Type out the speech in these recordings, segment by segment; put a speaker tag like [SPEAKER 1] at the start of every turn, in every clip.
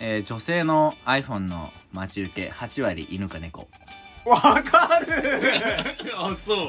[SPEAKER 1] えー女性の iPhone の待ち受け8割犬か猫
[SPEAKER 2] わかる
[SPEAKER 3] あそう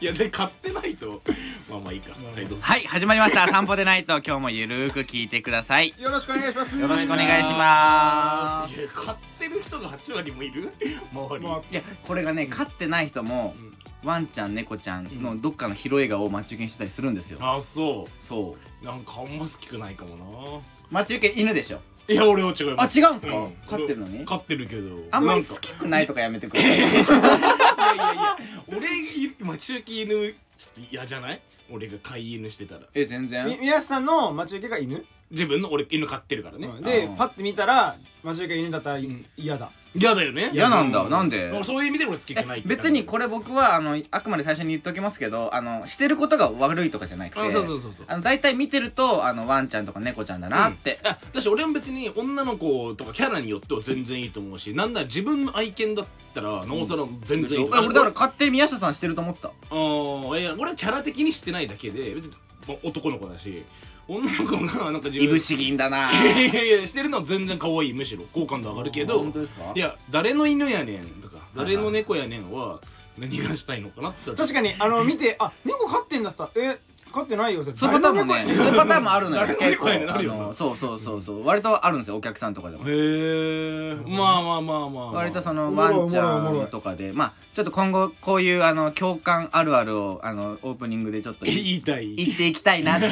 [SPEAKER 3] いやで買ってないとまあまあいいか
[SPEAKER 2] まあ
[SPEAKER 3] はいどうぞ
[SPEAKER 1] はい始まりま した「散歩でないと」今日もゆるーく聞いてください
[SPEAKER 2] よろしくお願いします
[SPEAKER 1] よろしくお願いしま
[SPEAKER 3] いや買ってる人が8割もいる周り、
[SPEAKER 2] まあ
[SPEAKER 1] すいやこれがね飼ってない人も
[SPEAKER 3] うん
[SPEAKER 1] ワンちゃん猫ちゃんのどっかの広い映画を待ち受けにしてたりするんですよ
[SPEAKER 3] あそ
[SPEAKER 1] そう
[SPEAKER 3] なんかあんま好きくないかも
[SPEAKER 1] う待ち受け犬でしょ
[SPEAKER 3] ないや俺は違い
[SPEAKER 1] あ
[SPEAKER 3] ます
[SPEAKER 1] 違うんですか、
[SPEAKER 3] うん
[SPEAKER 1] 飼ってるのに
[SPEAKER 3] 買ってるけど
[SPEAKER 1] あんまり
[SPEAKER 3] な
[SPEAKER 1] 好
[SPEAKER 3] か
[SPEAKER 1] きくないとかやめてく れる
[SPEAKER 3] いやいやいや俺待ち受け犬ちょっと嫌じゃない俺が飼い犬してたら
[SPEAKER 1] え全
[SPEAKER 2] み
[SPEAKER 1] 然
[SPEAKER 2] 宮下さんの待ち受けが犬、
[SPEAKER 3] 自分の俺犬飼ってるからね
[SPEAKER 2] うんで
[SPEAKER 1] あー
[SPEAKER 2] パッて見たら待ち受けが犬だったら
[SPEAKER 3] ん
[SPEAKER 2] 嫌だ、
[SPEAKER 3] 嫌だよね
[SPEAKER 1] 嫌なんだなんで
[SPEAKER 3] からそういう意味で俺好きくないって感じ
[SPEAKER 1] 別にこれ僕はあのあくまで最初に言っておきますけどあのしてることが悪いとかじゃなくて
[SPEAKER 3] あそうそうそうそう
[SPEAKER 1] あの大体見てるとあのワンちゃんとか猫ちゃんだなって、
[SPEAKER 3] あだし俺も別に女の子とかキャラによっては全然いいと思うしなんなら自分の愛犬だったらなおさら全然いいと
[SPEAKER 1] あ
[SPEAKER 3] 思う、
[SPEAKER 1] 俺だから勝手に宮下さんしてると思ってた
[SPEAKER 3] あーいや俺はキャラ的にしてないだけで別にま男の子だし女の子がなんか自分
[SPEAKER 1] いぶし銀だ ない
[SPEAKER 3] やいやいやしてるのは全然可愛いむしろ好感度上がるけど
[SPEAKER 1] 本当ですか
[SPEAKER 3] いや誰の犬やねんとか
[SPEAKER 1] はい
[SPEAKER 3] 誰の猫やねんは何がしたいのかなって
[SPEAKER 2] 確
[SPEAKER 3] に
[SPEAKER 2] かにあの見てあ猫飼ってんださえ飼ってないよそれ
[SPEAKER 1] そういうパターンもねそういうパターンもあるのよ
[SPEAKER 3] 誰の
[SPEAKER 1] 結構
[SPEAKER 3] 猫やねんな
[SPEAKER 1] あ
[SPEAKER 3] るよな
[SPEAKER 1] のそうそうそうそう割とあるんですよお客さんとかでも
[SPEAKER 3] へえまあまあまあまあ、まあ、
[SPEAKER 1] 割とそのワンちゃんとかでまあちょっと今後こういうあの共感あるあるをあのオープニングでちょっと
[SPEAKER 3] 言いたい
[SPEAKER 1] 行っていきたいな って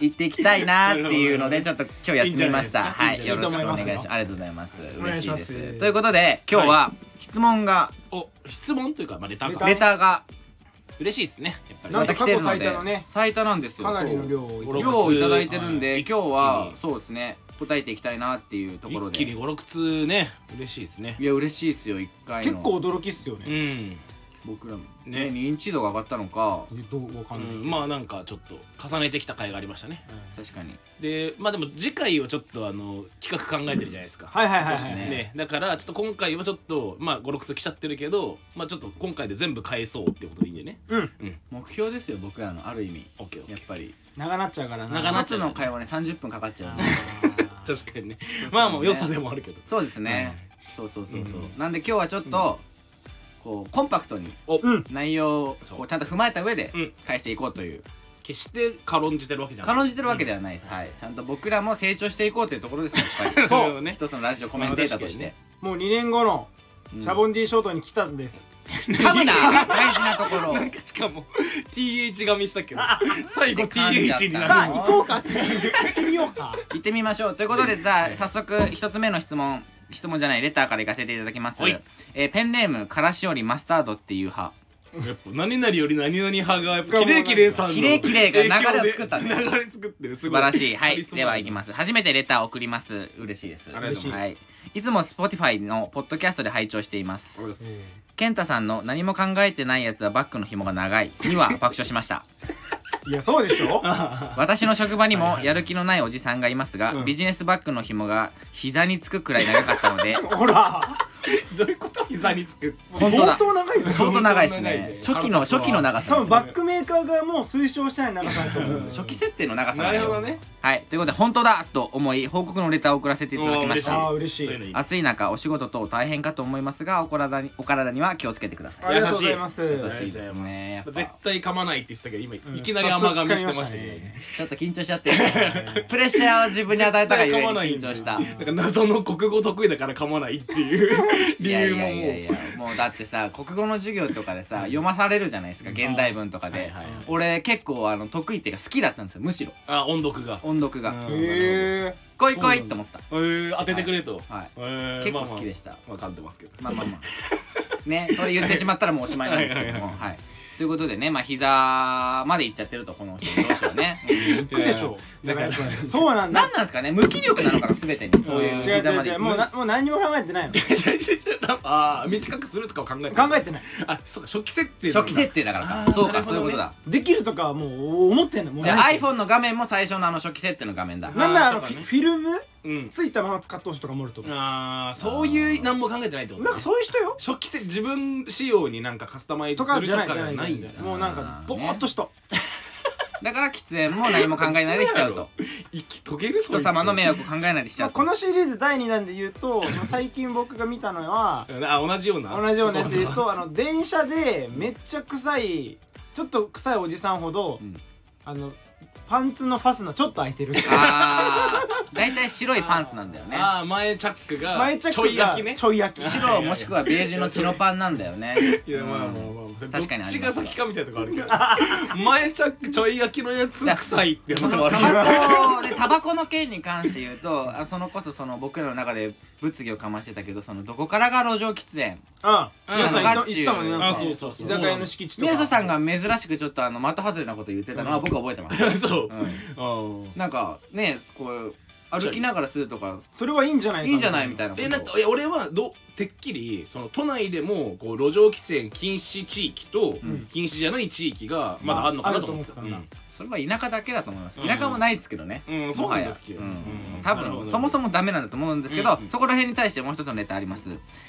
[SPEAKER 1] 行っていきたいなっていうのでちょっと今日やってみましたはい
[SPEAKER 3] い
[SPEAKER 1] い
[SPEAKER 3] んじ
[SPEAKER 1] よ
[SPEAKER 3] ゃ
[SPEAKER 1] ろ
[SPEAKER 3] な
[SPEAKER 1] し
[SPEAKER 3] い
[SPEAKER 1] く
[SPEAKER 3] です
[SPEAKER 1] お願いします
[SPEAKER 2] いいと思います
[SPEAKER 3] か
[SPEAKER 2] よ
[SPEAKER 1] ありがとうございます
[SPEAKER 2] お願
[SPEAKER 1] 嬉
[SPEAKER 2] い
[SPEAKER 1] し
[SPEAKER 2] し
[SPEAKER 1] い
[SPEAKER 2] ま
[SPEAKER 1] ですすということで今日は質問が
[SPEAKER 3] お質問というか、まあ、レター
[SPEAKER 2] レ
[SPEAKER 3] か
[SPEAKER 2] タ
[SPEAKER 1] レターが
[SPEAKER 3] 嬉しいですねやっぱり
[SPEAKER 1] ま
[SPEAKER 2] なん
[SPEAKER 1] た
[SPEAKER 2] か
[SPEAKER 1] 来
[SPEAKER 2] 過
[SPEAKER 1] てる
[SPEAKER 2] 去
[SPEAKER 1] の
[SPEAKER 2] 最多
[SPEAKER 1] で
[SPEAKER 2] のね
[SPEAKER 1] 最多なんですよ
[SPEAKER 2] かなりの量を
[SPEAKER 3] そう
[SPEAKER 2] 入
[SPEAKER 1] 量
[SPEAKER 2] れる
[SPEAKER 1] をいただいてるん
[SPEAKER 3] は
[SPEAKER 1] で今日
[SPEAKER 3] い一気
[SPEAKER 1] は
[SPEAKER 3] に
[SPEAKER 1] そうですね答えていきたいなっていうところ
[SPEAKER 3] 一
[SPEAKER 1] で
[SPEAKER 3] 気に
[SPEAKER 1] い
[SPEAKER 3] 56通ね嬉しいですね
[SPEAKER 1] や嬉しいですよ一回の
[SPEAKER 2] 結構驚きっすよ
[SPEAKER 3] う
[SPEAKER 2] ね、
[SPEAKER 3] ん、
[SPEAKER 1] 僕らもね
[SPEAKER 3] ね
[SPEAKER 1] 認知度が上がったのか
[SPEAKER 2] どうわか
[SPEAKER 3] うん
[SPEAKER 2] ない、
[SPEAKER 3] ん、まあなんかちょっと重ねてきた回がありましたね
[SPEAKER 1] 確かに
[SPEAKER 3] でまあでも次回をちょっとあの企画考えてるじゃないですか
[SPEAKER 2] はいはいはい
[SPEAKER 3] そう
[SPEAKER 2] はい、
[SPEAKER 3] ですねだからちょっと今回はちょっとまあ56通来ちゃってるけどまあちょっと今回で全部返そうってことでいいんでね
[SPEAKER 2] うん
[SPEAKER 1] 目標ですよ僕らのある意味
[SPEAKER 3] OKOK
[SPEAKER 1] やっぱり
[SPEAKER 2] 長なっちゃうからな
[SPEAKER 3] 長なっち
[SPEAKER 1] 夏
[SPEAKER 3] ゃ
[SPEAKER 1] の会話ね30分かかっちゃうんで
[SPEAKER 3] 確かにねまあまあ良さでもあるけど
[SPEAKER 1] そうですね、そうそうそうそう、
[SPEAKER 3] う
[SPEAKER 1] なんで今日はちょっと、こうコンパクトに
[SPEAKER 3] お、
[SPEAKER 2] うん
[SPEAKER 1] 内容をこうちゃんと踏まえた上で
[SPEAKER 3] うん
[SPEAKER 1] 返していこうという
[SPEAKER 3] 決して軽んじてるわけじゃない
[SPEAKER 1] 軽んじてるわけではないです、はいちゃんと僕らも成長していこうというところですねやっぱり
[SPEAKER 3] それをね
[SPEAKER 1] 一つのラジオコメンテーターとして、
[SPEAKER 2] もう2年後の
[SPEAKER 1] う
[SPEAKER 2] シ
[SPEAKER 1] ん
[SPEAKER 2] ャボンディショートに来たんです、
[SPEAKER 1] 噛むな大事なところ
[SPEAKER 3] なんかしかも TH が見した けど最後
[SPEAKER 1] で噛んじゃった
[SPEAKER 3] TH になる
[SPEAKER 2] さあ行こうか次行ってみようか
[SPEAKER 1] 行ってみましょうということでじゃあ早速一つ目の質問質問じゃないレターから行かせていただきます
[SPEAKER 3] はい、
[SPEAKER 1] えーペンネームからしよりマスタードっていう派
[SPEAKER 3] やっぱ何々より何々派がやっぱキレイキレイさんの
[SPEAKER 1] キレイキレイが流れを作ったね
[SPEAKER 3] 影響で流れ作ってるす
[SPEAKER 1] 素
[SPEAKER 3] ごい
[SPEAKER 1] 晴らしい。は
[SPEAKER 3] カリ
[SPEAKER 1] い。
[SPEAKER 3] スマ
[SPEAKER 1] では行きます。初めてレターを送ります。嬉しいです。
[SPEAKER 3] ありがとうございます
[SPEAKER 1] はい。いつも Spotify のポッドキャストで拝聴しています。
[SPEAKER 3] そうです
[SPEAKER 1] 健太さんの何も考えてないやつはバッグの紐が長いには爆笑しま した。
[SPEAKER 2] いやそうでしょ
[SPEAKER 1] 私の職場にもやる気のないおじさんがいますが、
[SPEAKER 3] うん
[SPEAKER 1] ビジネスバッグの紐が膝につくくらい長かったの で、
[SPEAKER 2] ほら
[SPEAKER 3] どういうこと膝につく
[SPEAKER 1] 本当だ
[SPEAKER 2] 相当長いですよ
[SPEAKER 1] 相当長いですね。
[SPEAKER 3] 相当
[SPEAKER 1] 初期
[SPEAKER 3] 長いね
[SPEAKER 1] の初期の長さ
[SPEAKER 2] 多分バックメーカーがもう推奨してない長さだと思うんで
[SPEAKER 1] 初
[SPEAKER 2] すよ
[SPEAKER 1] 期設定の長さ
[SPEAKER 3] な
[SPEAKER 1] だ
[SPEAKER 3] る
[SPEAKER 1] よ
[SPEAKER 3] ほどね
[SPEAKER 1] はい。ということで本当だと思い報告のレターを送らせていただきまし
[SPEAKER 3] おー嬉し
[SPEAKER 1] た。
[SPEAKER 2] ああ嬉しい
[SPEAKER 3] いそういうのいいね
[SPEAKER 1] 暑い中お仕事等大変かと思いますがお体にお体には気をつけてください
[SPEAKER 2] ありがとうございます
[SPEAKER 1] 優しいですねやっぱ
[SPEAKER 3] 絶対噛まないって言ってたけど今い
[SPEAKER 2] うん
[SPEAKER 3] きなり甘噛みしてましたけどね
[SPEAKER 1] ちょっと緊張しちゃって るプレッシャーを自分に与えたがゆえに緊張した
[SPEAKER 3] なんか謎の国語得意だから噛まないっていう
[SPEAKER 1] い
[SPEAKER 3] 理
[SPEAKER 1] やい
[SPEAKER 3] 由
[SPEAKER 1] や
[SPEAKER 3] も
[SPEAKER 1] いやい
[SPEAKER 3] も
[SPEAKER 1] やもうだってさ国語の授業とかでさ読まされるじゃないですか現代文とか
[SPEAKER 3] はい
[SPEAKER 1] で
[SPEAKER 3] はいはい
[SPEAKER 1] 俺結構あの得意っていうか好きだったんですよむしろ
[SPEAKER 3] うあ音読が
[SPEAKER 1] 音読が
[SPEAKER 3] うん
[SPEAKER 2] へえ
[SPEAKER 1] 来い来いって思って
[SPEAKER 3] えー当ててくれと
[SPEAKER 1] たはい
[SPEAKER 3] えー
[SPEAKER 1] 結構好きでした
[SPEAKER 3] まあまあわかんでますけど
[SPEAKER 1] まあまあまあねそれ言ってしまったらもうおしまいなんですけどもはいということでねまあ膝まで行っちゃってるとこの人どうしようねうん
[SPEAKER 2] 行くでしょ
[SPEAKER 3] いやだから
[SPEAKER 2] そうなんだ
[SPEAKER 1] 何なんですかね無気力なのかな全てにそうい
[SPEAKER 2] 違
[SPEAKER 1] う
[SPEAKER 2] う
[SPEAKER 1] 膝
[SPEAKER 2] 違
[SPEAKER 1] ま
[SPEAKER 2] う
[SPEAKER 1] で
[SPEAKER 2] 違
[SPEAKER 1] 行
[SPEAKER 2] う
[SPEAKER 1] く
[SPEAKER 2] もうなもう何も考えてないの
[SPEAKER 3] ああ短くするとかを考えて
[SPEAKER 2] 考えてない
[SPEAKER 3] あそうか初期設定なんだ
[SPEAKER 1] 初期設定だから
[SPEAKER 3] あ
[SPEAKER 1] さ
[SPEAKER 3] ー
[SPEAKER 1] そうか、
[SPEAKER 3] なるほ
[SPEAKER 1] そうい
[SPEAKER 3] ど
[SPEAKER 1] う
[SPEAKER 3] ね
[SPEAKER 1] ことだ
[SPEAKER 2] できるとかはもう思ってんのもう
[SPEAKER 1] じゃあ iPhone の画面も最初のあの初期設定の画面だ
[SPEAKER 2] なんならあの
[SPEAKER 3] あー
[SPEAKER 2] フ
[SPEAKER 3] とか
[SPEAKER 2] ィ
[SPEAKER 3] ね
[SPEAKER 2] フィルム
[SPEAKER 3] うん
[SPEAKER 2] ついたまま使ってほしいとかもあると思
[SPEAKER 3] ああそういう何も考えてないってこ
[SPEAKER 2] う
[SPEAKER 3] と
[SPEAKER 2] なんかそういう人よ
[SPEAKER 3] 初期設自分仕様になんかカスタマイズ
[SPEAKER 2] と
[SPEAKER 3] す
[SPEAKER 2] か
[SPEAKER 3] る
[SPEAKER 2] じ
[SPEAKER 3] と
[SPEAKER 2] ゃな
[SPEAKER 3] か
[SPEAKER 2] いじ
[SPEAKER 3] が
[SPEAKER 2] ゃ
[SPEAKER 3] な
[SPEAKER 2] ないい
[SPEAKER 3] ん
[SPEAKER 2] ん
[SPEAKER 3] だ
[SPEAKER 2] だもうなんかぼーっとした
[SPEAKER 1] だから喫煙も何も考えないでしちゃうと
[SPEAKER 3] 息遂げる そ
[SPEAKER 1] 人
[SPEAKER 3] いつ
[SPEAKER 1] 様の迷惑を考えないでしち
[SPEAKER 2] ま
[SPEAKER 1] ゃ
[SPEAKER 2] あ、
[SPEAKER 1] う
[SPEAKER 2] ことのシリーズ第2弾で言う とまあ最近僕が見たのは
[SPEAKER 3] あ同じような
[SPEAKER 2] 同じようなやつで言う
[SPEAKER 3] こと
[SPEAKER 2] あの電車でめっちゃ臭いちょっと臭いおじさんほど、
[SPEAKER 1] うん
[SPEAKER 2] あのパンツのファスナーちょっと開いてる
[SPEAKER 1] あー大体白いパンツなんだよね
[SPEAKER 3] ああ前チャックが
[SPEAKER 2] 前チャックが
[SPEAKER 3] ちょい焼きね
[SPEAKER 2] ちょい焼き
[SPEAKER 1] 白もしくはベージュのチノパンなんだよね
[SPEAKER 3] いやまあまあまあ
[SPEAKER 1] 確かにあ
[SPEAKER 3] どっ
[SPEAKER 1] り
[SPEAKER 3] ち
[SPEAKER 1] ま
[SPEAKER 3] が
[SPEAKER 1] す
[SPEAKER 3] 先かみたいなとこあるけど 前チャックちょい焼きのやつ臭いって話もある
[SPEAKER 1] タ
[SPEAKER 3] けど
[SPEAKER 1] バコでタバコの件に関して言うとあそのこそその僕らの中で物議をかましてたけどそのどこからが路上喫煙
[SPEAKER 2] うん
[SPEAKER 3] うん
[SPEAKER 2] 皆さん
[SPEAKER 1] あ
[SPEAKER 2] 言
[SPEAKER 1] の
[SPEAKER 2] って言ってたもんねなんか
[SPEAKER 3] あそうそうそう
[SPEAKER 2] 居酒屋の敷地とか
[SPEAKER 1] 宮下さんが珍しくちょっとあの的外れなこと言ってたのは僕は覚えてます、
[SPEAKER 3] そう
[SPEAKER 1] うん
[SPEAKER 3] あ
[SPEAKER 1] なんかねこう歩きながらするとか
[SPEAKER 2] それはいいんじゃないか
[SPEAKER 1] いいんじゃないみたいな
[SPEAKER 3] あ
[SPEAKER 1] こと
[SPEAKER 3] えなんかいや俺はどてっきりその都内でもこう路上喫煙禁止地域と
[SPEAKER 2] ん
[SPEAKER 3] 禁止じゃない地域がまだあるのかなと思って
[SPEAKER 2] まああ
[SPEAKER 3] た
[SPEAKER 2] ると思って
[SPEAKER 1] それは田舎だけだと思います
[SPEAKER 3] うん
[SPEAKER 1] 田舎もないですけどね、
[SPEAKER 3] うん
[SPEAKER 1] も
[SPEAKER 3] うん
[SPEAKER 1] はや
[SPEAKER 3] そうなんだっけ
[SPEAKER 1] うん
[SPEAKER 3] うん
[SPEAKER 1] 多
[SPEAKER 3] なるほど
[SPEAKER 1] 分そもそもダメなんだと思うんですけど、
[SPEAKER 3] うんうん
[SPEAKER 1] そこら辺に対してもう一つのネタあります、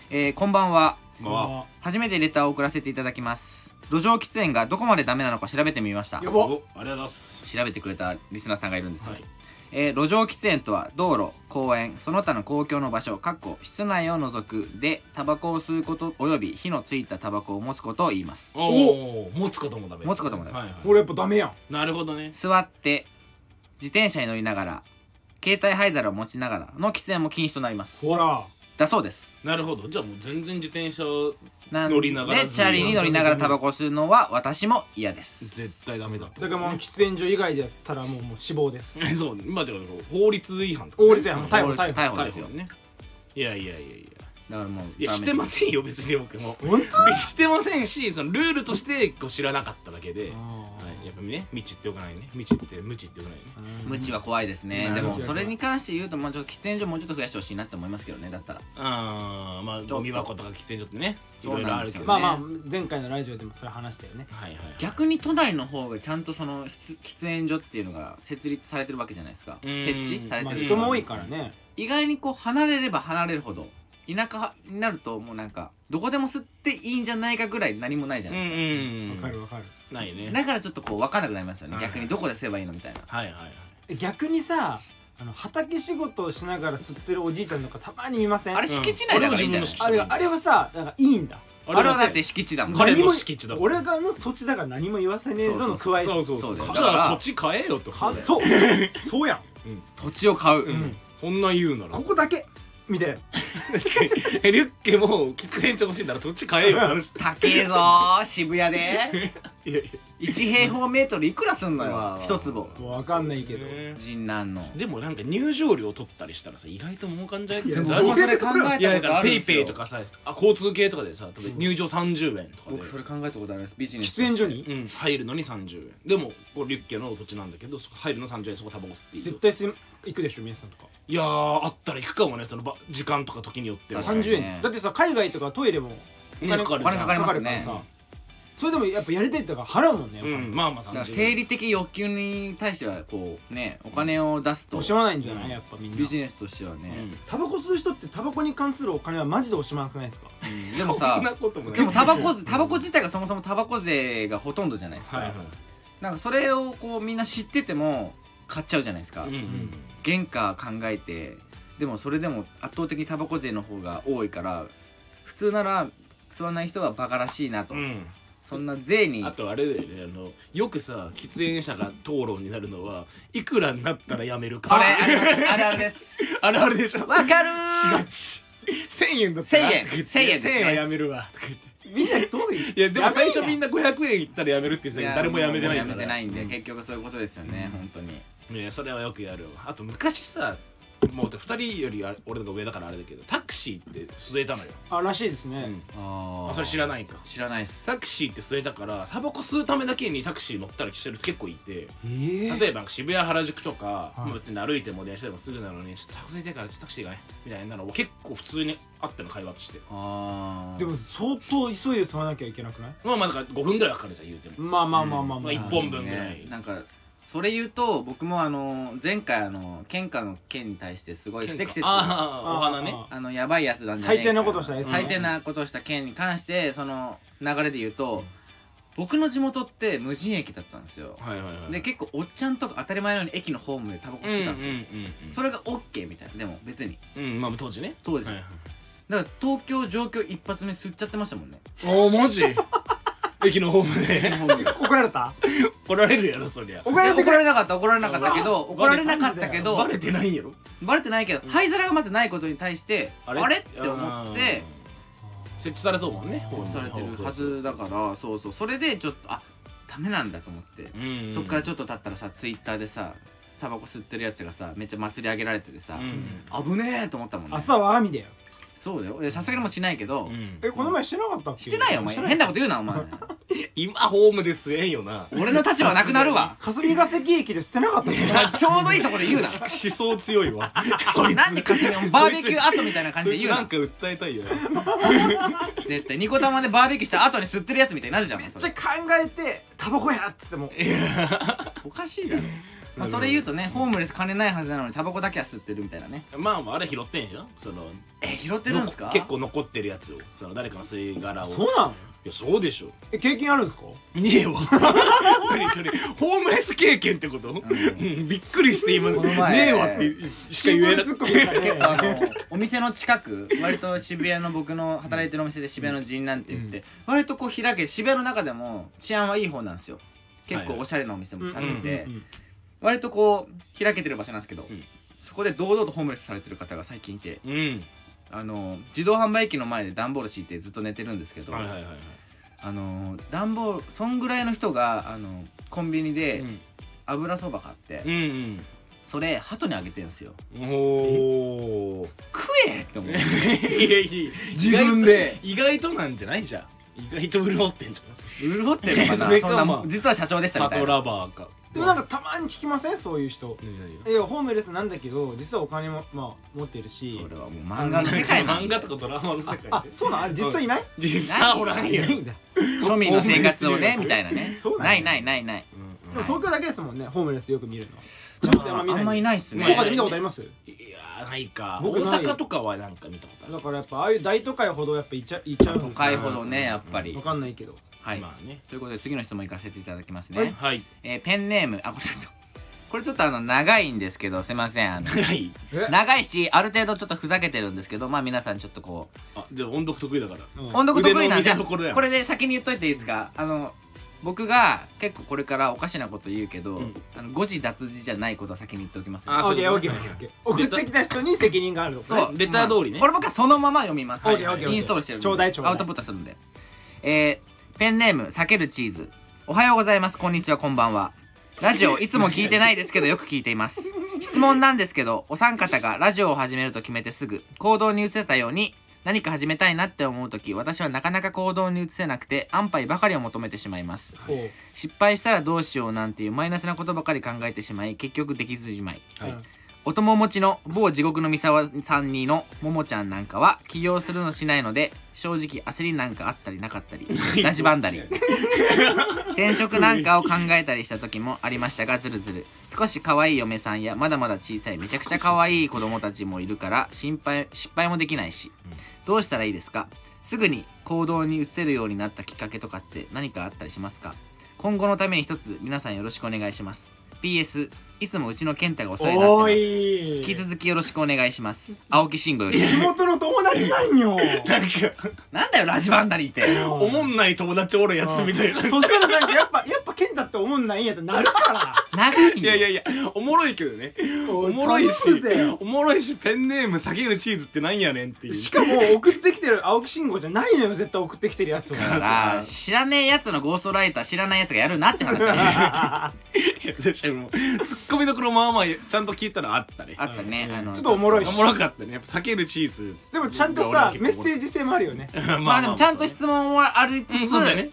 [SPEAKER 1] えーこんばんは
[SPEAKER 3] ま
[SPEAKER 1] 初めてレターを送らせていただきます路上喫煙がどこまでダメなのか調べてみました
[SPEAKER 3] あ
[SPEAKER 2] や
[SPEAKER 1] 調
[SPEAKER 2] ば
[SPEAKER 3] おありがとうございます
[SPEAKER 1] べてくれたリスナーさんがいるんですよ、
[SPEAKER 3] はい
[SPEAKER 1] えー路上喫煙とは道路公園その他の公共の場所かっこ室内を除くでタバコを吸うことおよび火のついたタバコを持つことを言います
[SPEAKER 3] おお持つこともダメ
[SPEAKER 1] 持つこともダメ
[SPEAKER 3] はいはい
[SPEAKER 2] 俺やっぱダメやん
[SPEAKER 3] なるほどね
[SPEAKER 1] 座って自転車に乗りながら携帯灰皿を持ちながらの喫煙も禁止となります
[SPEAKER 2] ほら
[SPEAKER 1] だそうです
[SPEAKER 3] なるほどじゃあもう全然自転車
[SPEAKER 1] なん
[SPEAKER 3] 乗りながら
[SPEAKER 1] でチャリに乗りながらタバコを吸うのは私も嫌です
[SPEAKER 3] 絶対ダメだって
[SPEAKER 2] だからもう喫煙所以外でやったらもうもう死亡です
[SPEAKER 3] そう今では法律違反とかね
[SPEAKER 2] 法律やん逮捕逮捕
[SPEAKER 1] 逮捕ですよ
[SPEAKER 3] ねいやいやいやいや
[SPEAKER 1] だからもう
[SPEAKER 3] いや
[SPEAKER 1] ダメ
[SPEAKER 3] してませんよ別に僕も
[SPEAKER 2] 本当
[SPEAKER 3] してませんしそのルールとしてこう知らなかっただけで、はい、やっぱね道っておかないね道って無知っておかないね
[SPEAKER 1] 無知は怖いですね
[SPEAKER 3] うん
[SPEAKER 1] でも
[SPEAKER 3] 無知
[SPEAKER 2] は
[SPEAKER 1] そ
[SPEAKER 2] 怖い
[SPEAKER 1] れに関して言うとまあちょっと喫煙所もうちょっと増やしてほしいなって思いますけどねだったら
[SPEAKER 3] あーまあゴミ箱とか喫煙所ってねい
[SPEAKER 1] そう
[SPEAKER 3] ろいろ
[SPEAKER 1] な
[SPEAKER 3] あ
[SPEAKER 1] んで
[SPEAKER 3] る
[SPEAKER 1] す
[SPEAKER 3] け
[SPEAKER 1] よ
[SPEAKER 3] どね
[SPEAKER 2] まあまあ前回のラジオでもそれ話したよね
[SPEAKER 3] はいはい
[SPEAKER 1] 逆に都内の方がちゃんとその喫喫煙所っていうのが設立されてるわけじゃないですか
[SPEAKER 3] うん
[SPEAKER 1] 設置され
[SPEAKER 2] ま
[SPEAKER 1] て
[SPEAKER 2] あ
[SPEAKER 1] る
[SPEAKER 2] 人も多いからね
[SPEAKER 1] 意外にこう離れれば離れるほど田舎になるともうなんかどこでも吸っていいんじゃないかぐらい何もないじゃ
[SPEAKER 3] う
[SPEAKER 1] ないですか、
[SPEAKER 3] ん
[SPEAKER 2] わか
[SPEAKER 3] うん
[SPEAKER 2] るわかる
[SPEAKER 3] ないね
[SPEAKER 1] だからちょっとこう分かんなくなりますよね、
[SPEAKER 3] うん
[SPEAKER 1] 逆にどこで吸えばいいのみたいな
[SPEAKER 3] はいはいはい
[SPEAKER 2] 逆にさあの畑仕事をしながら吸ってるおじいちゃんとかたまに見ません
[SPEAKER 1] あれ敷地内だからいいんじゃない、
[SPEAKER 3] うん
[SPEAKER 2] あれあれはさなんかいいんだ
[SPEAKER 1] あれはだって敷地だもん
[SPEAKER 3] 彼の
[SPEAKER 2] 何も
[SPEAKER 3] 敷地だ
[SPEAKER 2] 俺がの土地だから何も言わせねえぞの加え
[SPEAKER 3] そうそうそ
[SPEAKER 1] そ
[SPEAKER 3] う
[SPEAKER 1] うだよ
[SPEAKER 3] じゃあ土地買えよと
[SPEAKER 2] か
[SPEAKER 1] そうだよ
[SPEAKER 2] そうそ うやん
[SPEAKER 1] 土地を買う、
[SPEAKER 3] うんそんな言うなら
[SPEAKER 2] ここだけみたいな
[SPEAKER 3] えリュッケも喫煙所欲しいなら土地買えよって話
[SPEAKER 1] 高えぞー渋谷で
[SPEAKER 3] いやい
[SPEAKER 1] 1平方メートルいくらすんの
[SPEAKER 3] う
[SPEAKER 1] よ
[SPEAKER 3] わー
[SPEAKER 1] 一坪
[SPEAKER 2] わかんないけど
[SPEAKER 3] や
[SPEAKER 1] 神南の
[SPEAKER 3] でもなんか入場料取ったりしたらさ意外と儲かんじゃない
[SPEAKER 2] いや
[SPEAKER 3] 全然あ
[SPEAKER 1] 僕
[SPEAKER 3] り
[SPEAKER 1] も
[SPEAKER 3] ま
[SPEAKER 1] そ
[SPEAKER 3] す
[SPEAKER 1] れ考えたことあるんですよ
[SPEAKER 3] いやだからペイペイとかさあ交通系とかでさ例えば入場30円とかで
[SPEAKER 1] 僕それ考えたことありますビジネス
[SPEAKER 2] 喫煙所に
[SPEAKER 3] うん、入るのに30円でもこうリュッケの土地なんだけどそこ入るの30円そこタバコ吸っていいよ
[SPEAKER 2] 絶対す行くでしょ皆さんとか
[SPEAKER 3] いやーあったら行くかもねその場時間とか時によっては
[SPEAKER 1] 確かに
[SPEAKER 2] 30
[SPEAKER 1] ね
[SPEAKER 2] 円だってさ海外とかトイレも
[SPEAKER 3] ねかかる
[SPEAKER 1] お金かかります
[SPEAKER 2] から
[SPEAKER 1] ね
[SPEAKER 2] さそれでもやっぱやりたいとか払うもんねやっ
[SPEAKER 3] う
[SPEAKER 2] ぱり
[SPEAKER 3] んまあまあ
[SPEAKER 1] だから
[SPEAKER 3] 30
[SPEAKER 1] 生
[SPEAKER 3] 円
[SPEAKER 1] 理的欲求に対してはこうねお金を出すと
[SPEAKER 2] 惜しまないんじゃないやっぱみんな
[SPEAKER 1] ビジネスとしてはね、
[SPEAKER 3] うん
[SPEAKER 2] タバコ吸う人ってタバコに関するお金はマジで惜しまなくないですか
[SPEAKER 1] うんでもさ
[SPEAKER 3] そんなこともない
[SPEAKER 1] でもタバコタバコ自体がそもそもタバコ税がほとんどじゃないですか、
[SPEAKER 3] はいはい
[SPEAKER 1] なんかそれをこうみんな知ってても買っちゃうじゃないですか、
[SPEAKER 3] うんうん
[SPEAKER 1] 原価考えてでもそれでも圧倒的にタバコ税の方が多いから普通なら吸わない人はバカらしいなと、
[SPEAKER 3] うん
[SPEAKER 1] そんな税に
[SPEAKER 3] あとあれだよねあのよくさ喫煙者が討論になるのはいくらになったらやめるか
[SPEAKER 1] それありますあるあるです
[SPEAKER 3] あれあれでしょ
[SPEAKER 1] わかる
[SPEAKER 3] し
[SPEAKER 1] ー
[SPEAKER 3] がち1000円だったら
[SPEAKER 1] 1000円
[SPEAKER 3] とか言って
[SPEAKER 1] 1000円ですね
[SPEAKER 3] 1000円はやめるわとか言って
[SPEAKER 2] みんなどうい
[SPEAKER 3] いやでも最初みん
[SPEAKER 2] な
[SPEAKER 3] な500円いったらやめるって言ってたけど誰もやめてない
[SPEAKER 1] や
[SPEAKER 3] んだ
[SPEAKER 1] め
[SPEAKER 3] か
[SPEAKER 1] て
[SPEAKER 3] ら
[SPEAKER 1] ないんで結局そういうことですよね、本当に
[SPEAKER 3] いやそれはよくやるわあと昔さもう2人よりあれ俺の方が上だからあれだけどタクシーって据えたのよ、
[SPEAKER 2] あらしいですね
[SPEAKER 1] あ
[SPEAKER 3] あそれ知らないか
[SPEAKER 1] 知らないっす
[SPEAKER 3] タクシーって据えたからタバコ吸うためだけにタクシー乗ったりしてる人結構いて
[SPEAKER 2] ええ
[SPEAKER 3] 例えば渋谷原宿とか、
[SPEAKER 2] はい
[SPEAKER 3] まあ別に歩いても電車でもすぐなのにちょっとタクシーでからちょっとタクシーがねみたいなのを結構普通にあっての会話として
[SPEAKER 1] あー
[SPEAKER 2] でも相当急いで吸わなきゃいけなくない
[SPEAKER 3] まあまあだから5分ぐらいかかるじゃん言うても
[SPEAKER 2] まあまあまあまあま
[SPEAKER 3] ま
[SPEAKER 2] あ
[SPEAKER 3] あ一本分ぐらい
[SPEAKER 1] ねなんかそれ言うと僕もあの前回あの喧嘩の件に対してすごい不適切あ
[SPEAKER 3] ああお花ね
[SPEAKER 2] あ
[SPEAKER 1] のやばいやつなんじゃねえか
[SPEAKER 2] 最低なことしたやつ
[SPEAKER 1] 最低なことした件に関してその流れで言うと僕の地元って無人駅だったんですよ
[SPEAKER 3] はいはいはい
[SPEAKER 1] で結構おっちゃんとか当たり前のように駅のホームでタバコ吸ってたんですよ、それが OK みたいなでも別に
[SPEAKER 3] うんうんうんまあ当時ね
[SPEAKER 1] 当時、
[SPEAKER 3] はいはい
[SPEAKER 1] だから東京上京一発目吸っちゃってましたもんね
[SPEAKER 3] おおマジ駅のホームで
[SPEAKER 2] 怒られた
[SPEAKER 3] 来られるやろそりゃ
[SPEAKER 2] 怒ら
[SPEAKER 1] で
[SPEAKER 2] れて
[SPEAKER 1] 怒ら
[SPEAKER 2] くれ
[SPEAKER 1] れなかった怒られなかったけど
[SPEAKER 3] そう
[SPEAKER 1] 怒られなかったけど
[SPEAKER 3] バレてないんやろ
[SPEAKER 1] バレてないけど灰皿がまずないことに対してあれって思って
[SPEAKER 3] うん設置されそうもんね
[SPEAKER 2] 設置
[SPEAKER 1] されてるはずだからそうそうそれでちょっとあダメなんだと思って、
[SPEAKER 3] うん
[SPEAKER 1] そっからち
[SPEAKER 3] ょっ
[SPEAKER 1] ょっと経ったらさツイッターでさタバコ吸ってるやつがさめっちゃ祭り上げられててさ、危ねえと思ったもんね
[SPEAKER 2] 朝は網だよ
[SPEAKER 1] そうだよでさすがにもうしないけど、
[SPEAKER 2] えこの前してなかったっけ
[SPEAKER 1] してないよお前
[SPEAKER 2] して
[SPEAKER 1] 変なこと言うなお 前
[SPEAKER 3] 今ホームで吸えんよな
[SPEAKER 1] 俺の立場なくなるわ
[SPEAKER 2] 霞ヶ関駅で捨てなか ったの
[SPEAKER 1] ちょうどいいと ころで言うな
[SPEAKER 3] 思想強いわ そいつ
[SPEAKER 1] なんでかすみバーベキュー後みたいな感じ
[SPEAKER 3] そ
[SPEAKER 1] で
[SPEAKER 3] いつ
[SPEAKER 1] 言う
[SPEAKER 3] な
[SPEAKER 1] なん
[SPEAKER 3] か訴えたいよ
[SPEAKER 1] 絶対ニコ玉でバーベキューした後に吸ってるやつみたいになるじゃん
[SPEAKER 2] めっち
[SPEAKER 1] そ
[SPEAKER 2] ゃ
[SPEAKER 1] れ
[SPEAKER 2] 考えてタバコやっつっても
[SPEAKER 1] おかしいだろ、 まあ、それ言うとねホームレス金ないはずなのにタバコだけは吸ってるみたいなね
[SPEAKER 3] まあまああれ拾ってんじゃんその
[SPEAKER 1] え拾ってるんですか
[SPEAKER 3] 結構残ってるやつをその誰かの吸い殻を
[SPEAKER 2] そうなの
[SPEAKER 3] いやそうでしょ
[SPEAKER 2] え経験あるんですか
[SPEAKER 3] ねえわ何それホームレス経験ってこと、うんびっくりして今
[SPEAKER 1] この前
[SPEAKER 3] ねえわってしか言え
[SPEAKER 2] 新聞
[SPEAKER 3] な
[SPEAKER 2] ツッ
[SPEAKER 3] く
[SPEAKER 2] コミだ
[SPEAKER 1] 結
[SPEAKER 2] ね
[SPEAKER 1] 構あのお店の近く割と渋谷の僕の働いてるお店で渋谷の人なんて言って、割とこう開け渋谷の中でも治安はいい方なんですよ結構おしゃれなお店も
[SPEAKER 2] うん
[SPEAKER 1] 建ってて、
[SPEAKER 2] うんうん
[SPEAKER 1] 割とこう開けてる場所なんですけど、
[SPEAKER 3] うん
[SPEAKER 1] そこで堂々とホームレスされてる方が最近いて
[SPEAKER 3] うん
[SPEAKER 1] あの自動販売機の前で段ボール敷いてずっと寝てるんですけど、
[SPEAKER 3] はいはいはいはい
[SPEAKER 1] あの段ボールそんぐらいの人があのコンビニで
[SPEAKER 3] うん
[SPEAKER 1] 油そば買って、
[SPEAKER 3] うん
[SPEAKER 1] それ鳩にあげてんすよ
[SPEAKER 3] うんおお
[SPEAKER 1] 食えって 思う
[SPEAKER 3] いやいや
[SPEAKER 1] 自分で
[SPEAKER 3] 意外となんじゃないじゃん意外と潤ってんじ
[SPEAKER 1] 潤ってるの か
[SPEAKER 3] それ
[SPEAKER 1] な
[SPEAKER 3] か
[SPEAKER 1] そんな
[SPEAKER 3] まあ
[SPEAKER 1] もん実は社長でした
[SPEAKER 3] ゃん
[SPEAKER 1] み
[SPEAKER 3] パ
[SPEAKER 1] たい
[SPEAKER 3] ト
[SPEAKER 1] な
[SPEAKER 3] ラバーか
[SPEAKER 2] でもなん
[SPEAKER 3] か
[SPEAKER 2] かたまに聞きませんそういう人いやホームレスなんだけど実はお金もまあ持ってるし
[SPEAKER 1] それはもう漫 画の世界なん
[SPEAKER 3] 漫
[SPEAKER 1] だ
[SPEAKER 3] 画とかドラマの世界
[SPEAKER 2] あそうなんあれ実際いない
[SPEAKER 3] 実際おらん
[SPEAKER 1] い
[SPEAKER 2] い
[SPEAKER 3] や
[SPEAKER 2] ないんだ
[SPEAKER 1] 庶民の生活をね
[SPEAKER 3] ホームレス
[SPEAKER 1] みたいなね
[SPEAKER 2] そうだね
[SPEAKER 1] ないないないない
[SPEAKER 2] でも東京だけですもんねホームレスよく見るの
[SPEAKER 1] あ
[SPEAKER 2] 地方であ
[SPEAKER 1] ん
[SPEAKER 2] んま見な
[SPEAKER 1] ま
[SPEAKER 2] い
[SPEAKER 1] いないっす
[SPEAKER 3] ま
[SPEAKER 2] 他
[SPEAKER 3] あ
[SPEAKER 1] ね
[SPEAKER 2] で見たことあります
[SPEAKER 3] いやーないか大
[SPEAKER 2] 僕ない
[SPEAKER 3] 阪とかはなんか見たことある
[SPEAKER 2] だからやっぱああいう大都会ほどやっぱいちゃいちゃうの
[SPEAKER 1] 都会ほどねやっぱり
[SPEAKER 2] わかんないけど
[SPEAKER 1] はい、
[SPEAKER 3] まあね
[SPEAKER 1] ということで次の質問いかせていただきます
[SPEAKER 2] は
[SPEAKER 1] ね
[SPEAKER 2] い、
[SPEAKER 3] はい
[SPEAKER 1] えーペンネームあこれちょっとこれちょっとあの長いんですけどすいませんあの
[SPEAKER 3] はい
[SPEAKER 2] え
[SPEAKER 1] 長いしある程度ちょっとふざけてるんですけどまあ皆さんちょっとこう
[SPEAKER 3] あじゃあ音読得意だ から
[SPEAKER 2] うん
[SPEAKER 1] 音読得意なん
[SPEAKER 3] 腕
[SPEAKER 1] で
[SPEAKER 3] の見せ所だよ
[SPEAKER 1] これで先に言っといていいですかあの僕が結構これからおかしなこと言うけど、
[SPEAKER 3] うん
[SPEAKER 1] あの誤字脱字じゃないことは先に言っておきます
[SPEAKER 3] あ
[SPEAKER 2] オ
[SPEAKER 3] そう
[SPEAKER 2] ッケ
[SPEAKER 3] い
[SPEAKER 2] ー
[SPEAKER 3] う
[SPEAKER 2] オ
[SPEAKER 3] こ
[SPEAKER 2] ッ
[SPEAKER 3] と
[SPEAKER 2] ケ
[SPEAKER 3] ね
[SPEAKER 2] ーオッケーオッケー送ってきた人に責任があるの
[SPEAKER 1] そう、
[SPEAKER 3] レター通りね
[SPEAKER 1] まあこれ僕はそのまま読みます
[SPEAKER 2] オッケーオッケーオッケー
[SPEAKER 1] インストールしてるんで
[SPEAKER 2] ちょうだいちょうだい
[SPEAKER 1] アウトプットするんでえーペンネーム避けるチーズおはようございますこんにちはこんばんはラジオいつも聞いてないですけどよく聞いています質問なんですけどお三方がラジオを始めると決めてすぐ行動に移せたように何か始めたいなって思う時私はなかなか行動に移せなくて安牌ばかりを求めてしまいます
[SPEAKER 2] こう
[SPEAKER 1] 失敗したらどうしようなんていうマイナスなことばかり考えてしまい結局できずじまい
[SPEAKER 3] は
[SPEAKER 2] うん
[SPEAKER 3] い
[SPEAKER 1] お友持ちの某地獄の三沢さんにのももちゃんなんかは起業するのしないので正直焦りなんかあったりなかったりラジバンダリ転職なんかを考えたりした時もありましたがずるずる少し可愛い嫁さんやまだまだ小さいめちゃくちゃ可愛い子供たちもいるから心配失敗もできないし
[SPEAKER 3] うん
[SPEAKER 1] どうしたらいいですかすぐに行動に移せるようになったきっかけとかって何かあったりしますか今後のために一つ皆さんよろしくお願いします PS いつもうちの健太がお世話になってま
[SPEAKER 2] お
[SPEAKER 1] す
[SPEAKER 2] い
[SPEAKER 1] 引き続きよろしくお願いします青木慎吾より
[SPEAKER 2] 地元の友達なん よ
[SPEAKER 3] なんか
[SPEAKER 1] なんだよラジバンダリーって
[SPEAKER 3] おもんない友達おるやつみたいな
[SPEAKER 2] そしたらなんかやっぱやっぱ健太って思んないんやってなるか
[SPEAKER 1] 長いよ
[SPEAKER 3] いやいやいやおもろいけどね
[SPEAKER 2] ら
[SPEAKER 3] おもろいし
[SPEAKER 2] 頼むぜ
[SPEAKER 3] おもろいしペンネーム避けるチーズってなんやねんっていう
[SPEAKER 2] しかも送ってきてる青木慎吾じゃないのよ絶対送ってきてるやつ
[SPEAKER 1] だ
[SPEAKER 2] は
[SPEAKER 1] から知らねえやつのゴーストライター知らないやつがやるなって話だ ね
[SPEAKER 3] いや確かにもうツッコミどころまあまあちゃんと聞いたらあったね
[SPEAKER 1] あったねあの
[SPEAKER 2] ちょっとおもろい
[SPEAKER 3] お
[SPEAKER 2] し
[SPEAKER 3] もろかったねやっぱ避けるチー ズ
[SPEAKER 2] でもちゃんとさメッセージ性もあるよね
[SPEAKER 3] まあ
[SPEAKER 1] まあでもちゃんと質問はありつつ
[SPEAKER 3] うんそうだよね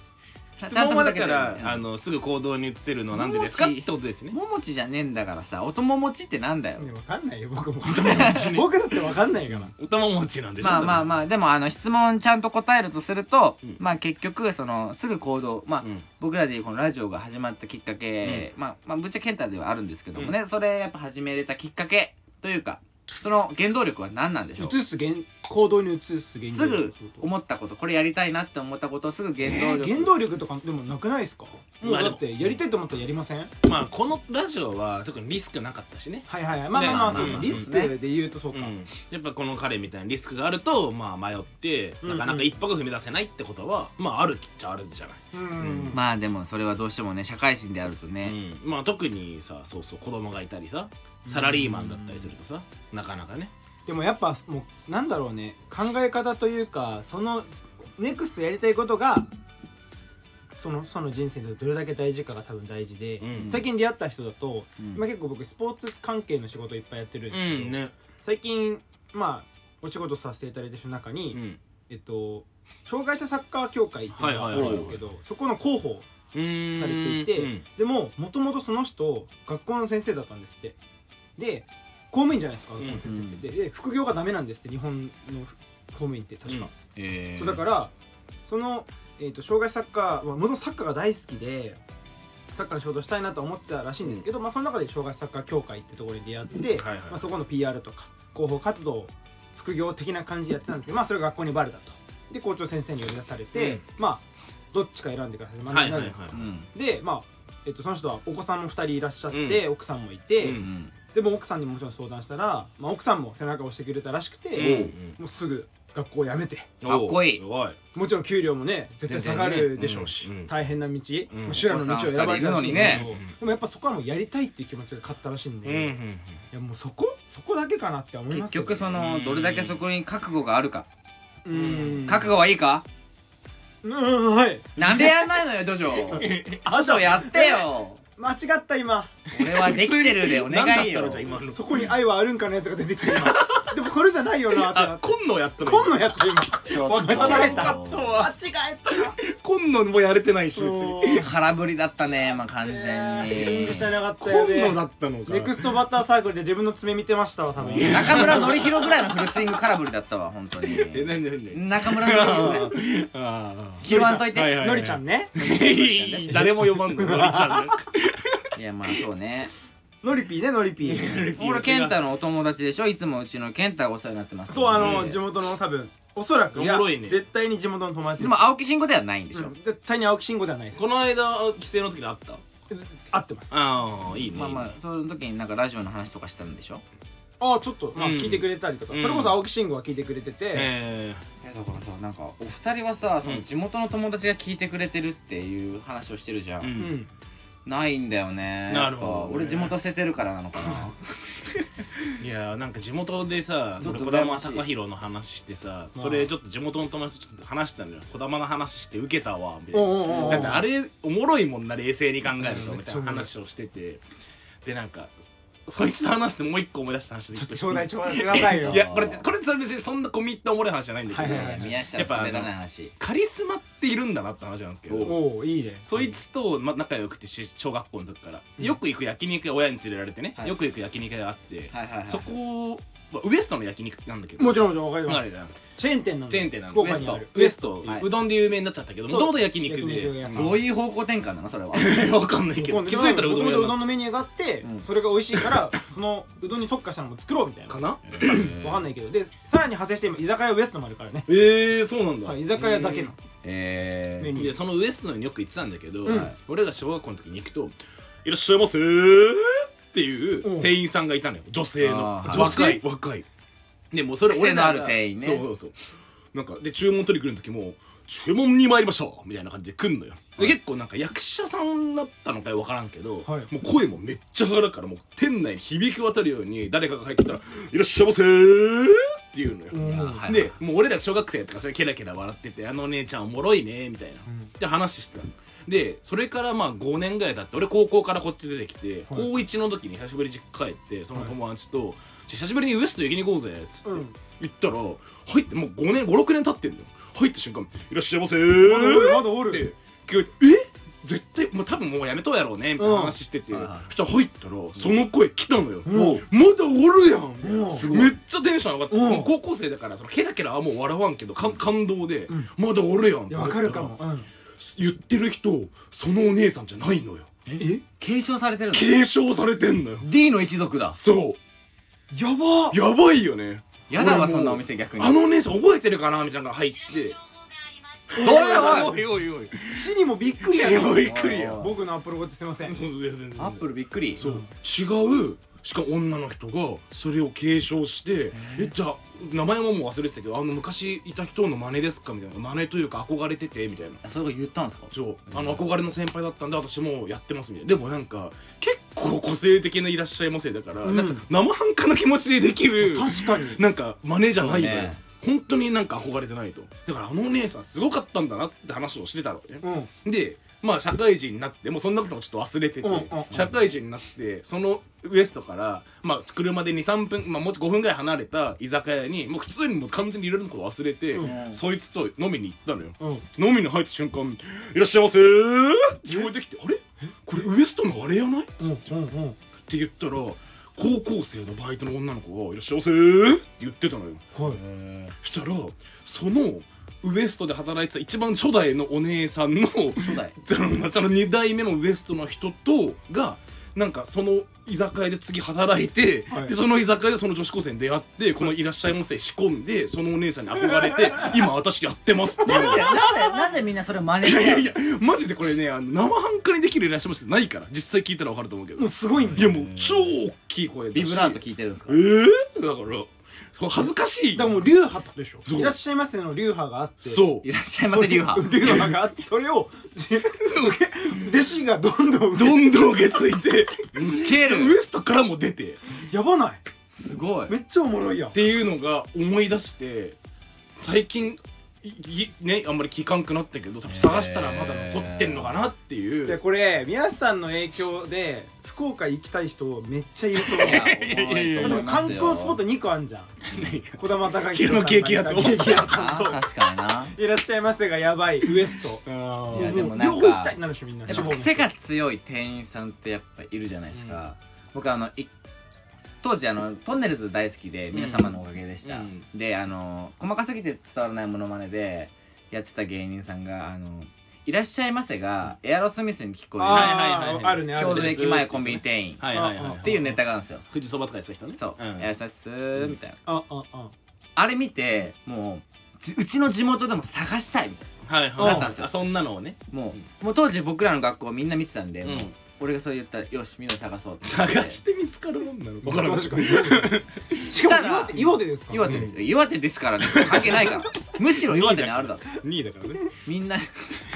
[SPEAKER 1] ちゃん
[SPEAKER 3] 質
[SPEAKER 1] と
[SPEAKER 3] 問はだか
[SPEAKER 1] うん
[SPEAKER 3] らあのすぐ行動に移せるのはなんでですかってことですね
[SPEAKER 1] ももちじゃねえんだからさおとももちってなんだよ
[SPEAKER 2] 分かんないよ僕も僕だって分かんないから
[SPEAKER 3] お玉持ちなんで
[SPEAKER 1] まあまあ
[SPEAKER 3] あ
[SPEAKER 1] まあでもあの質問ちゃんと答えるとすると、
[SPEAKER 3] うん
[SPEAKER 1] まあ結局そのすぐ行動まあ、
[SPEAKER 3] うん
[SPEAKER 1] 僕らでいうこのラジオが始まったきっかけ、まあ、まあぶっちゃけンタではあるんですけどもね、それやっぱ始めれたきっかけというかその原動力は何なんでしょう
[SPEAKER 2] 移す原行動に移す原
[SPEAKER 1] す
[SPEAKER 2] 動力
[SPEAKER 1] ぐ
[SPEAKER 2] ってこと
[SPEAKER 1] 思ったことこれやりたいなって思ったことをすぐ原動
[SPEAKER 2] え
[SPEAKER 1] 力、
[SPEAKER 2] ー原動力とかでもなくないですかもう
[SPEAKER 3] まあで
[SPEAKER 2] だ
[SPEAKER 3] も
[SPEAKER 2] ってやりたいと思ったらやりませんはい
[SPEAKER 3] まあこのラジオは特にリスクなかったしね
[SPEAKER 2] はいはいまあまあ
[SPEAKER 3] ね
[SPEAKER 2] まあ
[SPEAKER 3] まあ
[SPEAKER 2] そう
[SPEAKER 3] まあ
[SPEAKER 2] リスクで言うとそうか
[SPEAKER 3] うんやっぱこの彼みたいなリスクがあるとまあ迷ってなかなか一歩が踏み出せないってことは、まああるっちゃあるじゃない、
[SPEAKER 2] うん
[SPEAKER 3] ん
[SPEAKER 1] まあでもそれはどうしてもね社会人であるとね、
[SPEAKER 3] うんまあ特にさそうそう子供がいたりさサラリーマンだったりするとさ、なかなかね
[SPEAKER 2] でもやっぱもうなんだろうね考え方というかそのネクストやりたいことがそのその人生でどれだけ大事かが多分大事で、
[SPEAKER 3] うん
[SPEAKER 2] 最近出会った人だと、
[SPEAKER 1] うん
[SPEAKER 2] 今結構僕スポーツ関係の仕事いっぱいやってるんですけど、
[SPEAKER 3] ね、
[SPEAKER 2] 最近まあお仕事させていただいてる中に、
[SPEAKER 3] うん
[SPEAKER 2] えっと障害者サッカー協会っていうのがあ
[SPEAKER 3] は
[SPEAKER 1] は
[SPEAKER 3] い
[SPEAKER 1] い
[SPEAKER 2] る
[SPEAKER 1] はい
[SPEAKER 2] んですけど、そこの広報されていて、
[SPEAKER 3] うん
[SPEAKER 2] でももともとその人学校の先生だったんですってで公務員じゃないですか学校の先生って、でで副業がダメなんですって日本の公務員って確か、
[SPEAKER 3] えー
[SPEAKER 2] そうだからその、えー、と障害サッカーはもともとサッカーが大好きでサッカーの仕事したいなと思ってたらしいんですけど、まあ、その中で障害サッカー協会ってところに出会って、
[SPEAKER 3] はいはい
[SPEAKER 2] まあ、そこの PR とか広報活動副業的な感じでやってたんですけど、まあ、それが学校にバレたとで校長先生に呼び出されて、
[SPEAKER 3] うん
[SPEAKER 2] まあどっちか選んでくださいまあ
[SPEAKER 3] はい
[SPEAKER 2] な
[SPEAKER 3] は
[SPEAKER 2] ん
[SPEAKER 3] い
[SPEAKER 2] で
[SPEAKER 3] はい
[SPEAKER 2] すか
[SPEAKER 1] うん
[SPEAKER 2] でまあ、えっと、その人はお子さんも2人いらっしゃって、奥さんもいて、
[SPEAKER 3] う
[SPEAKER 1] うんん
[SPEAKER 2] でも奥さんにももちろん相談したら、まあ、奥さんも背中を押してくれたらしくて、
[SPEAKER 3] うん
[SPEAKER 2] もうすぐ学校を辞めて
[SPEAKER 3] うん
[SPEAKER 1] かっこいい
[SPEAKER 3] おーす
[SPEAKER 2] もちろん給料もね絶対下がるでしょうし、
[SPEAKER 3] 全然ねうん
[SPEAKER 2] 大変な道、
[SPEAKER 3] うん
[SPEAKER 2] もう修羅の道を選ばれたらしいんですけど
[SPEAKER 3] お子さん二人いるのにね
[SPEAKER 2] でもやっぱそこはもうやりたいっていう気持ちが勝ったらしいんで、
[SPEAKER 3] ごいうん
[SPEAKER 2] いやもうそこそこだけかなって思いま
[SPEAKER 1] 結
[SPEAKER 2] すけど
[SPEAKER 1] 局そ
[SPEAKER 2] ね
[SPEAKER 1] のどれだけそこに覚悟があるか
[SPEAKER 2] うん
[SPEAKER 1] 覚悟はいいか
[SPEAKER 2] うんうんはい
[SPEAKER 1] なんでやんないのよジョジョ
[SPEAKER 2] あ
[SPEAKER 1] ジョやってよ
[SPEAKER 2] 間違った今
[SPEAKER 1] 俺はできてるでお願いよ
[SPEAKER 3] なんだったのじゃあ今の
[SPEAKER 2] そこに愛はあるんかのやつが出てきて今でもこれじゃないよなってな
[SPEAKER 3] あ
[SPEAKER 2] って
[SPEAKER 3] 今野やったの
[SPEAKER 2] 今のやった今間違え
[SPEAKER 3] た
[SPEAKER 2] 間違えた
[SPEAKER 3] 今野もやれてないし別
[SPEAKER 2] そう
[SPEAKER 3] に
[SPEAKER 1] 空振りだったねまあ完全
[SPEAKER 2] えーシンクして
[SPEAKER 1] に
[SPEAKER 2] なかった
[SPEAKER 3] 今
[SPEAKER 2] よね
[SPEAKER 3] 野だったのか
[SPEAKER 2] ネクストバッターサークルで自分の爪見てましたわ多分
[SPEAKER 1] 中村典弘ぐらいのフルスイング空振りだったわ本当に
[SPEAKER 3] え何何何
[SPEAKER 1] 中村典弘ぐらい
[SPEAKER 3] あ
[SPEAKER 1] 拾わんといて、
[SPEAKER 3] はい
[SPEAKER 1] い
[SPEAKER 3] はい
[SPEAKER 2] のりちゃんね
[SPEAKER 3] あ 誰も読まんのよのりちゃんなんか
[SPEAKER 1] やまあそうね
[SPEAKER 2] のりぴーねのりぴー
[SPEAKER 1] 俺健太のお友達でしょいつもうちの健太がお世話になってます
[SPEAKER 2] そうあの
[SPEAKER 1] で
[SPEAKER 2] 地元の多分おそらくいや
[SPEAKER 3] おもろいね
[SPEAKER 2] 絶対に地元の友達
[SPEAKER 1] で
[SPEAKER 2] です
[SPEAKER 1] も青木慎吾ではないんでしょ、
[SPEAKER 2] うん絶対に青木慎吾ではないです
[SPEAKER 3] この間帰省の時にあった
[SPEAKER 2] ず合ってますあ
[SPEAKER 3] ああいいね
[SPEAKER 1] まあまあその時になんかラジオの話とかしたんでしょ
[SPEAKER 2] あちょっとまあ
[SPEAKER 3] うん
[SPEAKER 2] 聞いてくれたりとか
[SPEAKER 3] うん
[SPEAKER 2] それこそ青木慎吾は聞いてくれてて
[SPEAKER 3] え
[SPEAKER 1] いやだからさなんかお二人はさその地元の友達が聞いてくれてるっていう話をしてるじゃん、
[SPEAKER 3] えう
[SPEAKER 2] うんん
[SPEAKER 1] ないんだよね
[SPEAKER 3] なるほどね
[SPEAKER 1] やっぱ俺地元捨ててるからなのかな
[SPEAKER 3] いやーなんか地元でさ
[SPEAKER 1] ちょっと
[SPEAKER 3] 児
[SPEAKER 1] 羨
[SPEAKER 3] 玉
[SPEAKER 1] ましい
[SPEAKER 3] 貴弘の話してさ
[SPEAKER 2] うん
[SPEAKER 3] それちょっと地元の友達とちょっと話したのよ児玉の話してウケたわみたい
[SPEAKER 2] お
[SPEAKER 3] な
[SPEAKER 2] うおうおう
[SPEAKER 3] だってあれおもろいもんな冷静に考えると
[SPEAKER 2] うん
[SPEAKER 3] みたいな話をしててでなんかそいつの話でもう一個思い出した話で
[SPEAKER 2] ちょっと
[SPEAKER 3] ちょ
[SPEAKER 2] 頂戴
[SPEAKER 3] っと
[SPEAKER 2] ちょうだいくださいよ
[SPEAKER 3] いやこれってこれさ別にそんなコミットおもろい話じゃないんだけど
[SPEAKER 2] はいはいはい
[SPEAKER 1] 宮下の滑らない話
[SPEAKER 3] カリスマっているんだなって話なんですけど
[SPEAKER 2] おおいいね
[SPEAKER 3] そいつと、ま、仲良くてし小学校の時からよく行く焼肉屋親に連れられてね、
[SPEAKER 1] はい
[SPEAKER 3] よく行く焼肉屋があって、
[SPEAKER 1] はいはいはい
[SPEAKER 3] そこ、まあウエストの焼肉ってなんだけど
[SPEAKER 2] もちろんもちろんわかり
[SPEAKER 3] あ
[SPEAKER 2] ま
[SPEAKER 3] れ
[SPEAKER 2] す
[SPEAKER 3] だよ
[SPEAKER 2] チェーン店なんで
[SPEAKER 3] チェーン店なん
[SPEAKER 2] 福
[SPEAKER 3] でウ
[SPEAKER 2] 岡
[SPEAKER 3] エス
[SPEAKER 2] にあ
[SPEAKER 3] ト
[SPEAKER 2] る
[SPEAKER 3] ウエスト、
[SPEAKER 1] はいう
[SPEAKER 3] どんで有名になっちゃったけども
[SPEAKER 2] そう
[SPEAKER 3] ともと焼肉
[SPEAKER 2] 焼肉
[SPEAKER 3] で
[SPEAKER 2] 屋さん
[SPEAKER 1] どういう方向転換なのそれは
[SPEAKER 3] 分かん ないけど気づいたらうどん
[SPEAKER 2] もと
[SPEAKER 3] 屋
[SPEAKER 2] もとうど
[SPEAKER 3] なんん
[SPEAKER 2] のメニューがあって
[SPEAKER 1] うん
[SPEAKER 2] それが美味しいからそのうどんに特化したのも作ろうみたいな
[SPEAKER 3] かな
[SPEAKER 2] わかんないけどでさらに派生して今居酒屋ウエストもあるからね
[SPEAKER 3] えー、そうなんだ、
[SPEAKER 2] はい居酒屋だけの
[SPEAKER 1] え
[SPEAKER 2] メニュー
[SPEAKER 3] いやそのウエストによく行ってたんだけど、
[SPEAKER 2] うん
[SPEAKER 3] 俺が小学校の時に行くと「いらっしゃいませ」っていう
[SPEAKER 2] うん
[SPEAKER 3] 店員さんがいたのよ女性の
[SPEAKER 1] あー
[SPEAKER 3] 若
[SPEAKER 2] はい
[SPEAKER 3] い若いでもうそれ俺
[SPEAKER 1] 癖のあ
[SPEAKER 3] な
[SPEAKER 1] る
[SPEAKER 3] ら
[SPEAKER 1] 店員ね
[SPEAKER 3] そうそうそうなんかで注文取り来る時も「注文に参りましょう」みたいな感じで来んのよで結構なんか役者さんだったのか分からんけど、
[SPEAKER 2] はい
[SPEAKER 3] もう声もめっちゃ張るからもう店内に響き渡るように誰かが入ってきたら「いらっしゃいませ」っていうのよ、
[SPEAKER 2] うん
[SPEAKER 1] ーはい
[SPEAKER 3] でもう俺ら小学生とかそれケラケラ笑ってて「あの姉ちゃんおもろいね」みたいな、
[SPEAKER 2] うん
[SPEAKER 3] で話してたのでそれからまあ5年ぐらい経って俺高校からこっち出てきて、高1の時に久しぶりに実家帰ってその友達と、久しぶりにウエスト行きに行こうぜ」っつって、
[SPEAKER 2] うん
[SPEAKER 3] 行ったら入ってもう5年56年経ってんだよ入った瞬間「いらっしゃいませ
[SPEAKER 2] まだおるま
[SPEAKER 3] ー」っ
[SPEAKER 2] だおる
[SPEAKER 3] て聞こえて「え絶対もう多分もうやめとうやろうね」みたいな話してて、
[SPEAKER 1] うんはいはい
[SPEAKER 3] そしたら入ったらその声来たのよ、
[SPEAKER 2] うん
[SPEAKER 3] まだおるやん
[SPEAKER 2] うんすごい
[SPEAKER 3] めっちゃテンション上がって、
[SPEAKER 2] うん
[SPEAKER 3] もう高校生だからそのケラケラはもう笑わんけどか感動で、
[SPEAKER 2] ん
[SPEAKER 3] まだおるやんっ
[SPEAKER 2] い
[SPEAKER 3] て
[SPEAKER 2] や
[SPEAKER 3] 思
[SPEAKER 2] わ
[SPEAKER 3] った
[SPEAKER 2] からるかもうん
[SPEAKER 3] 言ってる人そのお姉さんじゃないのよ
[SPEAKER 2] え
[SPEAKER 1] 継承されてるの
[SPEAKER 3] 継承されてんのよ
[SPEAKER 1] D の一族だ
[SPEAKER 3] そう
[SPEAKER 2] やば
[SPEAKER 3] やばいよね
[SPEAKER 1] やだ
[SPEAKER 3] 俺も
[SPEAKER 1] わ
[SPEAKER 3] う
[SPEAKER 1] そんなお店逆に
[SPEAKER 3] あのお姉さん覚えてるかなみたいなのが入って
[SPEAKER 1] おいおいおいおい
[SPEAKER 2] シリもびっくりや
[SPEAKER 3] いや
[SPEAKER 2] ろ
[SPEAKER 3] もうびっくりや
[SPEAKER 1] おい
[SPEAKER 2] 僕のアップルウォッチすいません
[SPEAKER 1] アップルびっくり
[SPEAKER 3] そう違うしかも女の人がそれを継承してえじゃあ名前ももう忘れてたけどあの昔いた人の真似ですかみたいな真似というか憧れててみたいな
[SPEAKER 1] あそれが言ったんですか
[SPEAKER 3] そうあの憧れの先輩だったんで私もうやってますみたいなでもなんか結構個性的ないらっしゃいませだから、
[SPEAKER 2] うん
[SPEAKER 3] なんか生半可な気持ちでできる
[SPEAKER 2] 確かに
[SPEAKER 3] なんか真似じゃないの
[SPEAKER 1] そう
[SPEAKER 3] よ、
[SPEAKER 1] ね
[SPEAKER 3] 本当になんか憧れてないとだからあのお姉さんすごかったんだなって話をしてたのね
[SPEAKER 2] うん
[SPEAKER 3] でまあ社会人になってもうそんなこともちょっと忘れてて、
[SPEAKER 2] うんうんうん
[SPEAKER 3] 社会人になってそのウエストから、まあ、車で23分、まあ、もう5分ぐらい離れた居酒屋にもう普通にもう完全にいろいろなこと忘れて、
[SPEAKER 2] うん
[SPEAKER 3] そいつと飲みに行ったのよ
[SPEAKER 2] うん
[SPEAKER 3] 飲みに入った瞬間「いらっしゃいませー」って聞こえてきて「あれこれウエストのあれやない?」っ
[SPEAKER 2] うんうんうん
[SPEAKER 3] て言ったら高校生のバイトの女の子が「いらっしゃいませー」って言ってたのよ
[SPEAKER 2] はい
[SPEAKER 3] したらそのウエストで働いてた一番初代のお姉さんの
[SPEAKER 1] 初代
[SPEAKER 3] そのその2代目のウエストの人とがなんかその居酒屋で次働いて、
[SPEAKER 2] はい
[SPEAKER 3] でその居酒屋でその女子高生に出会ってこの「いらっしゃいませ」仕込んでそのお姉さんに憧れて「今私やってます」っていうの
[SPEAKER 1] いやなんでなんでみんなそれ真似
[SPEAKER 3] い
[SPEAKER 1] し
[SPEAKER 3] や
[SPEAKER 1] ちゃう
[SPEAKER 3] いやマジでこれねあの生半可にできるいらっしゃいませないから実際聞いたら分かると思うけど
[SPEAKER 2] もうすごいん
[SPEAKER 3] い
[SPEAKER 2] だ
[SPEAKER 3] や
[SPEAKER 2] よ
[SPEAKER 3] もう超大きい声だし
[SPEAKER 1] ビブラート聞いてるんですか
[SPEAKER 3] ええだからそう恥ずかしい
[SPEAKER 2] だからもう流派ってことでしょ
[SPEAKER 3] そう
[SPEAKER 2] いらっしゃいませの流派があって
[SPEAKER 3] そう
[SPEAKER 1] いらっしゃいませ流派
[SPEAKER 2] 流派があってそれ をじ弟子がどんどん
[SPEAKER 3] どんどん受け継い で
[SPEAKER 1] ケ
[SPEAKER 3] ウエストからも出てっ
[SPEAKER 2] やばない
[SPEAKER 1] すごい
[SPEAKER 2] めっちゃおもろいやん
[SPEAKER 3] ていうのが思い出して最近いいねあんまり聞かんくなったけど多分探したらまだ残ってんのかなっていう、
[SPEAKER 2] でこれ皆さんの影響で福岡行きたい人めっちゃいると思
[SPEAKER 1] いやおもろいと
[SPEAKER 2] う
[SPEAKER 1] 思
[SPEAKER 2] で
[SPEAKER 1] い
[SPEAKER 2] も
[SPEAKER 1] ますよ
[SPEAKER 2] 観光スポット2個あんじゃん
[SPEAKER 3] 何か
[SPEAKER 2] 児玉高
[SPEAKER 3] 昼のケーキ屋
[SPEAKER 2] っ
[SPEAKER 3] ってて
[SPEAKER 1] あー確かにない
[SPEAKER 2] らっしゃいませがやばいウエスト
[SPEAKER 1] いや
[SPEAKER 2] もう
[SPEAKER 1] でもなんか
[SPEAKER 2] 両方行きたいなるでしょみんな
[SPEAKER 1] やっぱ癖が強い店員さんってやっぱいるじゃないですか、僕あのい当時あのトンネルズ大好きで皆様のおかげでした、
[SPEAKER 3] うん
[SPEAKER 1] であの細かすぎて伝わらないモノマネでやってた芸人さんが「あのいらっしゃいませ」がエアロスミスに聞こ
[SPEAKER 2] あ
[SPEAKER 3] はい
[SPEAKER 1] え
[SPEAKER 3] はいはいはい
[SPEAKER 2] ああるねあ
[SPEAKER 1] る
[SPEAKER 2] る
[SPEAKER 1] 京都
[SPEAKER 2] ね
[SPEAKER 1] 駅前コンビニ店員
[SPEAKER 3] はいい
[SPEAKER 2] は
[SPEAKER 3] はいい
[SPEAKER 2] は
[SPEAKER 3] はいい
[SPEAKER 1] っていうネタがあるんですよ
[SPEAKER 3] 富士そばとかやってた人ね
[SPEAKER 1] そう「
[SPEAKER 3] ん
[SPEAKER 1] 優しっす」みたいな
[SPEAKER 2] あああ
[SPEAKER 1] あれ見てもうじうちの地元でも探したいみたい
[SPEAKER 3] はい
[SPEAKER 2] うん
[SPEAKER 3] はいだったんですよあそんなのをね
[SPEAKER 1] なもうもう当時僕らの学校みんな見てたんで、
[SPEAKER 3] うん
[SPEAKER 1] もう俺がそう言ったら「よしみんな探そう」って言
[SPEAKER 3] 探
[SPEAKER 1] って
[SPEAKER 3] して見つかるもんなの
[SPEAKER 2] あ
[SPEAKER 3] わからん
[SPEAKER 2] 確かに しかも岩手岩手ですか
[SPEAKER 1] 岩手ですよ岩手ですからね関係ないからむしろ岩手にあるだろ
[SPEAKER 3] 2位だからね
[SPEAKER 1] みんな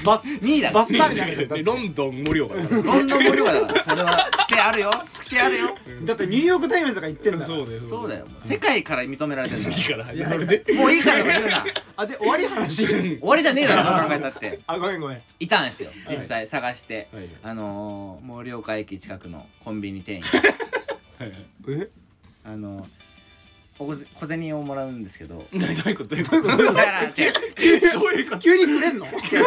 [SPEAKER 2] バス
[SPEAKER 1] 2位だ
[SPEAKER 2] バ
[SPEAKER 1] ろ
[SPEAKER 2] スターじゃないですかだって
[SPEAKER 3] ロンドン盛岡だから
[SPEAKER 1] ロンドン盛岡だからそれは癖あるよ癖あるよ
[SPEAKER 2] だってニューヨークタイムズが行ってんだから
[SPEAKER 3] うね
[SPEAKER 1] そうだよもう世界から認められてるんだ
[SPEAKER 3] いい
[SPEAKER 1] か
[SPEAKER 3] からいやそれで
[SPEAKER 1] らもういいから言うな
[SPEAKER 2] あで終わり話
[SPEAKER 1] 終わりじゃねえだろどう考えたって
[SPEAKER 2] あごめんごめん
[SPEAKER 1] いたんですよ実際探して
[SPEAKER 3] はい
[SPEAKER 1] あのー盛岡駅近くのコンビニ店員
[SPEAKER 3] はい
[SPEAKER 2] え
[SPEAKER 1] あのーお小小銭をもらうんですけど
[SPEAKER 3] 何どういうことどういうこと
[SPEAKER 1] だから違う違う違う違う
[SPEAKER 3] どういうこと
[SPEAKER 2] 急に触れんの
[SPEAKER 1] 違うごめん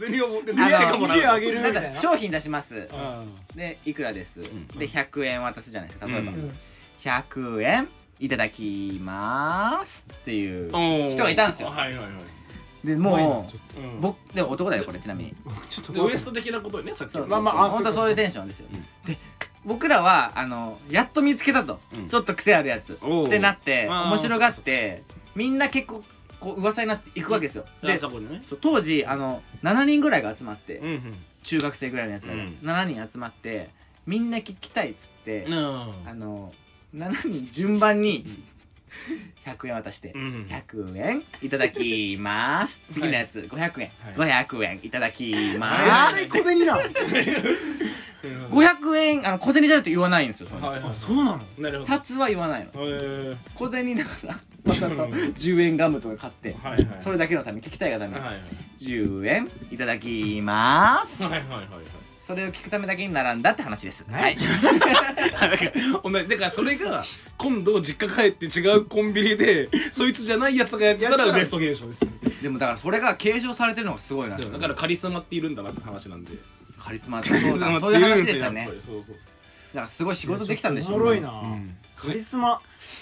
[SPEAKER 3] 小銭を持って
[SPEAKER 1] あの
[SPEAKER 2] 20あげるみたい
[SPEAKER 1] なん
[SPEAKER 2] な
[SPEAKER 1] か商品出します
[SPEAKER 3] うん
[SPEAKER 1] でいくらです、
[SPEAKER 3] ん
[SPEAKER 1] で100円渡すじゃないですか例えば、
[SPEAKER 3] う
[SPEAKER 1] 100円いただきますっていう人
[SPEAKER 3] 人
[SPEAKER 1] がいたんですよ
[SPEAKER 3] はいはいはい
[SPEAKER 1] で
[SPEAKER 2] うまいな
[SPEAKER 1] も
[SPEAKER 2] ちょっ
[SPEAKER 3] うん
[SPEAKER 1] う僕でも男だよこれちなみに
[SPEAKER 2] とちょっと
[SPEAKER 3] で
[SPEAKER 2] 待っ
[SPEAKER 3] ウ
[SPEAKER 2] て
[SPEAKER 3] エスト的なことよねさっき
[SPEAKER 1] そうそう
[SPEAKER 3] の
[SPEAKER 1] そ
[SPEAKER 2] ま
[SPEAKER 1] う
[SPEAKER 2] あまああ
[SPEAKER 1] 本当
[SPEAKER 2] そうか
[SPEAKER 1] そういうテンションですよ、で僕らはあのやっと見つけたと、
[SPEAKER 3] うん
[SPEAKER 1] ちょっと癖あるやつ
[SPEAKER 3] お
[SPEAKER 1] っ
[SPEAKER 3] う
[SPEAKER 1] てなって
[SPEAKER 3] あー
[SPEAKER 1] 面白がってみんな結構こう噂になっていくわけですよ、
[SPEAKER 3] で
[SPEAKER 1] で
[SPEAKER 3] そこにね
[SPEAKER 1] そう当時あの7人ぐらいが集まって、
[SPEAKER 3] うん
[SPEAKER 1] 中学生ぐらいのやつらが、
[SPEAKER 3] うん
[SPEAKER 1] 7人集まってみんな聞きたいっつって、
[SPEAKER 3] うん
[SPEAKER 1] あの7人順番に100円渡して
[SPEAKER 3] うん
[SPEAKER 1] 100円いただきます次のやつ500円500円いただきま
[SPEAKER 2] あ
[SPEAKER 1] す
[SPEAKER 2] れ小銭なの
[SPEAKER 1] 500円あの小銭じゃないと言わないんですよその
[SPEAKER 3] はいは
[SPEAKER 2] あそうなの
[SPEAKER 3] いなるほど
[SPEAKER 1] 札は言わないの
[SPEAKER 3] え
[SPEAKER 1] 小銭だからわざと
[SPEAKER 3] うん
[SPEAKER 1] 10円ガムとか買って
[SPEAKER 3] ーはいはい
[SPEAKER 1] それだけのために聞きたいがために
[SPEAKER 3] はいはい
[SPEAKER 1] 10円いただきます
[SPEAKER 3] はいはいはいはい
[SPEAKER 1] それを聞くためだけに並んだって話ですはい
[SPEAKER 3] だからお前だからそれが今度実家帰って違うコンビニでそいつじゃないやつがやってたらウエスト現象です
[SPEAKER 1] でもだからそれが継承されてるのがすごいな
[SPEAKER 3] だからカリスマっているんだなって話なんで
[SPEAKER 1] カリスマってそうだそういう話でしたね
[SPEAKER 3] やっぱりそうそう
[SPEAKER 1] だからすごい仕事できたんでしょ
[SPEAKER 2] おもろいな、
[SPEAKER 3] ん
[SPEAKER 2] カリスマ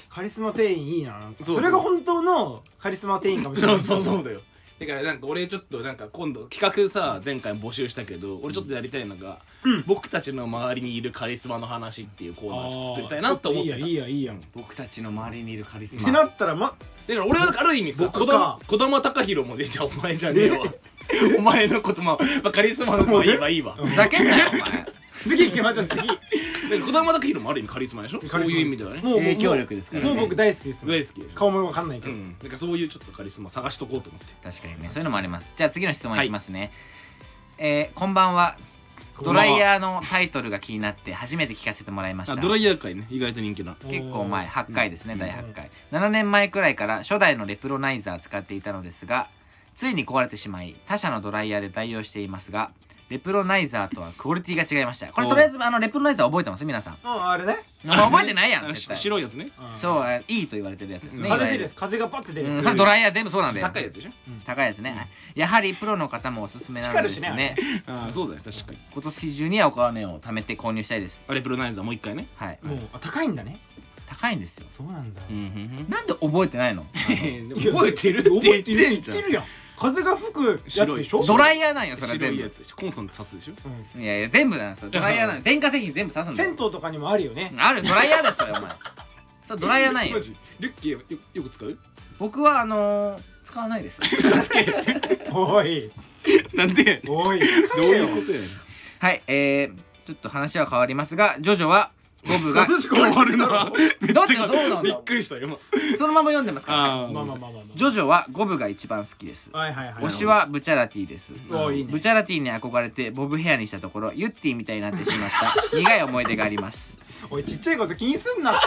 [SPEAKER 2] カリスマ店員いいな
[SPEAKER 3] そうそう
[SPEAKER 2] それが本当のカリスマ店員かもしれ
[SPEAKER 3] そ
[SPEAKER 2] な
[SPEAKER 3] う
[SPEAKER 2] い
[SPEAKER 3] そうそうだよだからなんか俺ちょっとなんか今度企画さ前回募集したけど俺ちょっとやりたいのが、僕たちの周りにいるカリスマの話っていうコーナーちょっと作りたいなと思って
[SPEAKER 2] い
[SPEAKER 3] た
[SPEAKER 2] いやいいやいいやんっ
[SPEAKER 1] 僕たちの周りにいるカリス
[SPEAKER 2] てな
[SPEAKER 1] マ
[SPEAKER 2] ったらま
[SPEAKER 3] だから俺はなんかある意味さ
[SPEAKER 2] 僕
[SPEAKER 3] 児
[SPEAKER 2] か
[SPEAKER 3] 玉児玉貴弘も出ちゃうお前じゃねえわお前のことまあまあカリスマのまあいいわいいわ
[SPEAKER 1] ふざけんなよお前
[SPEAKER 2] 次行きましょう 次
[SPEAKER 3] だから児玉貴弘もある意味カリスマでしょこういう意味ではね
[SPEAKER 2] もう
[SPEAKER 1] 影響力ですからね
[SPEAKER 2] もう僕大好きですもん
[SPEAKER 3] 大好きでしょ
[SPEAKER 2] 顔もわかんないけ
[SPEAKER 3] う
[SPEAKER 2] ど、
[SPEAKER 3] んなんかそういうちょっとカリスマ探しとこうと思って
[SPEAKER 1] 確かにねそういうのもありますじゃあ次の質問いきますね、えーこんばんはドライヤーのタイトルが気になって初めて聞かせてもらいました
[SPEAKER 3] あドライヤー界ね意外と人気な
[SPEAKER 1] 結構前8回ですね
[SPEAKER 3] うん
[SPEAKER 1] 第8回7年前くらいから初代のレプロナイザー使っていたのですがついに壊れてしまい他社のドライヤーで代用していますがレプロナイザーとはクオリティが違いましたこれ
[SPEAKER 3] お
[SPEAKER 1] とりあえずあのレプロナイザー覚えてます皆さん
[SPEAKER 2] うんあれね、
[SPEAKER 1] 覚えてないやん絶
[SPEAKER 3] し
[SPEAKER 1] 対
[SPEAKER 3] 白いやつね
[SPEAKER 2] うん
[SPEAKER 1] そうあいいと言われてるやつですね
[SPEAKER 2] 風出
[SPEAKER 1] いわゆ
[SPEAKER 2] るや
[SPEAKER 1] る
[SPEAKER 2] つ風がバッて出る
[SPEAKER 1] う
[SPEAKER 2] や
[SPEAKER 1] ん
[SPEAKER 2] つ
[SPEAKER 1] それドライヤー全部そうなんだよ
[SPEAKER 3] 高いやつでしょ
[SPEAKER 1] 高いやつねやはりプロの方もおすすめなのです
[SPEAKER 2] 光るし
[SPEAKER 1] ね
[SPEAKER 2] ね
[SPEAKER 3] あそうだね確かに
[SPEAKER 1] 今年中にはお金を貯めて購入したいです
[SPEAKER 3] あれプロナイザーもう一回ね
[SPEAKER 1] はい
[SPEAKER 2] もうあ高いんだね
[SPEAKER 1] 高いんですよ
[SPEAKER 2] そうなんだ、
[SPEAKER 3] ん
[SPEAKER 1] なんで覚えてないの
[SPEAKER 3] 覚えてるって言ってんじゃん
[SPEAKER 2] 言ってるやん風が吹くやつでしょ
[SPEAKER 1] ドライヤーなんよそれは
[SPEAKER 3] 白
[SPEAKER 1] 全
[SPEAKER 3] い
[SPEAKER 1] 部
[SPEAKER 3] やつでしょコンソンって刺すでしょ
[SPEAKER 2] うん
[SPEAKER 1] いやいや全部なんですよドライヤーなん電化製品全部刺すんだ
[SPEAKER 2] 銭
[SPEAKER 1] よ
[SPEAKER 2] 湯とかにもあるよね
[SPEAKER 1] あるドライヤーですよお前そうドライヤーないよ
[SPEAKER 3] マジリュッキーよよく 使う
[SPEAKER 1] 僕はあのー使わないです
[SPEAKER 2] おい
[SPEAKER 3] なんでど
[SPEAKER 2] おい
[SPEAKER 3] ういうことやねん
[SPEAKER 1] はいえー、ちょっと話は変わりますがジョジョはゴブが
[SPEAKER 3] 私変わるなめっち
[SPEAKER 1] だ
[SPEAKER 3] ゃ
[SPEAKER 1] ってそうなんだ
[SPEAKER 3] びっくりした今
[SPEAKER 1] そのまま読んでますから
[SPEAKER 3] あー
[SPEAKER 2] まあまあまあまあ、ま
[SPEAKER 1] ジョジョはゴブが一番好きです
[SPEAKER 2] あ、はいはいはい
[SPEAKER 1] 推しはブチャラティです
[SPEAKER 2] おいいね
[SPEAKER 1] ブチャラティに憧れてボブヘアにしたところユッティみたいになってしまった苦い思い出があります
[SPEAKER 2] おいちっちゃいこと気にすんなって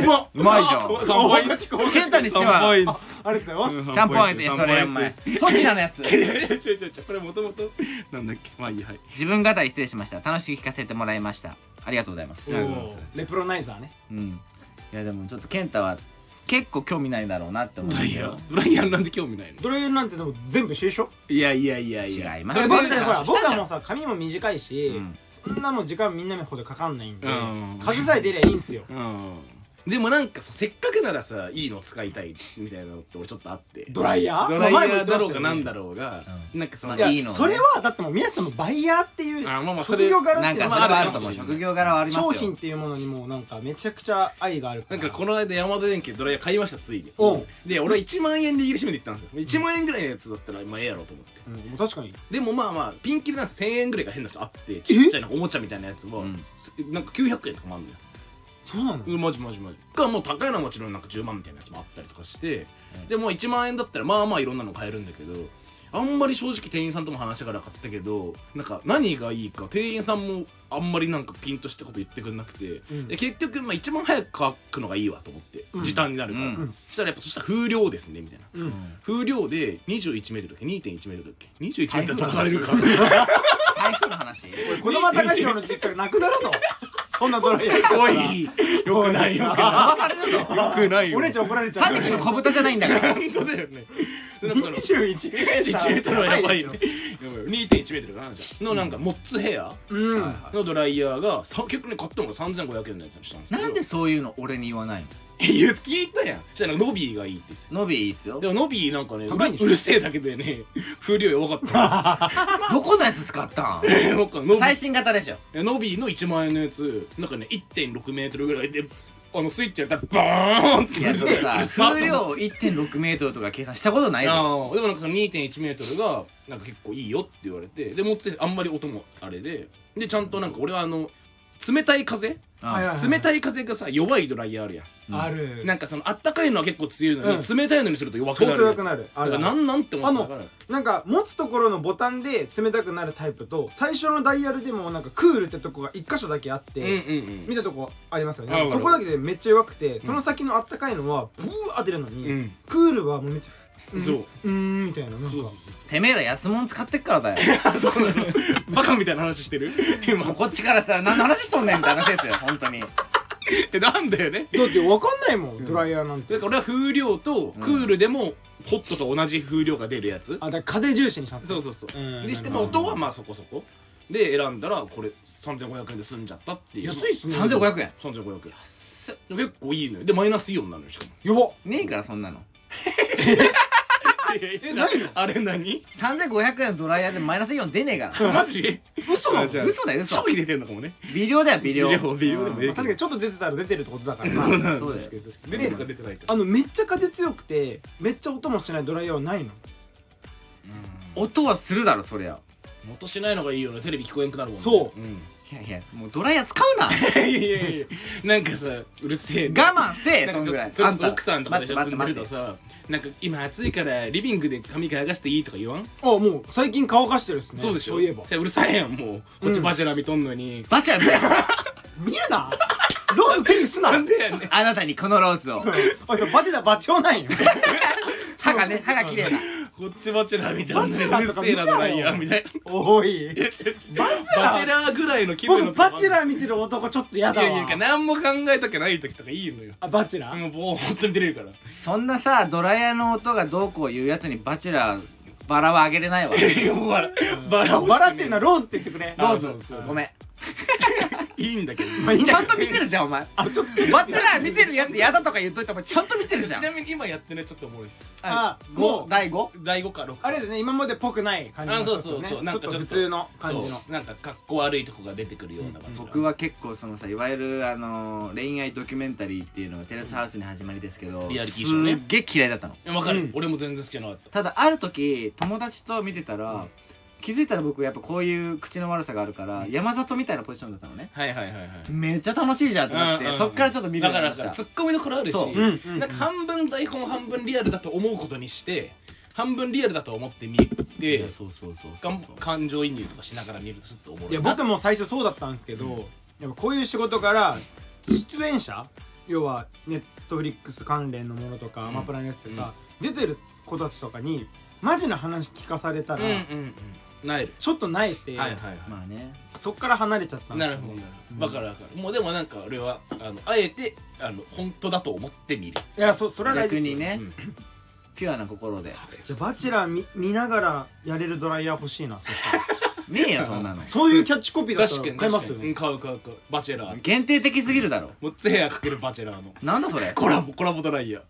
[SPEAKER 3] うま
[SPEAKER 1] うまいじゃん
[SPEAKER 3] 三本
[SPEAKER 2] おいちこ
[SPEAKER 1] ケンタにしては
[SPEAKER 3] 3ポイント
[SPEAKER 2] ありがとうございます、
[SPEAKER 1] 3ポイントですそれお前粗品のやつ
[SPEAKER 3] いやいや違う違う違うこれもともとなんだっけまあいいはい
[SPEAKER 1] 自分語り失礼しました楽しく聞かせてもらいましたありがとうございます
[SPEAKER 3] うん
[SPEAKER 2] おーレプロナイザーね
[SPEAKER 1] うんいやでもちょっと健太は結構興味ないだろうなって思うん
[SPEAKER 3] ドラ
[SPEAKER 1] で
[SPEAKER 3] イ
[SPEAKER 1] す
[SPEAKER 3] ヤ
[SPEAKER 1] よ
[SPEAKER 3] ードライヤーなんで興味ないの
[SPEAKER 2] ドライヤーなんてでも全部一緒でしょ
[SPEAKER 3] いやいやいやい
[SPEAKER 1] や
[SPEAKER 3] や
[SPEAKER 1] 違います
[SPEAKER 2] そ
[SPEAKER 1] そ
[SPEAKER 2] れ
[SPEAKER 1] れ
[SPEAKER 2] 僕
[SPEAKER 1] 僕
[SPEAKER 2] だ
[SPEAKER 1] だってて話
[SPEAKER 2] っほら
[SPEAKER 1] した
[SPEAKER 2] 僕
[SPEAKER 1] じゃん
[SPEAKER 2] はもうさ髪も短いし、
[SPEAKER 1] うん
[SPEAKER 2] そんなの時間みんなのほどかかんないんで、
[SPEAKER 3] うん
[SPEAKER 2] 風さえ出りゃいいんすよ
[SPEAKER 3] うんでもなんかさせっかくならさいいの使いたいみたいなのって俺ちょっとあって
[SPEAKER 2] ドライヤー
[SPEAKER 3] ドライヤ
[SPEAKER 2] まあ前も言っ
[SPEAKER 3] ー
[SPEAKER 2] てま
[SPEAKER 3] だ
[SPEAKER 2] し
[SPEAKER 3] ろ
[SPEAKER 2] たよ
[SPEAKER 3] うが
[SPEAKER 2] ね
[SPEAKER 3] なんだろうが、なんかその、
[SPEAKER 1] まあ
[SPEAKER 2] い
[SPEAKER 1] いい
[SPEAKER 2] や
[SPEAKER 1] のね
[SPEAKER 2] それはだってもう宮下さんもバイヤーっていう
[SPEAKER 3] あまあまあそ
[SPEAKER 2] 職
[SPEAKER 3] れ
[SPEAKER 2] 業柄
[SPEAKER 1] な
[SPEAKER 2] っ
[SPEAKER 1] ん
[SPEAKER 2] てい
[SPEAKER 1] か
[SPEAKER 2] うの
[SPEAKER 1] そ
[SPEAKER 2] もあ
[SPEAKER 1] れはあ
[SPEAKER 2] るか
[SPEAKER 1] る
[SPEAKER 2] も
[SPEAKER 1] と
[SPEAKER 2] し
[SPEAKER 1] 思う
[SPEAKER 2] れない
[SPEAKER 1] 職業柄はありますよ
[SPEAKER 2] 商品っていうものにもなんかめちゃくちゃ愛があるか
[SPEAKER 3] なん
[SPEAKER 2] ら
[SPEAKER 3] かこの間山田電機でドライヤー買いましたついに
[SPEAKER 2] うん
[SPEAKER 3] で俺は1万円で握りしめて行ったんですよ1万円ぐらいのやつだったらまあええやろうと思って
[SPEAKER 2] うん、もう確かに
[SPEAKER 3] でもまあまあピンキリなんです1000円ぐらいが変な人あってちっちゃいなんかおもちゃみたいなやつは、
[SPEAKER 1] うん
[SPEAKER 3] なんか900円とかもあるんだよ
[SPEAKER 2] そうなの
[SPEAKER 3] うんマジマジマジかもう高いのはもちろんなんか10万みたいなやつもあったりとかして、
[SPEAKER 1] うん
[SPEAKER 3] でもう1万円だったらまあまあいろんなの買えるんだけどあんまり正直店員さんとも話してから買ったけどなんか何がいいか店員さんもあんまりなんかピンとしたこと言ってくれなくて、
[SPEAKER 2] うん
[SPEAKER 3] で結局まあ一番早く乾くのがいいわと思って、
[SPEAKER 2] うん
[SPEAKER 3] 時短になるから、
[SPEAKER 1] うん
[SPEAKER 3] そしたらやっぱそしたら風量ですねみたいな
[SPEAKER 2] うん
[SPEAKER 3] 風量で 21m だっけ 2.1m だっけ 21m 飛ばされるか
[SPEAKER 1] 台
[SPEAKER 3] ら
[SPEAKER 1] 台風の話
[SPEAKER 2] これ子供高弘の実家がなくなる ぞそんなドライヤー
[SPEAKER 3] お いよくない よく
[SPEAKER 1] 飛ば
[SPEAKER 3] な
[SPEAKER 1] されるぞ
[SPEAKER 3] いよくないよ
[SPEAKER 2] お姉ちゃん怒られちゃう
[SPEAKER 1] 3匹の小豚じゃないんだから
[SPEAKER 3] 本当だよね なん かその
[SPEAKER 2] 21メ
[SPEAKER 3] 1メートルはやばいよ。
[SPEAKER 2] ね
[SPEAKER 3] 2.1メートルかなんじゃん。のなんかモッツヘア
[SPEAKER 2] うん、
[SPEAKER 3] のドライヤーがさ結局ね買ったのが3500円のやつにしたんですけど。
[SPEAKER 1] なんでそういうの俺に言わないの
[SPEAKER 3] いや聞いたやん。そしたらノビーがいいって言ってた
[SPEAKER 1] 伸びいいっすよ
[SPEAKER 3] でもノビーなんかねう
[SPEAKER 2] 高いんで
[SPEAKER 3] る
[SPEAKER 2] しょ
[SPEAKER 3] うるせえだけでね風量弱かっ
[SPEAKER 1] どこのやつ使ったん
[SPEAKER 3] た。なんかノビ
[SPEAKER 1] 最
[SPEAKER 3] ー
[SPEAKER 1] 新型でしょ
[SPEAKER 3] ノビーの1万円のやつなんかね1.6メートルぐらいで。あのスイッチやったらバーンって
[SPEAKER 1] いやそれさ
[SPEAKER 3] うるさ
[SPEAKER 1] 数量1.6メートルとか計算したことないぞ
[SPEAKER 3] あーでもなんかその2.1メートルがなんか結構いいよって言われてでもつあんまり音もあれででちゃんとなんか俺はあの冷たい風
[SPEAKER 2] はいはい
[SPEAKER 3] 冷たい風がさ弱いドライヤーあるやん
[SPEAKER 2] ある
[SPEAKER 3] なんかそのあったかいのは結構強いのに、
[SPEAKER 2] う
[SPEAKER 3] 冷たいのにすると弱く
[SPEAKER 2] 相
[SPEAKER 3] な
[SPEAKER 2] 当
[SPEAKER 3] るや
[SPEAKER 2] 良
[SPEAKER 3] つ
[SPEAKER 2] くなるあ
[SPEAKER 3] だから
[SPEAKER 2] る
[SPEAKER 3] なんなんって思ってたから
[SPEAKER 2] なんか持つところのボタンで冷たくなるタイプと最初のダイヤルでもなんかクールってとこが一箇所だけあっ
[SPEAKER 3] う
[SPEAKER 2] て、
[SPEAKER 3] んうん
[SPEAKER 2] 見たとこありますよ
[SPEAKER 3] あ
[SPEAKER 2] ね
[SPEAKER 3] わか
[SPEAKER 2] そ
[SPEAKER 3] る
[SPEAKER 2] こだけでめっちゃ弱くてその先のあったかいのはブワーって出るのに、
[SPEAKER 3] うんうん
[SPEAKER 2] クールはもうめっちゃ
[SPEAKER 3] うんそう
[SPEAKER 2] うーんみたいななんか
[SPEAKER 3] そうそう
[SPEAKER 1] てめえら安物使ってっからだよ
[SPEAKER 3] そうそうなのバカみたいな話してる今
[SPEAKER 1] もうこっちからしたら何の話しとんねんって話ですよ本当に
[SPEAKER 3] ってなんだよね
[SPEAKER 2] だって分かんないもん、ドライヤーなんて
[SPEAKER 3] だから俺は風量とクールでもホットと同じ風量が出るやつ
[SPEAKER 2] あだから風重視にしたんです
[SPEAKER 3] そう
[SPEAKER 2] ね
[SPEAKER 3] そうそう
[SPEAKER 2] うん
[SPEAKER 3] でしても音はまあそこそこで選んだらこれ3500円で済んじゃったっていう
[SPEAKER 2] 安いっすね
[SPEAKER 1] 3500円
[SPEAKER 3] 3500円でも結構いいのよでマイナスイオンなのよしかも
[SPEAKER 2] やば
[SPEAKER 1] ねえからそんなの
[SPEAKER 3] いやいや
[SPEAKER 2] えないの
[SPEAKER 3] あれ何
[SPEAKER 1] 3500円のドライヤーでマイナスイオン出ねえか
[SPEAKER 3] マジ
[SPEAKER 2] 嘘なの
[SPEAKER 3] じゃあ
[SPEAKER 1] 嘘だよ嘘
[SPEAKER 3] ちょい出てんのかもね
[SPEAKER 1] ら微量だよ微
[SPEAKER 3] 微
[SPEAKER 1] 量
[SPEAKER 3] 量微量でもええ
[SPEAKER 2] 確かにちょっと出てたら出てるってことだ からな
[SPEAKER 3] そうなんだ
[SPEAKER 1] そうだよ
[SPEAKER 2] 確かに確かに
[SPEAKER 3] 出てるか出てないか
[SPEAKER 2] あのめっちゃ風強くてめっちゃ音もしないドライヤーはないの
[SPEAKER 1] 音はするだろそりゃ
[SPEAKER 3] 元しないのがいいよねテレビ聞こえんくなるもんね
[SPEAKER 2] そうん
[SPEAKER 1] いやいやもうドライヤー使うない
[SPEAKER 3] やいやいやなんかさうるせえな
[SPEAKER 1] 我慢せえ
[SPEAKER 3] な
[SPEAKER 1] そ
[SPEAKER 3] ん
[SPEAKER 1] の
[SPEAKER 3] か
[SPEAKER 1] ぐらい
[SPEAKER 3] ちょっ
[SPEAKER 1] あんた
[SPEAKER 3] と奥さんとかでしょ
[SPEAKER 1] 待っ
[SPEAKER 3] 住
[SPEAKER 1] て待
[SPEAKER 3] んでる
[SPEAKER 1] って
[SPEAKER 3] と
[SPEAKER 1] 待って
[SPEAKER 3] さなんか今暑いからリビングで髪乾かしていいとか言わん
[SPEAKER 2] あもう最近乾かしてるっすね
[SPEAKER 3] そうでしょ
[SPEAKER 2] そういえば
[SPEAKER 3] うるさいやんもうこっち
[SPEAKER 2] うん
[SPEAKER 3] バジェラ見とんのに
[SPEAKER 1] バチェラーみたいな
[SPEAKER 2] 見るなローズ手にすな
[SPEAKER 3] なんでやねん
[SPEAKER 1] あなたにこのローズを
[SPEAKER 2] おいそうバチだバチョないよ
[SPEAKER 1] 歯がね歯が綺麗な
[SPEAKER 3] こっちバチェラーみたいな
[SPEAKER 2] バチェラ
[SPEAKER 3] う
[SPEAKER 2] ー
[SPEAKER 3] る
[SPEAKER 2] とか
[SPEAKER 3] せえなドライヤーみたいな
[SPEAKER 2] おいバチェラー
[SPEAKER 3] バチェラーぐらいの気分の
[SPEAKER 2] 僕バチェ
[SPEAKER 3] ー
[SPEAKER 2] ラー見てる男ちょっと嫌だわ
[SPEAKER 3] いやいや何も考えたくない時とかいいのよ
[SPEAKER 2] あバチェラー
[SPEAKER 3] もうぼーっと見てれるから
[SPEAKER 1] そんなさドライヤーの音がどうこう言うやつにバチェラーバラはあげれないわ
[SPEAKER 3] いやいやもうバラバラ欲しくねえ
[SPEAKER 2] バラっていうのはローズって言ってくれロ
[SPEAKER 3] あ
[SPEAKER 2] ー
[SPEAKER 3] そ
[SPEAKER 2] ズ
[SPEAKER 3] うそう
[SPEAKER 1] ごめん
[SPEAKER 3] いいんだけど
[SPEAKER 2] まあいいん
[SPEAKER 1] ち
[SPEAKER 2] だ
[SPEAKER 1] ゃ
[SPEAKER 2] け
[SPEAKER 1] ん
[SPEAKER 2] ど
[SPEAKER 1] と見てるじゃんお前
[SPEAKER 2] あちょっと
[SPEAKER 1] バチェラー見てるやつ嫌だとか言っといたらお前ちゃんと見てるじゃ
[SPEAKER 3] ち
[SPEAKER 1] ん
[SPEAKER 3] なみに今やってねちょっとおもろいです
[SPEAKER 2] あ
[SPEAKER 1] はい
[SPEAKER 2] もう
[SPEAKER 1] ご第 5?
[SPEAKER 3] 第5か6か
[SPEAKER 2] あれですね今までっぽくない感じの
[SPEAKER 3] あそうそうそう
[SPEAKER 2] ちょっとね
[SPEAKER 3] なんかちょ
[SPEAKER 2] ちょ
[SPEAKER 3] っと
[SPEAKER 2] っと普通の感じの
[SPEAKER 3] そうなんかかっこ悪いとこが出てくるような感じ
[SPEAKER 1] 僕は結構そのさいわゆるあのー恋愛ドキュメンタリーっていうのがテラスハウスに始まりですけど
[SPEAKER 3] リアリティショーね
[SPEAKER 1] すっげえ嫌いだったの
[SPEAKER 3] わかる、
[SPEAKER 2] うん
[SPEAKER 3] 俺も全然好きじゃなかった
[SPEAKER 1] だある時友達と見てたら、気づいたら僕やっぱこういう口の悪さがあるから山里みたいなポジションだったのね
[SPEAKER 3] たはいはいはいはい
[SPEAKER 1] めっちゃ楽しいじゃんってなって、
[SPEAKER 3] うんうん
[SPEAKER 1] そっからちょっと見るよ
[SPEAKER 3] だ
[SPEAKER 1] うに
[SPEAKER 3] か
[SPEAKER 1] なり
[SPEAKER 3] ら
[SPEAKER 1] ました
[SPEAKER 3] ツッコミどころあるし、
[SPEAKER 1] そう
[SPEAKER 2] うんうん
[SPEAKER 3] なんか半分台本半分リアルだと思うことにして半分リアルだと思って見て
[SPEAKER 1] そうそうそう
[SPEAKER 3] がん感情移入とかしながら見るとちょっとおもろい
[SPEAKER 2] いや僕も最初そうだったんですけど、
[SPEAKER 3] うん
[SPEAKER 2] やっぱこういう仕事から出演者要はネットフリックス関連のものとか、
[SPEAKER 3] うん
[SPEAKER 2] アマプラのやつとか、出てる子たちとかにマジな話聞かされた
[SPEAKER 3] うん
[SPEAKER 2] ら、
[SPEAKER 3] うんうんなえる
[SPEAKER 2] ちょっと萎えて、
[SPEAKER 3] はい
[SPEAKER 1] まあね
[SPEAKER 2] そっから離れちゃったんで
[SPEAKER 3] な
[SPEAKER 2] す
[SPEAKER 3] る
[SPEAKER 2] よ
[SPEAKER 3] ほど
[SPEAKER 2] ね
[SPEAKER 3] なるほどわかるわかるもうでもなんか俺はあのあえてあの本当だと思って見る
[SPEAKER 2] いやそそれは大事
[SPEAKER 1] 逆
[SPEAKER 2] ですよ
[SPEAKER 1] にね、
[SPEAKER 3] うん
[SPEAKER 1] ピュアな心で
[SPEAKER 2] じゃあバチェラー見見ながらやれるドライヤー欲しいなそしたら
[SPEAKER 1] ねえよそんなの
[SPEAKER 2] そういうキャッチコピーだった
[SPEAKER 3] 確からに
[SPEAKER 2] 買います
[SPEAKER 3] 確
[SPEAKER 2] よ
[SPEAKER 3] かにう
[SPEAKER 2] ね
[SPEAKER 3] ん買う買う買うバチェラー
[SPEAKER 1] 限定的すぎるだろ
[SPEAKER 3] モッツェアかけるバチェラーの
[SPEAKER 1] なんだそれ
[SPEAKER 3] コラボコラボドライヤ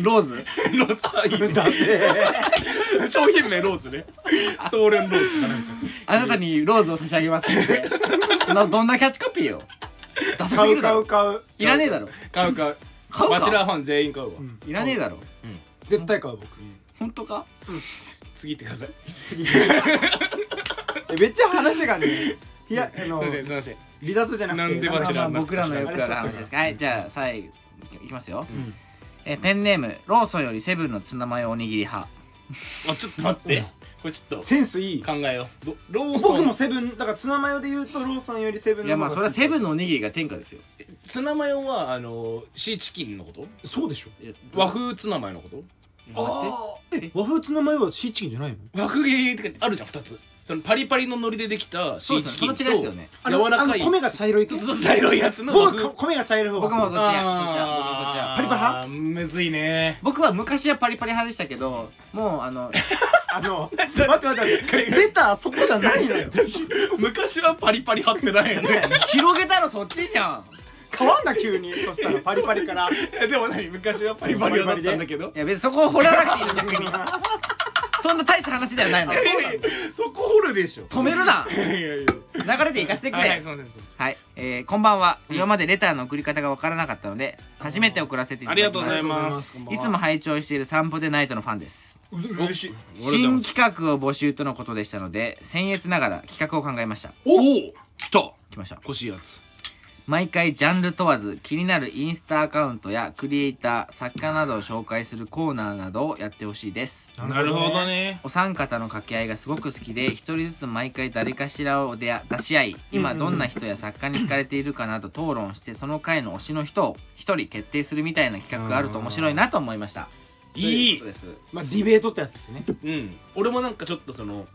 [SPEAKER 1] ローズ
[SPEAKER 3] ーローズあいいね
[SPEAKER 2] だって
[SPEAKER 3] 商品名ローズねストーレンローズかなんか
[SPEAKER 1] あなたにローズを差し上げますってなどんなキャッチコピーよダサす
[SPEAKER 2] 買
[SPEAKER 1] ぎ
[SPEAKER 2] う
[SPEAKER 1] るだ
[SPEAKER 2] 買
[SPEAKER 1] ろ
[SPEAKER 2] う買う
[SPEAKER 1] いらねえだろ
[SPEAKER 3] 買う買う
[SPEAKER 1] 買うか
[SPEAKER 3] バチェラーファン全員買うわ、
[SPEAKER 2] うん
[SPEAKER 1] いらねえだろ
[SPEAKER 2] 絶対買う僕
[SPEAKER 1] 本当か
[SPEAKER 3] 次行ってください
[SPEAKER 2] 次えめっちゃ話がねいやあの
[SPEAKER 3] すいませ
[SPEAKER 2] 離
[SPEAKER 3] んすいません
[SPEAKER 2] 脱じゃなくて
[SPEAKER 3] なんでバチ
[SPEAKER 1] ま
[SPEAKER 3] ェラ
[SPEAKER 1] あ
[SPEAKER 3] ー
[SPEAKER 1] まあ僕らのよくある話ですからはいじゃあ最後いきますよ、えペンネームローソンよりセブンのツナマヨおにぎり派
[SPEAKER 3] あちょっと待ってこれちょっと
[SPEAKER 2] センスいい
[SPEAKER 3] 考えようどローソン
[SPEAKER 2] 僕もセブンだからツナマヨで言うとローソンよりセブ
[SPEAKER 1] い
[SPEAKER 2] ンの
[SPEAKER 1] やまあそれはセブ
[SPEAKER 2] ン
[SPEAKER 1] ンのおにぎりが天下ですよ
[SPEAKER 3] ツナマヨはあのシーチキンのこと
[SPEAKER 2] そうでしょ
[SPEAKER 1] いや
[SPEAKER 3] 和風ツナマヨのこと
[SPEAKER 2] あ
[SPEAKER 1] 待って
[SPEAKER 2] え和風ツナマヨはシーチキンじゃないの
[SPEAKER 3] 和風系ってかあるじゃん2つそのパリパリの海苔でできたシ
[SPEAKER 1] そう
[SPEAKER 3] ー
[SPEAKER 1] です
[SPEAKER 3] チ
[SPEAKER 1] ね
[SPEAKER 3] キンと
[SPEAKER 1] その違いですよね
[SPEAKER 2] あの
[SPEAKER 3] 柔らかい
[SPEAKER 2] あの米が茶色い
[SPEAKER 3] ちょっと茶色いやつの和
[SPEAKER 2] 僕
[SPEAKER 3] 風
[SPEAKER 2] は米が茶色い方が
[SPEAKER 1] 僕もどっちやどっちや僕もどっちや
[SPEAKER 3] あー
[SPEAKER 2] パリパリ派
[SPEAKER 3] むずいね
[SPEAKER 1] 僕は昔はパリパリ派でしたけどもうあの
[SPEAKER 2] あの待って待って待って出たそこじゃないのよ
[SPEAKER 3] 昔はパリパリ派ってないよ ね
[SPEAKER 1] 広げたらそっちじゃん
[SPEAKER 2] 変わんな急にそしたらパリパリから
[SPEAKER 3] でも何昔はパリパリ派だったんだけど
[SPEAKER 1] いや別にそこを掘らなくていいんだ逆にそんな大した話ではないの
[SPEAKER 3] いやいやいやそこ掘るでしょ
[SPEAKER 1] 止めるない
[SPEAKER 3] やいやいや
[SPEAKER 1] 流れで行かせてくれ
[SPEAKER 3] はいは
[SPEAKER 1] はいい、
[SPEAKER 3] すいませんすいませ
[SPEAKER 1] えーこんばんは、
[SPEAKER 3] うん
[SPEAKER 1] 今までレターの送り方がわからなかったので初めて送らせてい
[SPEAKER 3] ん
[SPEAKER 1] ただ
[SPEAKER 3] あ
[SPEAKER 1] き
[SPEAKER 3] り
[SPEAKER 1] ま
[SPEAKER 3] が
[SPEAKER 1] す
[SPEAKER 3] とうございます
[SPEAKER 1] いつも拝聴している散歩でナイトのファンです
[SPEAKER 3] 嬉しい
[SPEAKER 1] 新企画を募集とのことでしたので僭越ながら企画を考えました
[SPEAKER 3] おお来た
[SPEAKER 1] 来ました
[SPEAKER 3] 欲しいやつ
[SPEAKER 1] 毎回ジャンル問わず気になるインスタアカウントやクリエイター作家などを紹介するコーナーなどをやってほしいです
[SPEAKER 2] なるほど
[SPEAKER 3] ね
[SPEAKER 1] お三方の掛け合いがすごく好きで一人ずつ毎回誰かしらを出や出し合い今どんな人や作家に惹かれているかなど討論してその回の推しの人を一人決定するみたいな企画があると面白いなと思いました
[SPEAKER 3] いい
[SPEAKER 1] とうことです
[SPEAKER 2] まあディベートってやつですよね
[SPEAKER 3] うん俺もなんかちょっとその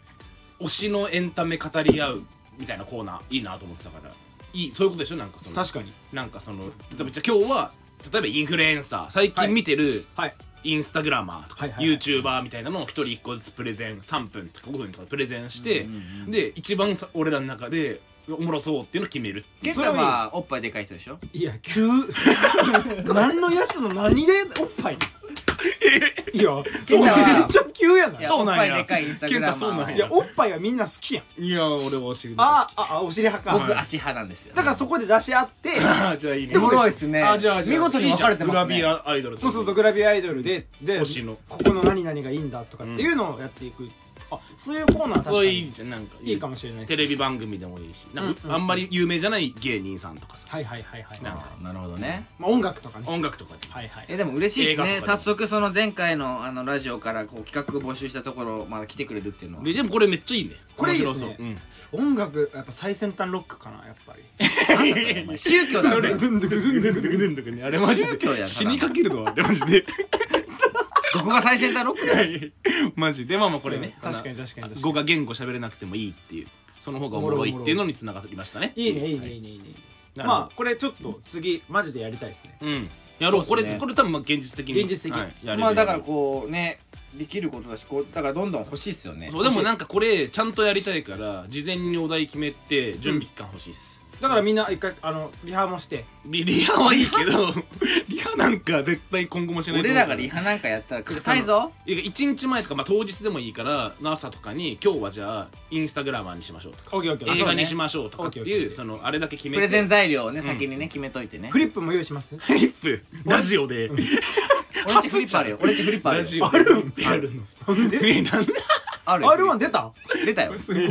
[SPEAKER 3] 推しのエンタメ語り合うみたいなコーナーいいなと思ってたからいいそういうことでしょなんかその
[SPEAKER 2] 確かに
[SPEAKER 3] なんかその例えばじゃあ今日は例えばインフルエンサー最近見てる
[SPEAKER 2] はい
[SPEAKER 3] インスタグラマーとか
[SPEAKER 2] はいはいはい
[SPEAKER 3] YouTuber みたいなのを一人一個ずつプレゼン3分とか5分とかプレゼンして、
[SPEAKER 1] うんうんうん
[SPEAKER 3] で一番さ俺らの中でおもろそうっていうのを決める
[SPEAKER 1] ゲ
[SPEAKER 2] そ
[SPEAKER 1] ッ
[SPEAKER 2] れは
[SPEAKER 1] タ
[SPEAKER 2] いい
[SPEAKER 1] はおっぱいで かい人でしょ
[SPEAKER 2] いや急何のやつの何でおっぱいいや
[SPEAKER 1] そうなんや
[SPEAKER 2] めっちゃ急やない
[SPEAKER 1] や
[SPEAKER 3] そう
[SPEAKER 1] おっ
[SPEAKER 3] なん
[SPEAKER 1] ぱい
[SPEAKER 3] や
[SPEAKER 1] でかいインスタ
[SPEAKER 3] 健
[SPEAKER 1] グラ
[SPEAKER 3] 太
[SPEAKER 1] マ
[SPEAKER 3] そうなん
[SPEAKER 1] ー
[SPEAKER 2] い
[SPEAKER 1] を
[SPEAKER 2] やおっぱいはみんな好きやん
[SPEAKER 3] いや俺はお尻
[SPEAKER 2] あーああお尻派か
[SPEAKER 3] はい
[SPEAKER 1] 僕足派なんですよ
[SPEAKER 2] だからそこで出し合って
[SPEAKER 3] あーじゃあいいね
[SPEAKER 1] おもろいっすね
[SPEAKER 3] あじゃあじゃあ
[SPEAKER 1] 見事に分かれてますね
[SPEAKER 3] いいじゃんグラビアアイドル
[SPEAKER 2] そうすると
[SPEAKER 3] グ
[SPEAKER 2] グラビアアイドルでで
[SPEAKER 3] 推しの
[SPEAKER 2] ここの何々がいいんだとかっていうのをやっていく、あそういうコーナー確
[SPEAKER 3] そ
[SPEAKER 2] か
[SPEAKER 3] う
[SPEAKER 2] に
[SPEAKER 3] いいんじゃんなんか
[SPEAKER 2] いいかもしれないです
[SPEAKER 3] テレビ番組でもいいしなんか
[SPEAKER 2] うんうん
[SPEAKER 3] あんまり有名じゃない芸人さんとかさ
[SPEAKER 2] はいはいはいはい
[SPEAKER 3] なん
[SPEAKER 1] あーなるほどね
[SPEAKER 2] まあ、音楽とかね
[SPEAKER 3] 音楽とかで
[SPEAKER 2] はいはい
[SPEAKER 1] えでも嬉しいです
[SPEAKER 3] 映
[SPEAKER 1] ね
[SPEAKER 3] 画とか
[SPEAKER 1] 早
[SPEAKER 3] で
[SPEAKER 1] 速その前回のあのラジオからこう企画を募集したところまだ来てくれるっていうのは
[SPEAKER 3] ででもこれめっちゃいいね
[SPEAKER 2] これいいで
[SPEAKER 3] 面
[SPEAKER 2] す
[SPEAKER 3] 白
[SPEAKER 2] ね
[SPEAKER 3] そううん
[SPEAKER 2] 音楽やっぱ最先端ロックかなやっぱ
[SPEAKER 1] な
[SPEAKER 2] り
[SPEAKER 1] んだそれお前宗教だ
[SPEAKER 3] あ
[SPEAKER 1] ぞ
[SPEAKER 3] れドゥンドゥクドゥンドゥクドゥンドゥクドゥンドゥクねあれマジ
[SPEAKER 1] 宗教やんた
[SPEAKER 3] で
[SPEAKER 1] だ
[SPEAKER 3] 死にかけるのあれマジで
[SPEAKER 1] どこが最先端ロックだよ
[SPEAKER 3] マジでまあまあこれね
[SPEAKER 2] うん確かに確かに確かに
[SPEAKER 3] 語が言語喋れなくてもいいっていうその方がおもろいっていうのにつながりましたね
[SPEAKER 2] いいねいいねいいねいいね
[SPEAKER 3] なるほど
[SPEAKER 2] まあこれちょっと次マジでやりたいですね
[SPEAKER 3] うんやろう
[SPEAKER 1] そ
[SPEAKER 3] こ
[SPEAKER 1] う
[SPEAKER 3] れ
[SPEAKER 1] ですね
[SPEAKER 3] これ多分まあ現実的に
[SPEAKER 2] 現実的
[SPEAKER 3] はいやれる
[SPEAKER 1] まあだからこうねできることだしこうだからどんどん欲しいっすよね
[SPEAKER 3] そうでもなんかこれちゃんとやりたいから事前にお題決めて準備期間欲しいっす、
[SPEAKER 2] だからみんな一回あのリハもして
[SPEAKER 3] リリハはいいけどリハなんか絶対今後もしないと
[SPEAKER 1] 俺
[SPEAKER 3] 思うから
[SPEAKER 1] がリハなんかやったら臭いぞ
[SPEAKER 3] いや1日前とか、まあ、当日でもいいからの朝とかに今日はじゃあインスタグラマーにしましょうとか
[SPEAKER 2] オッケーオッケー
[SPEAKER 1] あ
[SPEAKER 3] 映
[SPEAKER 1] そう
[SPEAKER 3] 画
[SPEAKER 1] ね
[SPEAKER 3] にしましょうとかって
[SPEAKER 2] オッケーオッ
[SPEAKER 3] い
[SPEAKER 2] ケー
[SPEAKER 3] うそのあれだけ決め
[SPEAKER 1] プ
[SPEAKER 3] て
[SPEAKER 1] レゼン材料をね先にね決めといてね
[SPEAKER 2] フリップも用意します
[SPEAKER 3] フリップラジオで
[SPEAKER 1] 俺んちフリップあるよ俺んちフリップある
[SPEAKER 3] ラジオ
[SPEAKER 1] よ
[SPEAKER 3] あるんあるの
[SPEAKER 2] なんで
[SPEAKER 3] えなんで
[SPEAKER 1] あるよ
[SPEAKER 2] R1 出た
[SPEAKER 1] 出たよ
[SPEAKER 3] すごい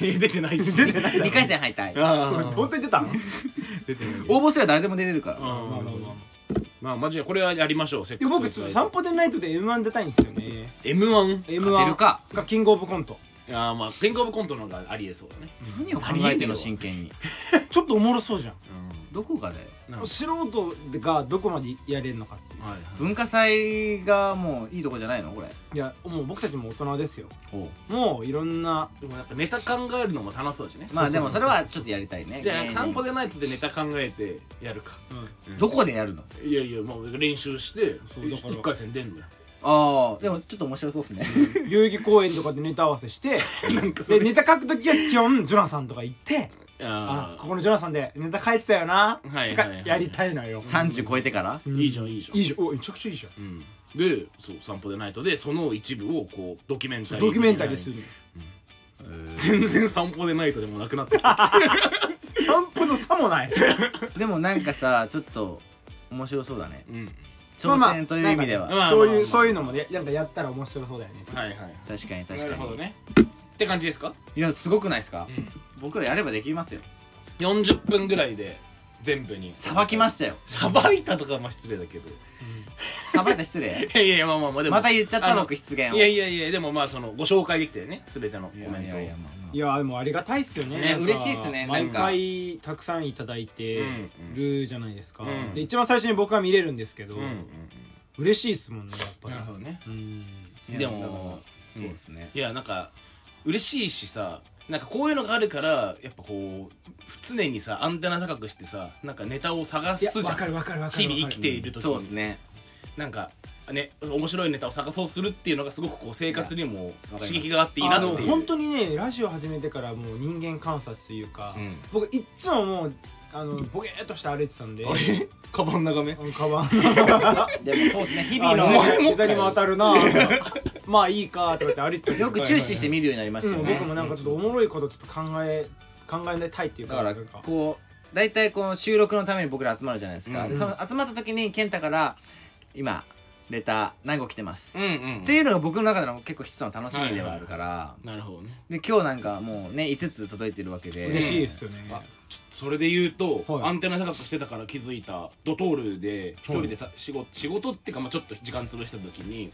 [SPEAKER 3] え出てないし
[SPEAKER 2] 出てない
[SPEAKER 1] 2回戦敗退
[SPEAKER 3] ああ
[SPEAKER 2] 本当に出た
[SPEAKER 3] 出てない
[SPEAKER 1] 応募すれば誰でも出れるから
[SPEAKER 3] あ
[SPEAKER 2] まあまあまあ
[SPEAKER 3] まあマジでこれはやりましょうせっ
[SPEAKER 2] で僕散歩でナイトで M1 出たいんですよね
[SPEAKER 3] M1
[SPEAKER 2] M1
[SPEAKER 1] 勝てるか
[SPEAKER 2] がキングオブコント
[SPEAKER 3] ああまあキングオブコントの方がありえそうだね
[SPEAKER 1] 何を考えてるの真剣に
[SPEAKER 2] ちょっとおもろそうじゃん
[SPEAKER 1] どこがだよ
[SPEAKER 3] なんか
[SPEAKER 2] 素人がどこまでやれるのかってい
[SPEAKER 3] はいはい
[SPEAKER 1] 文化祭がもういいとこじゃないのこれ
[SPEAKER 2] ういやもう僕たちも大人ですよもういろんな
[SPEAKER 3] でもなんかネタ考えるのも楽しそうだしね
[SPEAKER 1] まあでもそれはちょっとやりたいね
[SPEAKER 3] じゃ
[SPEAKER 1] 芸
[SPEAKER 3] あ
[SPEAKER 1] 人
[SPEAKER 3] 散歩でナイトでネタ考えてやるか
[SPEAKER 1] どこでやるの
[SPEAKER 3] いやいやもう練習して
[SPEAKER 2] そうだから
[SPEAKER 3] 一回戦出んのよ
[SPEAKER 1] ああでもちょっと面白そうっす ね
[SPEAKER 2] 代々木公園とかでネタ合わせ して
[SPEAKER 3] なんかそ
[SPEAKER 2] で
[SPEAKER 3] れ
[SPEAKER 2] ネタ書くときは基本ジョナサンとか行ってあこ
[SPEAKER 3] あ
[SPEAKER 2] このジョナサンでネタ書いてたよなとか
[SPEAKER 3] はいはいはい
[SPEAKER 2] やりたいのよ
[SPEAKER 1] 30超えてから
[SPEAKER 3] あいいじゃんいいじゃん
[SPEAKER 2] いいじゃんおめちゃくちゃいいじゃん
[SPEAKER 3] うんでそう散歩でナイトでその一部をこうドキュメンタリー
[SPEAKER 2] ドキュメンタリーするの
[SPEAKER 3] 全然散歩でナイトでもなくなってきた
[SPEAKER 2] 散歩の差もない
[SPEAKER 1] でもなんかさちょっと面白そうだね
[SPEAKER 3] うん
[SPEAKER 1] 挑戦という意味では、
[SPEAKER 3] まあまあ
[SPEAKER 2] そういうそういうのもねなんかやったら面白そうだよね
[SPEAKER 3] はいはい
[SPEAKER 1] 確かに確か
[SPEAKER 3] なる
[SPEAKER 1] に
[SPEAKER 3] ほどねって感じですか
[SPEAKER 1] いやすごくないですか、
[SPEAKER 3] うん
[SPEAKER 1] 僕らやればできますよ
[SPEAKER 3] 40分ぐらいで全部に
[SPEAKER 1] さばきましたよ
[SPEAKER 3] さばいたとかまあ失礼だけど
[SPEAKER 1] さばいた失礼
[SPEAKER 3] いやいやまあまあまあでも
[SPEAKER 1] また言っちゃっ
[SPEAKER 3] あ
[SPEAKER 1] た
[SPEAKER 3] の
[SPEAKER 1] 僕失言を
[SPEAKER 3] いやいやいやでもまあそのご紹介できてね全てのコメントを
[SPEAKER 1] いやいやまあまあ
[SPEAKER 2] いやでもありがたいっすよね
[SPEAKER 1] ね
[SPEAKER 2] なんか
[SPEAKER 1] 嬉しいっすねなん
[SPEAKER 2] 毎
[SPEAKER 1] か
[SPEAKER 2] 回たくさんいただいて
[SPEAKER 3] うん
[SPEAKER 2] るじゃないですか、
[SPEAKER 3] うん
[SPEAKER 2] で一番最初に僕は見れるんですけど、
[SPEAKER 3] うんうん
[SPEAKER 2] 嬉しいっすもんねやっぱ
[SPEAKER 3] うん
[SPEAKER 2] り
[SPEAKER 3] なるほどね
[SPEAKER 2] うん
[SPEAKER 1] い
[SPEAKER 3] で
[SPEAKER 1] や
[SPEAKER 3] も
[SPEAKER 1] だからそうですね、
[SPEAKER 3] いやなんか嬉しいしさなんかこういうのがあるからやっぱこう常にさアンテナ高くしてさなんかネタを探
[SPEAKER 2] いや
[SPEAKER 3] すじゃ
[SPEAKER 2] わ
[SPEAKER 3] ん
[SPEAKER 2] かるわかるわかる
[SPEAKER 3] 日々生きている時
[SPEAKER 1] そうです
[SPEAKER 3] に
[SPEAKER 1] ね
[SPEAKER 3] なんかね面白いネタを探そうするっていうのがすごくこう生活にも刺激があっていいな
[SPEAKER 2] あ
[SPEAKER 3] って
[SPEAKER 2] の
[SPEAKER 3] いう
[SPEAKER 2] 本当にねラジオ始めてからもう人間観察というか、
[SPEAKER 3] うん
[SPEAKER 2] 僕いっつももうあのボケーっとして歩いてたんで
[SPEAKER 3] あれカバン長め
[SPEAKER 2] うんカバン
[SPEAKER 1] でもそうですね 日々
[SPEAKER 2] あ
[SPEAKER 1] の
[SPEAKER 2] の
[SPEAKER 3] お前も
[SPEAKER 2] 膝にも当たるなまあいいかとかって歩いてた
[SPEAKER 1] よく注視して見るようになりましたよ
[SPEAKER 2] うん
[SPEAKER 1] ね、
[SPEAKER 2] 僕もなんかちょっとおもろいことちょっと考え考えたいっていう
[SPEAKER 1] だ
[SPEAKER 2] か
[SPEAKER 1] から
[SPEAKER 2] なんか
[SPEAKER 1] こう大体この収録のために僕ら集まるじゃないですか、
[SPEAKER 3] うん
[SPEAKER 1] でその集まった時に健太から「今レター何個来てます」
[SPEAKER 3] うんうん
[SPEAKER 1] っていうのが僕の中での結構一つの楽しみではあるから、
[SPEAKER 3] なるほどね
[SPEAKER 1] で今日なんかもうね5つ届いてるわけで
[SPEAKER 2] 嬉しいですよね、
[SPEAKER 3] あそれで言うと、
[SPEAKER 2] はい
[SPEAKER 3] アンテナ高くしてたから気づいたドトールで一人でた、仕事仕事っていうか、まあ、ちょっと時間潰した時に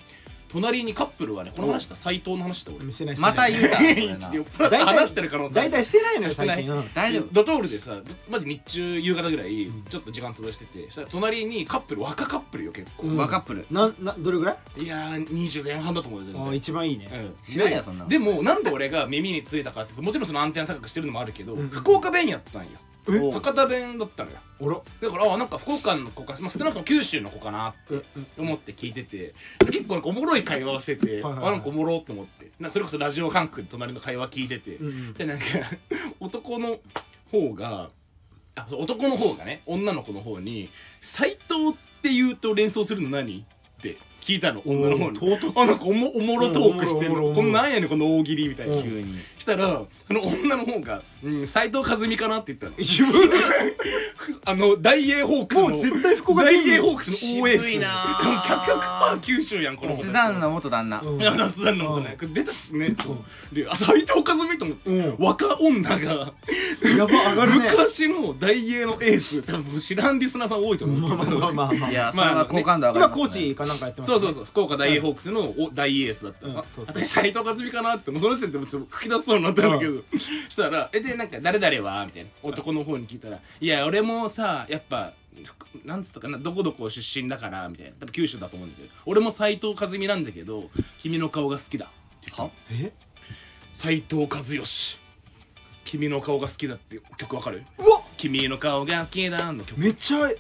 [SPEAKER 3] 隣にカップルがねこの話した斎藤の話した俺
[SPEAKER 2] 見せない
[SPEAKER 1] また
[SPEAKER 2] い
[SPEAKER 1] 言うた
[SPEAKER 3] 酔っ
[SPEAKER 1] こ
[SPEAKER 3] 払
[SPEAKER 2] 大
[SPEAKER 3] って
[SPEAKER 2] 体
[SPEAKER 3] 話してる可能性あ
[SPEAKER 2] 大
[SPEAKER 3] る
[SPEAKER 2] 体してないのよ
[SPEAKER 3] してない
[SPEAKER 2] 最近うん
[SPEAKER 1] 大丈夫
[SPEAKER 3] ドトールでさまず日中夕方ぐらいちょっと時間潰しててそしたら隣にカップル若カップルよ結構、
[SPEAKER 1] れな若カップル
[SPEAKER 2] なんなどれぐらい
[SPEAKER 3] いやー20前半だと思うよ全
[SPEAKER 2] あ
[SPEAKER 3] 然
[SPEAKER 2] 一番いいね、
[SPEAKER 3] うん
[SPEAKER 1] しないよ
[SPEAKER 3] で
[SPEAKER 1] そんなの
[SPEAKER 3] でもなんで俺が耳についたかってもちろんそのアンテナ高くしてるのもあるけど、
[SPEAKER 2] うん
[SPEAKER 3] 福岡弁やったんよ
[SPEAKER 2] え
[SPEAKER 1] おう
[SPEAKER 3] 博多弁だったのよ
[SPEAKER 2] おろ
[SPEAKER 3] だからあなんか福岡の子か、まあ、少なくとも九州の子かなって思って聞いてて結構なんかおもろい会話をしてて、
[SPEAKER 2] はいはいはい
[SPEAKER 3] あなんかおもろって思ってなんかそれこそラジオ関空で隣の会話聞いてて、
[SPEAKER 2] うんうん
[SPEAKER 3] でなんか男の方があそう男の方がね女の子の方に「斎藤って言うと連想するの何?」って聞いたの女の方に
[SPEAKER 2] 唐突
[SPEAKER 3] あなんかおもおもろトークしてん
[SPEAKER 2] うんおもろおもろおもろ
[SPEAKER 3] のこんなんやねんこの大喜利みたいな
[SPEAKER 2] うん
[SPEAKER 3] 急にしたらその女の方が「うん斎藤和美かな?」って言ったの
[SPEAKER 2] 自分
[SPEAKER 3] あの大英ホークスの
[SPEAKER 2] もう絶対福岡
[SPEAKER 3] 大英ホークスの OS
[SPEAKER 1] 渋いなぁ
[SPEAKER 3] でも100%九州やんこの子たち
[SPEAKER 1] スザンヌの元旦那、
[SPEAKER 2] うん
[SPEAKER 3] いやだスザンヌのことね出たねそうであ斎藤和美と思って
[SPEAKER 2] うん
[SPEAKER 3] 若女が
[SPEAKER 2] やば上がるね
[SPEAKER 3] 昔の大英のエース多分知らんリスナーさん多いと思う
[SPEAKER 2] まあまあまあまあまあ
[SPEAKER 1] いやそ
[SPEAKER 3] まあ
[SPEAKER 1] れは好感度上がり
[SPEAKER 2] 今
[SPEAKER 1] ます
[SPEAKER 2] コーチかなんかやってます
[SPEAKER 3] そ
[SPEAKER 2] ね
[SPEAKER 3] うそうそう福岡大英ホークスのお大エースだったさ
[SPEAKER 2] うんそうそう
[SPEAKER 3] 私斎藤和美かなっつってもうその時点でもうちょっと吹き出しそうになったんだけどしたら「えでなんか誰々は?」みたいな男の方に聞いたら「いや俺もさやっぱふなんつったかなどこどこ出身だから」みたいな多分九州だと思うんだけど「俺も斎藤和美なんだけど君の顔が好きだ」って言っ
[SPEAKER 1] は
[SPEAKER 3] た
[SPEAKER 2] え
[SPEAKER 3] 斎藤和義君の顔が好きだって曲わかる
[SPEAKER 2] うわ
[SPEAKER 3] 君の顔が好きだの曲
[SPEAKER 2] めっちゃ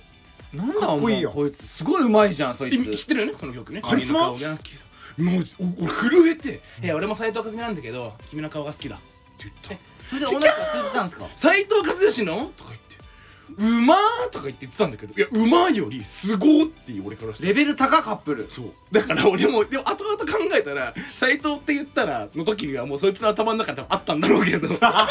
[SPEAKER 1] なんだ
[SPEAKER 2] かっこいいよ
[SPEAKER 1] お前こいつすごいうまいじゃんそい
[SPEAKER 3] え知っ
[SPEAKER 1] つ
[SPEAKER 3] てるよねその曲ね
[SPEAKER 2] カリスマ
[SPEAKER 3] 君の顔が好きだもうお俺震えて「いや俺も斎藤和美なんだけど君の顔が好きだ」って言った
[SPEAKER 1] それでお腹通じたんすか
[SPEAKER 3] 「斎藤和義の?」とか言って「うまー」とか言って言ってたんだけど「いやうまいよりすごー」っていう俺からして
[SPEAKER 1] レベル高カップル
[SPEAKER 3] そうだから俺もでも後々考えたら斎藤って言ったらの時にはもうそいつの頭の中に多分あったんだろうけ ど
[SPEAKER 1] でもさ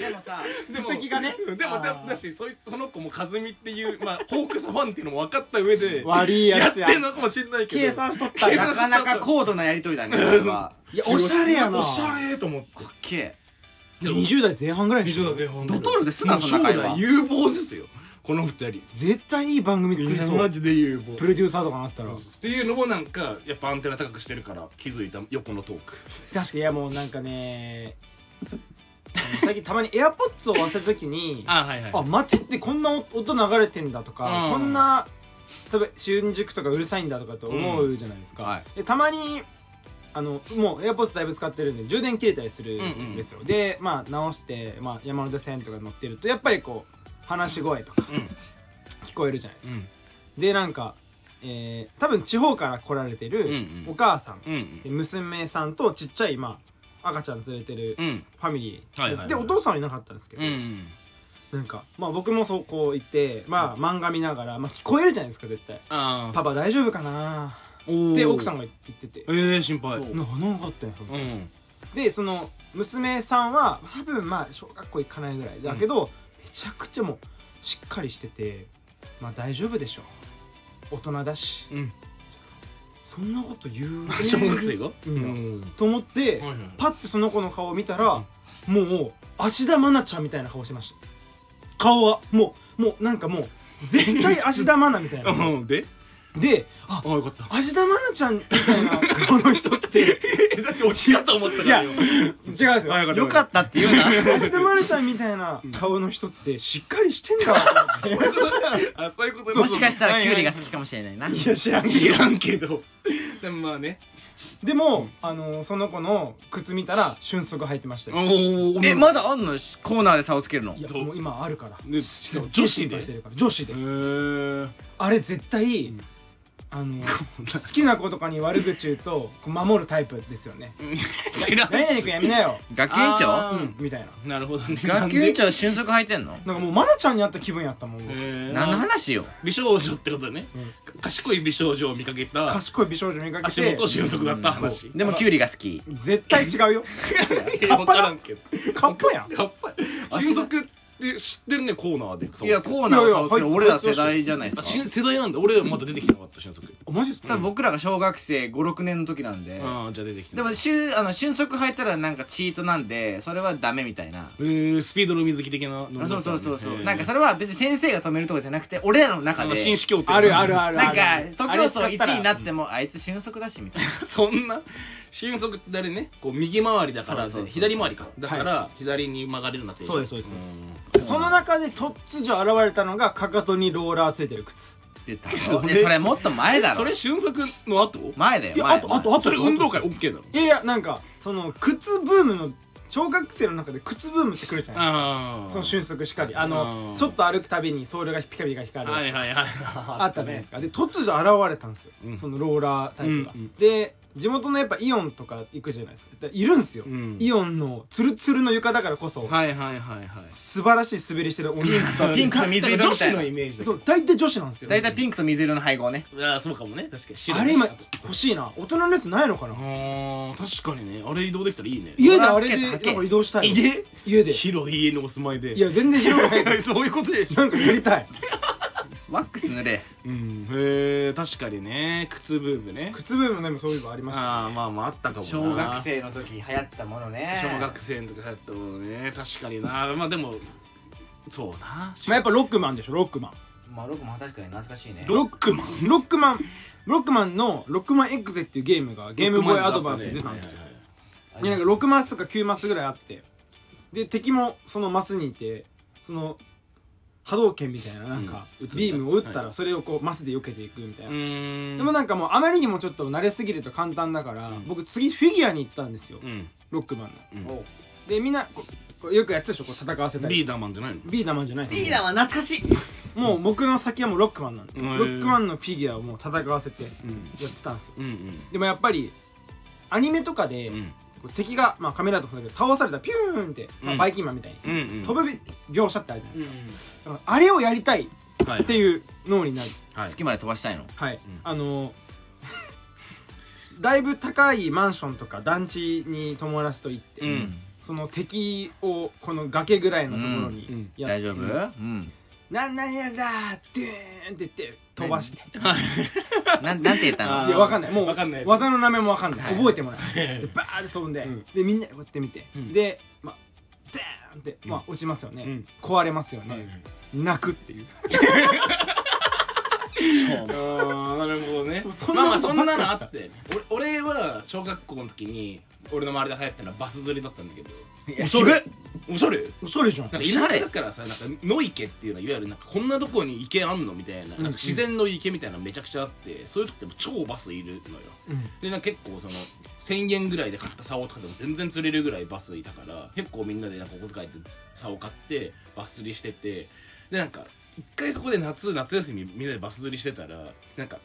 [SPEAKER 1] でもさ
[SPEAKER 3] でも
[SPEAKER 2] 布石がね
[SPEAKER 3] うんでも
[SPEAKER 2] あ
[SPEAKER 3] だ
[SPEAKER 2] ー
[SPEAKER 3] だしそいその子も和美っていう、まあ、ホークスファンっていうのも分かった上で
[SPEAKER 2] 悪いやつや
[SPEAKER 3] ってんのかもしれないけど
[SPEAKER 2] 計算しとったんや
[SPEAKER 1] なかなか高度なやりとりだ ねこれはいや
[SPEAKER 2] おしゃれやな
[SPEAKER 3] おしゃれと思っ
[SPEAKER 1] か
[SPEAKER 3] て
[SPEAKER 1] っけ
[SPEAKER 2] 20代前半ぐらいでしょ
[SPEAKER 3] 前半
[SPEAKER 1] ドトールですなそんな会話
[SPEAKER 3] 有望ですよこの二人
[SPEAKER 2] 絶対いい番組作りそ
[SPEAKER 3] マ
[SPEAKER 2] う
[SPEAKER 3] ジで有望
[SPEAKER 2] プロデューサーとかなったら確
[SPEAKER 3] っていうのもなんかやっぱアンテナ高くしてるから気づいた横のトーク
[SPEAKER 2] かにいやもうなんかね最近たまに AirPods を忘れた時に
[SPEAKER 3] あはいはい
[SPEAKER 2] あ街ってこんな音流れてんだとか、
[SPEAKER 3] うん
[SPEAKER 2] こんな例えば新宿とかうるさいんだとかと思うじゃないですか、
[SPEAKER 1] うんはい
[SPEAKER 2] でたまにあのもう AirPods だいぶ使ってるんで充電切れたりするんですよ、でまあ直して、まあ、山手線とか乗ってるとやっぱりこう話し声とか
[SPEAKER 3] うん
[SPEAKER 2] 聞こえるじゃないです
[SPEAKER 3] う
[SPEAKER 2] か、
[SPEAKER 3] ん
[SPEAKER 2] でなんか、えー多分地方から来られて
[SPEAKER 3] うん
[SPEAKER 2] る
[SPEAKER 3] うん
[SPEAKER 2] お母さん、
[SPEAKER 3] うん
[SPEAKER 2] で娘さんとちっちゃい、まあ、赤ちゃん連れてる
[SPEAKER 3] うん
[SPEAKER 2] ファミリー、
[SPEAKER 3] はいはいはい
[SPEAKER 2] でお父さんはいなかったんですけど、
[SPEAKER 3] うん
[SPEAKER 2] なんかまあ僕もそうこう行ってまあ漫画見ながら、まあ、聞こえるじゃないですか絶対
[SPEAKER 3] あ
[SPEAKER 2] パパ大丈夫かな
[SPEAKER 3] ー
[SPEAKER 2] って奥さんが言ってて
[SPEAKER 3] えー心配
[SPEAKER 1] そう
[SPEAKER 2] ななんかあったんや
[SPEAKER 3] うん
[SPEAKER 2] でその娘さんは多分まあ小学校行かないぐらいだけど、めちゃくちゃもうしっかりしててまあ大丈夫でしょ大人だし
[SPEAKER 3] うん
[SPEAKER 2] そんなこと言う
[SPEAKER 3] 小学生が
[SPEAKER 2] うん
[SPEAKER 3] うん
[SPEAKER 2] と思って、
[SPEAKER 3] はいはい
[SPEAKER 2] パッてその子の顔を見たら、もう芦田愛菜ちゃんみたいな顔してました顔はもうもうなんかもう絶対芦田愛菜みたいな
[SPEAKER 3] うんで
[SPEAKER 2] であ
[SPEAKER 3] あよかった
[SPEAKER 2] 芦田愛菜ちゃんみたいな顔の人って 違うんで
[SPEAKER 3] えだって落ちたと思ったからよ
[SPEAKER 2] すよ芦田
[SPEAKER 3] あ
[SPEAKER 2] 愛
[SPEAKER 3] よかった
[SPEAKER 1] よかったって言う な
[SPEAKER 2] 菜ちゃんみたいな顔の人ってしっかりしてんだと思って
[SPEAKER 3] あそういうこと
[SPEAKER 1] もしかしたらキュウリが好きかもしれないない
[SPEAKER 2] や知らんけど
[SPEAKER 3] 知らんけどでもまあね
[SPEAKER 2] でも、あのその子の靴見たら瞬足履いてましたよ
[SPEAKER 3] お
[SPEAKER 1] えまだあんのコーナーで差をつけるの
[SPEAKER 2] いやもう今あるから
[SPEAKER 3] ね
[SPEAKER 2] すっげえ
[SPEAKER 3] 女子
[SPEAKER 2] 心
[SPEAKER 3] で
[SPEAKER 2] 配してるから女子で
[SPEAKER 3] ー
[SPEAKER 2] あれ絶対、あの好きな子とかに悪口言うとこう守るタイプですよね
[SPEAKER 3] 知ら
[SPEAKER 2] 「
[SPEAKER 3] ん
[SPEAKER 2] 何々君やめなよ
[SPEAKER 1] 学級委員
[SPEAKER 3] あ
[SPEAKER 1] 長
[SPEAKER 3] ー
[SPEAKER 2] うん」みたいな
[SPEAKER 3] なるほどね
[SPEAKER 1] 学級委員長俊足履いてんの
[SPEAKER 2] なんかもう愛菜ちゃんに会った気分やったもん俺
[SPEAKER 1] 何
[SPEAKER 3] 何
[SPEAKER 1] の話よ
[SPEAKER 3] 美少女ってことね
[SPEAKER 2] うん
[SPEAKER 3] 賢い美少女を見かけた
[SPEAKER 2] 賢い美少女見かけ
[SPEAKER 3] 足
[SPEAKER 2] て
[SPEAKER 3] 元俊足だった話
[SPEAKER 1] でもキュウリが好き
[SPEAKER 2] 絶対違うよ
[SPEAKER 3] いや分からんけど
[SPEAKER 2] カッパやん
[SPEAKER 3] やっぱり俊足って知ってるねコーナーで
[SPEAKER 1] いやコーナーの差をつける
[SPEAKER 2] いやいや
[SPEAKER 1] 俺ら世代じゃないで
[SPEAKER 3] あ
[SPEAKER 1] す
[SPEAKER 3] し
[SPEAKER 1] か
[SPEAKER 3] 世代なんだ俺らまだ出てきてなかった俊足
[SPEAKER 2] あマジっすか
[SPEAKER 1] 多分僕らが小学生56年の時なんで
[SPEAKER 3] ああじゃあ出てきて
[SPEAKER 1] で
[SPEAKER 3] ない
[SPEAKER 1] もしゅあの俊足履いたらなんかチートなんでそれはダメみたいな
[SPEAKER 3] えースピードの水着的な
[SPEAKER 1] あそうそうそうそうなんかそ
[SPEAKER 3] れ
[SPEAKER 1] れは別に先生が止めるとかじゃなくて俺らの中で
[SPEAKER 3] 紳士協定
[SPEAKER 2] あるあるある
[SPEAKER 1] な
[SPEAKER 2] あ
[SPEAKER 1] んか
[SPEAKER 2] る
[SPEAKER 1] 徒競走
[SPEAKER 2] あれ使ったら
[SPEAKER 1] 1位になってもあいつ俊足だしみたいな
[SPEAKER 3] そんな俊足って誰ねこう右回りだから
[SPEAKER 1] そうそうそう
[SPEAKER 3] 左回りかだから左に曲がれるなって
[SPEAKER 2] そうですそうですそうで
[SPEAKER 3] ん
[SPEAKER 2] その中で突如現れたのがかかとにローラーついてる靴
[SPEAKER 1] 出た
[SPEAKER 3] それ
[SPEAKER 1] で それもっと前だろ
[SPEAKER 3] それ俊足の後
[SPEAKER 1] 前だよ
[SPEAKER 2] いや
[SPEAKER 1] 前
[SPEAKER 2] あとあとあと
[SPEAKER 3] それ運動会 OK だろ
[SPEAKER 2] いやいやなんかその靴ブームの小学生の中で靴ブームってくるじゃない
[SPEAKER 3] ああ
[SPEAKER 2] その瞬足しかりあ
[SPEAKER 3] う
[SPEAKER 2] の
[SPEAKER 3] ん
[SPEAKER 2] ちょっと歩くたびにソールがピカピカ光るやつ
[SPEAKER 3] はいはいはい
[SPEAKER 2] あったじゃないですかで突如現れたんですよ、
[SPEAKER 3] うん
[SPEAKER 2] そのローラータイプが、
[SPEAKER 3] うんうん
[SPEAKER 2] で地元のやっぱイオンとか行くじゃないですかだからいるんすよ、
[SPEAKER 3] うん
[SPEAKER 2] イオンのツルツルの床だからこそ、
[SPEAKER 3] はいはいはいはい
[SPEAKER 2] 素晴らしい滑りしてる女の 子
[SPEAKER 1] ピンクと水色みたいな
[SPEAKER 3] 女子のイメージだ
[SPEAKER 2] そう大体女子なんですよ
[SPEAKER 1] 大体ピンクと水色の配合ね
[SPEAKER 3] ああそうかもね確かに白
[SPEAKER 2] あれ今欲しいな大人のやつないのかな
[SPEAKER 3] あー確かにねあれ移動できたらいいね
[SPEAKER 2] 家であれで
[SPEAKER 1] ローラースケート履け
[SPEAKER 2] なんか移動したい
[SPEAKER 3] 家
[SPEAKER 2] 家でい
[SPEAKER 3] 広い家にお住まいで
[SPEAKER 2] や全然広くない
[SPEAKER 3] そういうことでしょ
[SPEAKER 2] なんかやりたい
[SPEAKER 1] ワックス塗れ
[SPEAKER 3] うんへえ確かにね靴ブームね
[SPEAKER 2] 靴部もでもそういうのありました
[SPEAKER 3] ああまあまああったかもな
[SPEAKER 1] 小学生の時流行ったものね
[SPEAKER 3] 小学生の時だったものね確かになまあでもそう
[SPEAKER 2] ま
[SPEAKER 3] な
[SPEAKER 2] あやっぱロックマンでしょロックマン
[SPEAKER 1] まあロコも確かに懐かしいね
[SPEAKER 3] ロックマン
[SPEAKER 2] ロックマンロックマンのロックマンエグゼっていうゲームがゲームボーイアドバンスで出たんですよでなんか6マスとか9マスぐらいあってで敵もそのマスにいてその波動拳みたいななんか
[SPEAKER 3] うん撃つ
[SPEAKER 2] ビームを打った
[SPEAKER 3] は
[SPEAKER 2] らそれをこうマスで避けていくみたいな、
[SPEAKER 3] うーん
[SPEAKER 2] でもなんかもうあまりにもちょっと慣れすぎると簡単だから、
[SPEAKER 3] うん
[SPEAKER 2] 僕次フィギュアに行ったんですよ、
[SPEAKER 3] うん
[SPEAKER 2] ロックマンの
[SPEAKER 3] うん
[SPEAKER 1] おう
[SPEAKER 2] でみんなここうよくやってたでしょこう戦わせたり
[SPEAKER 3] リーダーマンじゃないの
[SPEAKER 2] ビーダーマンじゃないです
[SPEAKER 1] リーダーは懐かしい
[SPEAKER 2] もう僕の先はもうロックマンなんで、
[SPEAKER 3] へー
[SPEAKER 2] ロックマンのフィギュアをもう戦わせてや
[SPEAKER 3] うん
[SPEAKER 2] ってたんですよ
[SPEAKER 3] うん
[SPEAKER 2] でもやっぱりアニメとかで、
[SPEAKER 3] うんうん
[SPEAKER 2] こう敵が、まあ、カメラとかだけど倒されたらピューンって、まあ
[SPEAKER 3] うん
[SPEAKER 2] バイキンマンみたいに、
[SPEAKER 3] うんうん
[SPEAKER 2] 飛ぶ描写ってあるじゃない
[SPEAKER 3] うん
[SPEAKER 2] ですか、だからあれをやりたいっ
[SPEAKER 3] はい
[SPEAKER 2] ていう脳になる
[SPEAKER 3] はい
[SPEAKER 1] 月まで飛ばしたいの
[SPEAKER 2] はい、
[SPEAKER 3] うん
[SPEAKER 2] あのー だいぶ高いマンションとか団地に友達と行って、
[SPEAKER 3] うん
[SPEAKER 2] その敵をこの崖ぐらいのところ
[SPEAKER 3] うんう
[SPEAKER 2] に
[SPEAKER 3] ん
[SPEAKER 2] やっ
[SPEAKER 1] 大
[SPEAKER 2] て、
[SPEAKER 1] 丈夫うん
[SPEAKER 2] なんなんやだーってーんって言って飛ばして
[SPEAKER 1] なんなんて言った
[SPEAKER 3] あ
[SPEAKER 1] の
[SPEAKER 3] ー
[SPEAKER 2] いやわかんないもう
[SPEAKER 3] わかんない
[SPEAKER 2] 技の名前もわかんない、
[SPEAKER 1] はい
[SPEAKER 2] 覚えてもないで
[SPEAKER 3] へ
[SPEAKER 2] バーって飛んで、
[SPEAKER 3] うん
[SPEAKER 2] でみんなでこうやって見て、
[SPEAKER 3] うん
[SPEAKER 2] でまあダーンって、まあ、落ちますよね、
[SPEAKER 3] うん
[SPEAKER 2] 壊れますよね、
[SPEAKER 3] え
[SPEAKER 2] 泣くっていう
[SPEAKER 1] そう
[SPEAKER 3] ああなるほどね
[SPEAKER 2] そんな
[SPEAKER 3] まあ
[SPEAKER 2] の
[SPEAKER 3] まあそんなのあって俺俺は小学校の時に俺の周りで流行ったのはバス釣りだったんだけど
[SPEAKER 1] いや
[SPEAKER 3] おしゃ
[SPEAKER 1] 渋っ
[SPEAKER 3] れおしゃれ
[SPEAKER 2] おしゃれじゃん
[SPEAKER 3] なんか田舎だからさなんか野池っていうのはいわゆるなんかこんなとこに池あんのみたいななんか自然の池みたいなのめちゃくちゃあってそういう時っても超バスいるのよ
[SPEAKER 2] うん
[SPEAKER 3] でなんか結構その1000円ぐらいで買った竿とかでも全然釣れるぐらいバスいたから結構みんなでなんかお小遣いで竿買ってバス釣りしててでなんか一回そこで夏夏休みみんなでバス釣りしてたらなんか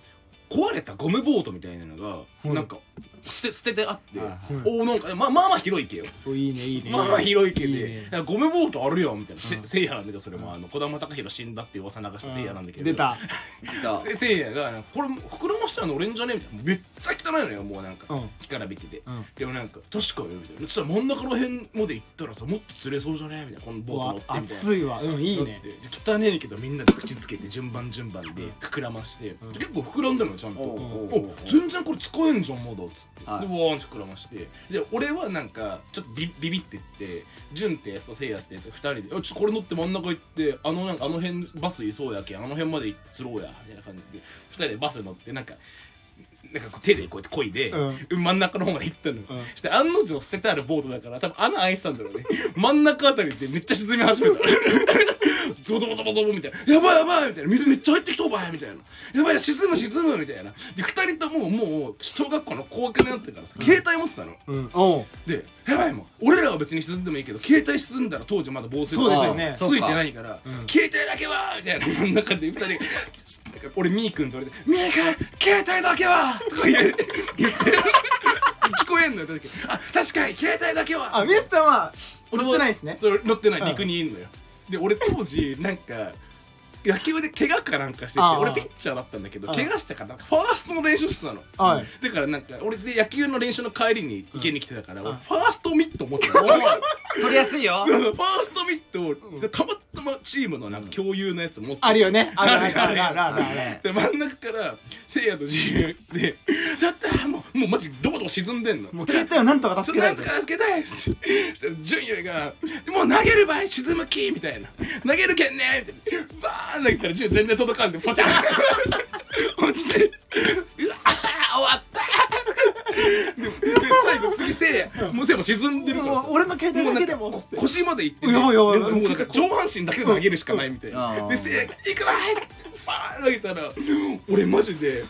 [SPEAKER 3] 壊れたゴムボートみたいなのが、
[SPEAKER 2] うん
[SPEAKER 3] なんか捨て捨ててあって、
[SPEAKER 1] はい
[SPEAKER 2] はい
[SPEAKER 3] おおなんかまあまあまあ広い池よ
[SPEAKER 2] おいいねいいね
[SPEAKER 3] まあまあ広いけど、
[SPEAKER 2] いいね
[SPEAKER 3] なんかゴムボートあるよみたいな、せ
[SPEAKER 2] うん
[SPEAKER 3] せいやなんだけどそれもあの児玉貴弘死んだって噂流したせいやなんだけど
[SPEAKER 2] 出た
[SPEAKER 1] そう
[SPEAKER 3] せせいやがなんかこれ膨らましたの俺んじゃねみたいなめっちゃ汚いのよもうなんか、
[SPEAKER 2] うん
[SPEAKER 3] 木から見てて、
[SPEAKER 2] うん
[SPEAKER 3] でもなんか確かよみたいなそしたら真ん中の辺まで行ったらさもっと釣れそうじゃねみたいなこの
[SPEAKER 2] う
[SPEAKER 3] ボー
[SPEAKER 2] わ
[SPEAKER 3] ト乗ってみたいな
[SPEAKER 2] 熱いわうんいいね
[SPEAKER 3] だって汚ねえけどみんなで口つけて順番順番で膨らまして、
[SPEAKER 2] ん
[SPEAKER 3] 結構膨らんだのよちゃんと、
[SPEAKER 1] おうおうおう
[SPEAKER 3] お全然これ使えんじゃんまだっつって、
[SPEAKER 1] はい
[SPEAKER 3] でわーんって膨らましてで俺はなんかちょっとビビビってって潤ってやつとせいやってやつ2人で「あちょこれ乗って真ん中行ってあのなんかあの辺バスいそうやけんあの辺まで行って釣ろうや」みたいな感じで2人でバス乗ってなんか。なんかこう手でこうやってこいで、
[SPEAKER 2] う
[SPEAKER 3] 真ん中の方まで行ったのよ、
[SPEAKER 2] うん
[SPEAKER 3] そして案の定捨ててあるボートだから多分穴開いてたんだろうね真ん中あたりでめっちゃ沈み始めた ゾドボドボドボみたいな「やばいやばい」みたいな「水めっちゃ入ってきたお前」みたいな「やばい沈む沈む」みたいなで2人とももう小学校の高学年だったからさ携帯持ってたの
[SPEAKER 2] うんおう
[SPEAKER 3] でやばいもん俺らは別に沈んでもいいけど携帯沈んだら当時まだ防水
[SPEAKER 2] そうですよね
[SPEAKER 3] ついてないから、
[SPEAKER 2] うん
[SPEAKER 3] 携帯だけはみたいな真ん中で2人が俺みーくんと俺で「みーくん携帯だけは!」とか言 え言って聞こえんのよ確かにあ確かに携帯だけは
[SPEAKER 2] あミスさんは
[SPEAKER 3] 俺
[SPEAKER 2] 乗
[SPEAKER 3] も
[SPEAKER 2] ってないですね
[SPEAKER 3] それ乗ってない
[SPEAKER 2] うん
[SPEAKER 3] 陸にいんのよ、で俺当時なんか野球で怪我かなんかしてて
[SPEAKER 2] ああ
[SPEAKER 3] 俺ピッチャーだったんだけど
[SPEAKER 2] ああ
[SPEAKER 3] 怪我したからなんかファーストの練習してたの
[SPEAKER 2] はい
[SPEAKER 3] だからなんか俺で野球の練習の帰りに池に来てたから、
[SPEAKER 2] うん
[SPEAKER 3] 俺ファーストミット持ってたの
[SPEAKER 1] 取りやすいよ
[SPEAKER 3] ファーストミットをたまたまチームのなんか共有のやつ持ってて
[SPEAKER 2] あるよねあるあるあるあるあ
[SPEAKER 1] あ
[SPEAKER 2] る
[SPEAKER 1] のね
[SPEAKER 3] で真ん中からせいやと自由で「ちょっともうもうマジドボドボ沈んでんの」
[SPEAKER 2] もう携帯はなんとか
[SPEAKER 3] そ
[SPEAKER 2] 助けな
[SPEAKER 3] れないん
[SPEAKER 2] と
[SPEAKER 3] とか助けたいっすそしたら純也が「もう投げる場合沈む気」みたいな「投げるけんね」みたいなバーン投げたら純也全然届かんでポチャン落ちて「うわー終わった!」でで最後次せいやもうせいやも沈んでるから
[SPEAKER 2] も
[SPEAKER 3] さ
[SPEAKER 2] う俺の携帯だけで
[SPEAKER 3] うな
[SPEAKER 2] も
[SPEAKER 3] んかこ腰まで行ってて
[SPEAKER 2] やばいやばいやばい
[SPEAKER 3] でもうなんか上半身だけで投げるしかないみたい
[SPEAKER 1] うん
[SPEAKER 3] な
[SPEAKER 1] うん
[SPEAKER 3] でせいやが「行くわー!」バーン投げたら俺マジで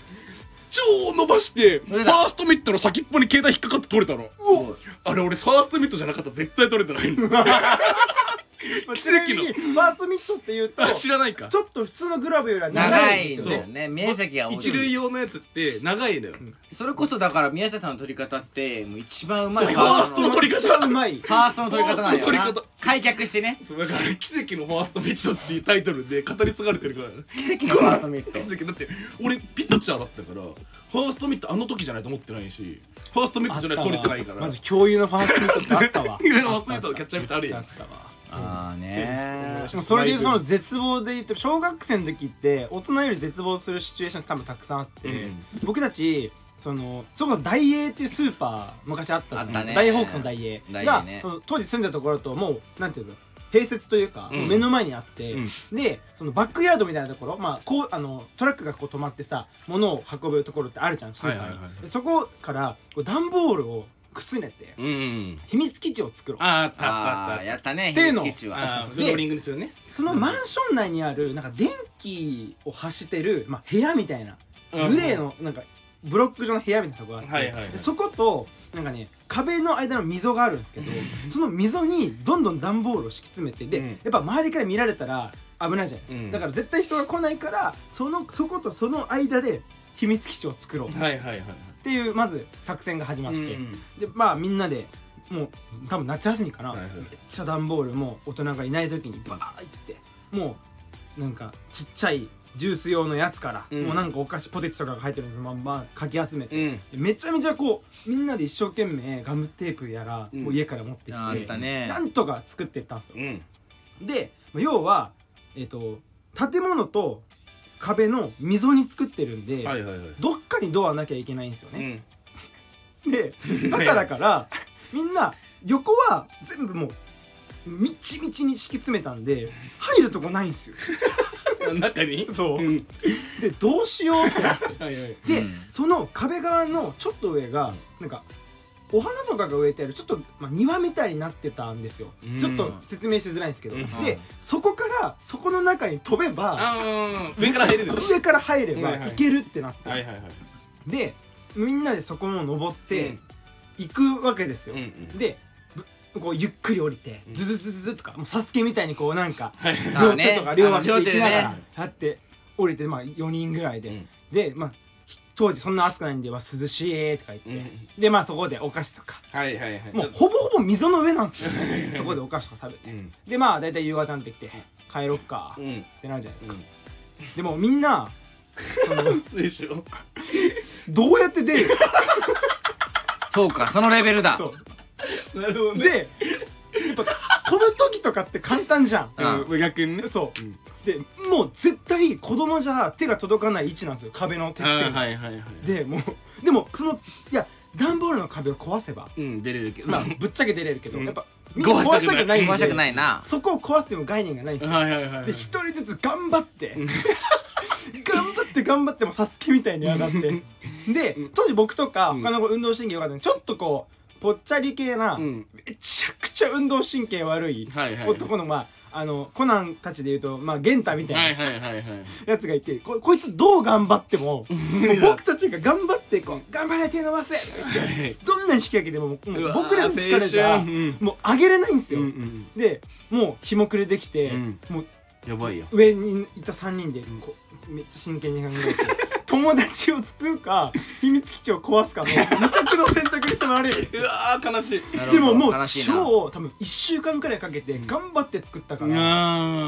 [SPEAKER 3] 超伸ばしてフ
[SPEAKER 1] 出
[SPEAKER 3] ァ
[SPEAKER 1] た
[SPEAKER 3] ーストミットの先っぽに携帯引っかかって取れたの。
[SPEAKER 1] そう
[SPEAKER 3] あれ俺ファーストミットじゃなかったら絶対取れてないの
[SPEAKER 2] まあちなみに
[SPEAKER 3] 奇
[SPEAKER 2] ファーストミットっていうと
[SPEAKER 3] あ
[SPEAKER 2] ち
[SPEAKER 3] 知らないか
[SPEAKER 2] ょっと普通のグラブよりは長
[SPEAKER 1] 長
[SPEAKER 2] いん
[SPEAKER 1] い
[SPEAKER 2] で
[SPEAKER 1] ん
[SPEAKER 2] す
[SPEAKER 1] だ
[SPEAKER 2] よ
[SPEAKER 1] よ
[SPEAKER 2] ね
[SPEAKER 1] ね面積が多い
[SPEAKER 3] 一塁用のやつって長いのよ
[SPEAKER 4] それこそだから宮下さんの取り方ってもう一番うまい
[SPEAKER 3] そう
[SPEAKER 4] ファース
[SPEAKER 3] ファース
[SPEAKER 4] ト
[SPEAKER 3] トの
[SPEAKER 4] の
[SPEAKER 3] 取り方
[SPEAKER 2] 一番うまい
[SPEAKER 4] ファーストの取り方なん
[SPEAKER 3] ファース
[SPEAKER 4] よ
[SPEAKER 3] トの
[SPEAKER 4] な
[SPEAKER 3] 取り
[SPEAKER 4] 開脚してね
[SPEAKER 3] そうだから「奇跡のファーストミット」っていうタイトルで語り継がれてるから
[SPEAKER 4] 奇跡のファーストミット
[SPEAKER 3] 奇跡だって俺ピッチャーだったからファーストミットあの時じゃないと思ってないしファーストミットじゃないと取れてないから
[SPEAKER 2] まず共有のファーストミットってあったわ
[SPEAKER 3] ファーストミットとキャッチャーミットあるやん
[SPEAKER 1] ああね
[SPEAKER 2] しかもそれでいうその絶望で言って小学生の時って大人より絶望するシチュエーション多分たくさんあって、
[SPEAKER 3] うん
[SPEAKER 2] 僕たちそのそれこそ大英っていうスーパー昔あったの
[SPEAKER 1] あったね
[SPEAKER 2] 大ホークスの大英
[SPEAKER 1] ダイエ
[SPEAKER 2] が
[SPEAKER 1] ーね
[SPEAKER 2] その当時住んでたところともうなんていうの併設というか、
[SPEAKER 3] うん
[SPEAKER 2] 目の前にあって、
[SPEAKER 3] うん
[SPEAKER 2] でそのバックヤードみたいなところ、まあ、こうあのトラックがこう止まってさ物を運ぶところってあるじゃんスーパーに、
[SPEAKER 3] はいはいはい
[SPEAKER 2] でそこからこう段ボールをくすねて
[SPEAKER 3] うん
[SPEAKER 2] 秘密基地を作ろう
[SPEAKER 3] ああったあった
[SPEAKER 1] あ
[SPEAKER 3] あっ
[SPEAKER 1] ー
[SPEAKER 3] た
[SPEAKER 1] やったね
[SPEAKER 2] っていうの
[SPEAKER 1] 秘密基地は
[SPEAKER 3] あー
[SPEAKER 2] で
[SPEAKER 3] ローリングにするね
[SPEAKER 2] そのマンション内にあるなんか電気を発してる、まあ、部屋みたいな
[SPEAKER 3] うん
[SPEAKER 2] グレーのなんかブロック状の部屋みたいなとこがあって、
[SPEAKER 3] はいはいはい
[SPEAKER 2] でそことなんかね壁の間の溝があるんですけどその溝にどんどん段ボールを敷き詰めてで、
[SPEAKER 3] うん
[SPEAKER 2] やっぱ周りから見られたら危ないじゃないですか、
[SPEAKER 3] うん
[SPEAKER 2] だから絶対人が来ないからそのそことその間で秘密基地を作ろうっ
[SPEAKER 3] はいはいはい
[SPEAKER 2] ていうまず作戦が始ま
[SPEAKER 3] う
[SPEAKER 2] って、
[SPEAKER 3] ん
[SPEAKER 2] でまあみんなでもう多分夏休みかな、
[SPEAKER 3] はいはい
[SPEAKER 2] めっちゃ段ボールもう大人がいない時にバーってもうなんかちっちゃいジュース用のやつから、
[SPEAKER 3] うん
[SPEAKER 2] もうなんかお菓子ポテチとかが入ってるのまんまかき集めて、
[SPEAKER 3] うん
[SPEAKER 2] でめちゃめちゃこうみんなで一生懸命ガムテープやら、
[SPEAKER 3] うん
[SPEAKER 2] もう家から持ってきて
[SPEAKER 1] あったね
[SPEAKER 2] なんとか作ってったんですよ
[SPEAKER 3] うん
[SPEAKER 2] でまあ要はえっ、と建物と壁の溝に作ってるんで、
[SPEAKER 3] はいはいはい
[SPEAKER 2] どっかにドアなきゃいけないんですよね、
[SPEAKER 3] うん
[SPEAKER 2] でバカだからみんな横は全部もうみっちみちに敷き詰めたんで入るとこないんですよ
[SPEAKER 3] 中に
[SPEAKER 2] そう
[SPEAKER 3] うん
[SPEAKER 2] でどうしようってなって
[SPEAKER 3] はいはい
[SPEAKER 2] で、
[SPEAKER 1] うん
[SPEAKER 2] その壁側のちょっと上がなんかお花とかが植えてあるちょっと、まあ、庭みたいになってたんですよ、
[SPEAKER 3] うん
[SPEAKER 2] ちょっと説明しづらいんですけど、
[SPEAKER 3] うん
[SPEAKER 2] でそこからそこの中に飛べば
[SPEAKER 3] あー上から入れるの
[SPEAKER 2] 上から入れば
[SPEAKER 3] はいはい
[SPEAKER 2] いけるってなって、
[SPEAKER 3] はいはいはい
[SPEAKER 2] でみんなでそこも登っ
[SPEAKER 3] う
[SPEAKER 2] て
[SPEAKER 3] ん
[SPEAKER 2] 行くわけですよ、
[SPEAKER 3] うんうん
[SPEAKER 2] でぶこうゆっくり降りて
[SPEAKER 3] うん
[SPEAKER 2] ズズズズズとかもうサスケみたいにこうなんか
[SPEAKER 3] はいはい
[SPEAKER 1] あ
[SPEAKER 2] 両
[SPEAKER 1] ね
[SPEAKER 2] 手とか両足で
[SPEAKER 1] あの
[SPEAKER 2] 行きなが
[SPEAKER 1] 両
[SPEAKER 2] らやって降りてまあ4人ぐらいで、
[SPEAKER 3] うん
[SPEAKER 2] でまあひ当時そんな暑くないんでわ涼しいとか言って、
[SPEAKER 3] うん
[SPEAKER 2] でまあそこでお菓子とか
[SPEAKER 3] はいはいはい
[SPEAKER 2] もうほぼほぼ溝の上なん ですよそこでお菓子とか食べて、
[SPEAKER 3] うん
[SPEAKER 2] でまあ大体夕方になってきて帰ろっか
[SPEAKER 3] う
[SPEAKER 2] っ
[SPEAKER 3] ん
[SPEAKER 2] てなるじゃないです
[SPEAKER 3] う
[SPEAKER 2] か、
[SPEAKER 3] ん
[SPEAKER 2] でもみんなその
[SPEAKER 3] でしょ
[SPEAKER 2] どうやって出る
[SPEAKER 1] そうかそのレベルだ
[SPEAKER 2] そう
[SPEAKER 3] なるほどね
[SPEAKER 2] でやっぱ飛ぶ時とかって簡単じゃん
[SPEAKER 1] うん
[SPEAKER 3] うん逆にね
[SPEAKER 2] そう、
[SPEAKER 3] うん
[SPEAKER 2] でもう絶対子供じゃ手が届かない位置なんですよ壁のてっぺん、
[SPEAKER 3] あーはいはいはい
[SPEAKER 2] でもうでもそのいや段ボールの壁を壊せば
[SPEAKER 3] うん出れるけど
[SPEAKER 2] まあぶっちゃけ出れるけど、
[SPEAKER 3] うん
[SPEAKER 2] やっぱみんな
[SPEAKER 3] 壊
[SPEAKER 2] 壊し
[SPEAKER 3] し
[SPEAKER 2] たた
[SPEAKER 3] く
[SPEAKER 2] く
[SPEAKER 3] な
[SPEAKER 2] ないいんで
[SPEAKER 1] 壊したくないな
[SPEAKER 2] そこを壊すでも概念がないんですよ、
[SPEAKER 3] はいはいはいはい
[SPEAKER 2] で一人ずつ頑張って 頑張って頑張ってもうサスケみたいに上がってで当時僕とか他の子運動神経良かったんでちょっとこうぽっちゃり系な、
[SPEAKER 3] うん
[SPEAKER 2] めちゃくちゃ運動神経悪い
[SPEAKER 3] はいはい
[SPEAKER 2] 男のまああのコナンたちでいうとまあ源太みたいな、
[SPEAKER 3] はいはいはいはい
[SPEAKER 2] やつがいてここいつどう頑張ってももう僕たちが頑張ってこう頑張れ手伸ばせどんなに引き上げてももうも
[SPEAKER 3] う
[SPEAKER 2] う
[SPEAKER 3] わ
[SPEAKER 2] 僕らの力じゃ
[SPEAKER 3] 青春うん
[SPEAKER 2] もう上げれないんです
[SPEAKER 3] う
[SPEAKER 2] よ、
[SPEAKER 3] んうん
[SPEAKER 2] でもう日も暮れてきて、
[SPEAKER 3] うん
[SPEAKER 2] もう
[SPEAKER 3] やばいよ
[SPEAKER 2] 上にいた3人でこうめっちゃ真剣に考えて 友達を救うか秘密基地を壊すかの二択の選択に迫られる
[SPEAKER 3] うわー悲しい
[SPEAKER 1] なるほ
[SPEAKER 2] で
[SPEAKER 1] ど
[SPEAKER 2] ももう
[SPEAKER 1] 悲しいな
[SPEAKER 2] 超多分1週間くらいかけて頑張って作ったから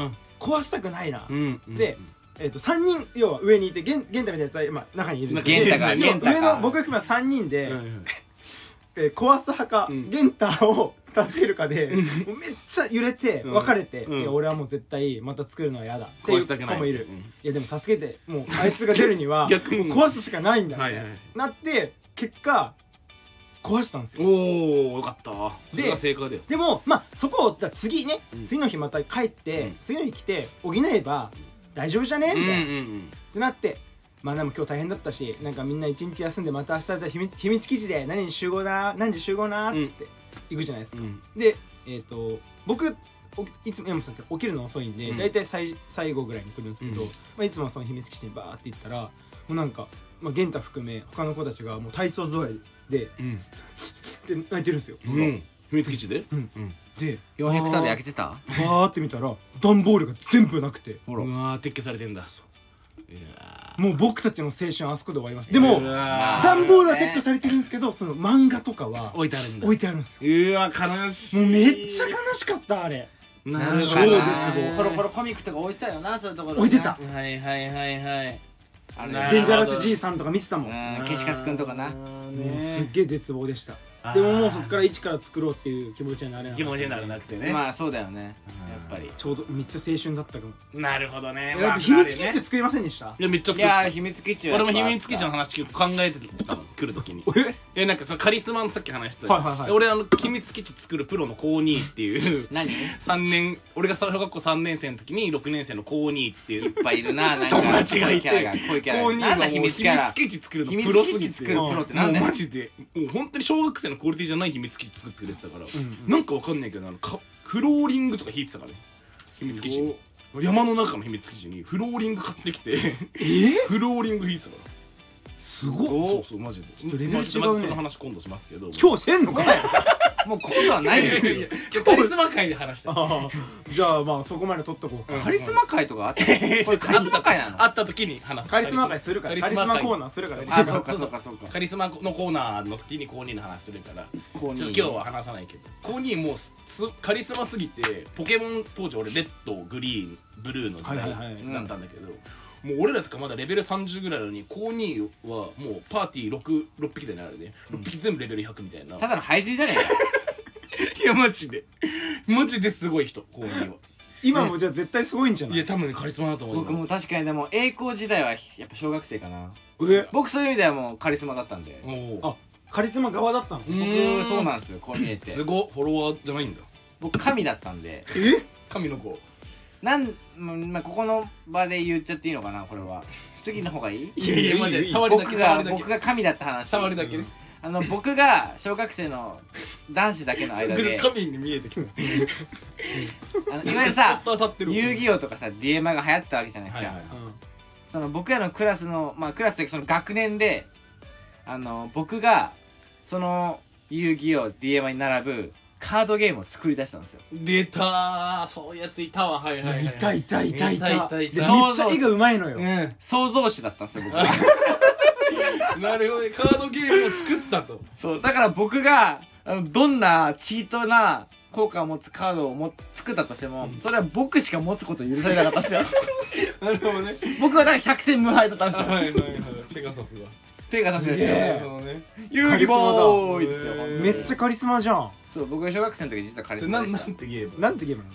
[SPEAKER 3] あ
[SPEAKER 2] 壊したくないな、
[SPEAKER 3] うん
[SPEAKER 2] で、えー、と3人要は上にいてゲンゲンタみたいなやつは、まあ、中にいるんですけど
[SPEAKER 1] ゲンタが
[SPEAKER 2] でも
[SPEAKER 1] ゲンタが
[SPEAKER 2] 上の僕含め3人で、
[SPEAKER 3] はいはい
[SPEAKER 2] えー壊す派か、
[SPEAKER 3] うん
[SPEAKER 2] ゲンタを 助けるかで、もうめっちゃ揺れて
[SPEAKER 3] うん
[SPEAKER 2] 別れて、
[SPEAKER 3] うん
[SPEAKER 2] いや俺はもう絶対また作るのは嫌だってい
[SPEAKER 3] 壊
[SPEAKER 2] う
[SPEAKER 3] したくない
[SPEAKER 2] 子もいる、
[SPEAKER 3] うん
[SPEAKER 2] いやでも助けてもうあいつが出るには
[SPEAKER 3] 逆に
[SPEAKER 2] 壊すしかないんだ、
[SPEAKER 3] はいはい
[SPEAKER 2] なって結果壊したんですよ
[SPEAKER 3] おおよかったそれが正解だよ
[SPEAKER 2] でもまあそこをだから次ね、
[SPEAKER 3] うん
[SPEAKER 2] 次の日また帰って、
[SPEAKER 3] うん
[SPEAKER 2] 次の日来て補えば大丈夫じゃね
[SPEAKER 3] う
[SPEAKER 2] み
[SPEAKER 3] ん
[SPEAKER 2] た
[SPEAKER 3] う
[SPEAKER 2] い
[SPEAKER 3] ん
[SPEAKER 2] な、
[SPEAKER 3] うん
[SPEAKER 2] ってなってまあでも今日大変だったしなんかみんな一日休んでまた明日じゃあ秘密秘密基地で何に集合だ何時集合なっつって行くじゃないです
[SPEAKER 3] う
[SPEAKER 2] か、
[SPEAKER 3] ん
[SPEAKER 2] でえっ、と僕おいつも山本さんって起きるの遅いんで、
[SPEAKER 3] うん
[SPEAKER 2] 大体最最後ぐらいに来るんですけど、
[SPEAKER 3] うん
[SPEAKER 2] まあ、いつもその秘密基地にバーって行ったらもうなんか、まあ、玄太含め他の子たちがもう体操座りで
[SPEAKER 3] うん
[SPEAKER 2] で泣いてるんですよ、
[SPEAKER 3] うん秘密基地で
[SPEAKER 2] うん
[SPEAKER 3] うん
[SPEAKER 2] で
[SPEAKER 5] 4ヘクタール焼けてた
[SPEAKER 2] バーって見たら段ボールが全部なくて
[SPEAKER 5] ほ
[SPEAKER 3] う
[SPEAKER 5] ら
[SPEAKER 3] わー撤去されてんだうわ
[SPEAKER 2] もう僕たちの青春あそこで終わりましたでも
[SPEAKER 3] うわー
[SPEAKER 2] 段ボールは撤去されてるんですけどその漫画とかは
[SPEAKER 3] 置いてあるんだ
[SPEAKER 2] 置いてあるんですよ
[SPEAKER 3] うわ悲しい
[SPEAKER 2] もうめっちゃ悲しかったあれ
[SPEAKER 3] な
[SPEAKER 5] るほ
[SPEAKER 3] ほ
[SPEAKER 5] ど
[SPEAKER 3] ど
[SPEAKER 5] ね
[SPEAKER 1] コロコロコミックとか置いてたよなそういうところにな
[SPEAKER 2] 置いてた
[SPEAKER 1] はいはいはいはい
[SPEAKER 5] あ
[SPEAKER 3] な
[SPEAKER 2] デン
[SPEAKER 3] るほ
[SPEAKER 2] ジャ
[SPEAKER 3] ど
[SPEAKER 2] ラスじいさんとか見てたもんも
[SPEAKER 5] うんケシカスくんとかな
[SPEAKER 2] うす
[SPEAKER 3] ね
[SPEAKER 2] っげえ絶望でした
[SPEAKER 3] あー
[SPEAKER 2] でももうそっから一から作ろうっていう気持ちになれな
[SPEAKER 3] 気
[SPEAKER 2] かっ
[SPEAKER 3] 持ちにならなくてね
[SPEAKER 1] まあそうだよねやっぱり
[SPEAKER 2] たちょうどめっちゃ青春だったかも
[SPEAKER 3] なるほどね
[SPEAKER 2] えだって秘密基地って作りませんでした
[SPEAKER 3] いやめっちゃ
[SPEAKER 1] い
[SPEAKER 3] 作っ
[SPEAKER 1] やー
[SPEAKER 3] た
[SPEAKER 1] 秘密基地は
[SPEAKER 3] 俺も秘密基地の
[SPEAKER 1] の
[SPEAKER 3] 話聞く考えてたの来る時に
[SPEAKER 2] え
[SPEAKER 3] えなんかそのカリスマのさっき話してた、
[SPEAKER 2] はいはいはい
[SPEAKER 3] 俺あの秘密基地作るプロの高2って いう
[SPEAKER 1] 何い
[SPEAKER 3] 3年俺が小学校3年生の時に6年生の高2っていう
[SPEAKER 1] っぱいいるななんか
[SPEAKER 3] 友達がいて
[SPEAKER 1] 濃キャラが濃いキャラ
[SPEAKER 3] 高
[SPEAKER 1] が
[SPEAKER 3] 2
[SPEAKER 1] な
[SPEAKER 3] は
[SPEAKER 1] ん
[SPEAKER 3] も
[SPEAKER 1] だ
[SPEAKER 3] う秘
[SPEAKER 1] 秘
[SPEAKER 3] 密
[SPEAKER 1] 密キャラ
[SPEAKER 3] 基地作るの
[SPEAKER 1] 秘
[SPEAKER 3] プ
[SPEAKER 1] 密
[SPEAKER 3] ロす
[SPEAKER 1] 基
[SPEAKER 3] ぎ
[SPEAKER 1] 地
[SPEAKER 3] て
[SPEAKER 1] 作るプロってなんだ
[SPEAKER 3] もう
[SPEAKER 1] よ
[SPEAKER 3] マジでもう本当に小学生のクオリティじゃない秘密基地作ってくれてたから、なんかわかんないけどあのかフローリングとか引いてたからね秘密基地に山の中の秘密基地にフローリング買ってきてフローリング引いてたから
[SPEAKER 2] す
[SPEAKER 3] そうそうマジでちょ
[SPEAKER 2] っとレベル
[SPEAKER 3] まあちょっとま
[SPEAKER 2] 違
[SPEAKER 3] た
[SPEAKER 2] うね
[SPEAKER 3] その話今度しますけど
[SPEAKER 2] 今日してんのか
[SPEAKER 1] もう今度はないよ
[SPEAKER 3] いやカリスマ会で話した
[SPEAKER 2] あー じゃあまあそこまで取っとこうか
[SPEAKER 3] うん
[SPEAKER 1] カリスマ会とかあったこれカリスマ会なの
[SPEAKER 3] 会った時に話す
[SPEAKER 2] カリスマ会するからカリスマコーナーするから
[SPEAKER 1] あそうかそうかそうか
[SPEAKER 3] カリスマのコーナーの時に高2の話するから
[SPEAKER 1] こう
[SPEAKER 3] ちょっと今日は話さないけど高2もうすすカリスマすぎてポケモン当時俺レッドグリーンブルーの時代
[SPEAKER 2] はい
[SPEAKER 3] だ
[SPEAKER 2] はいはい
[SPEAKER 3] ったんだけど、もう俺らとかまだレベル30ぐらいなのに高2はもうパーティー 6, 6匹だよねあれで、ね、6匹全部レベル100みたいな
[SPEAKER 1] ただの廃人じゃねえか
[SPEAKER 3] いやマジでマジですごい人高2は
[SPEAKER 2] 今もじゃあ絶対すごいんじゃないい
[SPEAKER 3] や多分ねカリスマだと思う
[SPEAKER 1] 僕も確かにでも栄光時代はやっぱ小学生かな
[SPEAKER 2] え
[SPEAKER 1] 僕そういう意味ではもうカリスマだったんで
[SPEAKER 3] 今おお
[SPEAKER 2] あカリスマ側だったの
[SPEAKER 1] 僕そうなんですよこう見えて
[SPEAKER 3] すごいフォロワーじゃないんだ
[SPEAKER 1] 僕神だったんで
[SPEAKER 2] え
[SPEAKER 3] 神の子
[SPEAKER 1] なん、まあ、ここの場で言っちゃっていいのかなこれは次の方がいい
[SPEAKER 3] いやいやマジで触りだけ
[SPEAKER 1] 僕
[SPEAKER 3] 触
[SPEAKER 1] が
[SPEAKER 3] りだけ
[SPEAKER 1] 僕が神だった話
[SPEAKER 3] 触りだけね
[SPEAKER 1] あの僕が小学生の男子だけの間で
[SPEAKER 3] 神に見えてきた
[SPEAKER 1] あのいわゆるさ
[SPEAKER 3] 当たってる
[SPEAKER 1] 遊戯王とかさディエマが流行ったわけじゃないですか、
[SPEAKER 3] はいはい
[SPEAKER 1] その僕らのクラスのまあクラスというかその学年であの僕がその遊戯王ディエマに並ぶカードゲームを作り出したんですよ
[SPEAKER 3] 出たーそういうやついたわはいはい,、はい、
[SPEAKER 2] いたいたいたいたで
[SPEAKER 3] いたいた
[SPEAKER 2] め
[SPEAKER 3] い
[SPEAKER 2] ったちゃ絵がうまいのよ
[SPEAKER 1] 創造主だったんですよ僕
[SPEAKER 3] なるほどねカードゲームを作ったと
[SPEAKER 1] そうだから僕があのどんなチートな効果を持つカードをも作ったとしてもそれは僕しか持つことを許されなかったんですよ
[SPEAKER 3] なるほどね
[SPEAKER 1] 僕はだから100戦無敗だったんですよ
[SPEAKER 3] はいはいはいペガサスだ
[SPEAKER 1] ペガサスです
[SPEAKER 2] すげ
[SPEAKER 1] よ
[SPEAKER 2] え
[SPEAKER 3] なるほどね
[SPEAKER 1] 遊戯ボーイですよ
[SPEAKER 3] へー
[SPEAKER 1] 本当に
[SPEAKER 2] めっちゃカリスマじゃん
[SPEAKER 1] そう僕が小学生の時実はカリ
[SPEAKER 3] そ
[SPEAKER 1] ス
[SPEAKER 3] れ
[SPEAKER 1] マ
[SPEAKER 3] な
[SPEAKER 1] で
[SPEAKER 3] ん
[SPEAKER 1] し
[SPEAKER 3] な
[SPEAKER 1] た
[SPEAKER 3] んてゲーム
[SPEAKER 2] なんてゲームな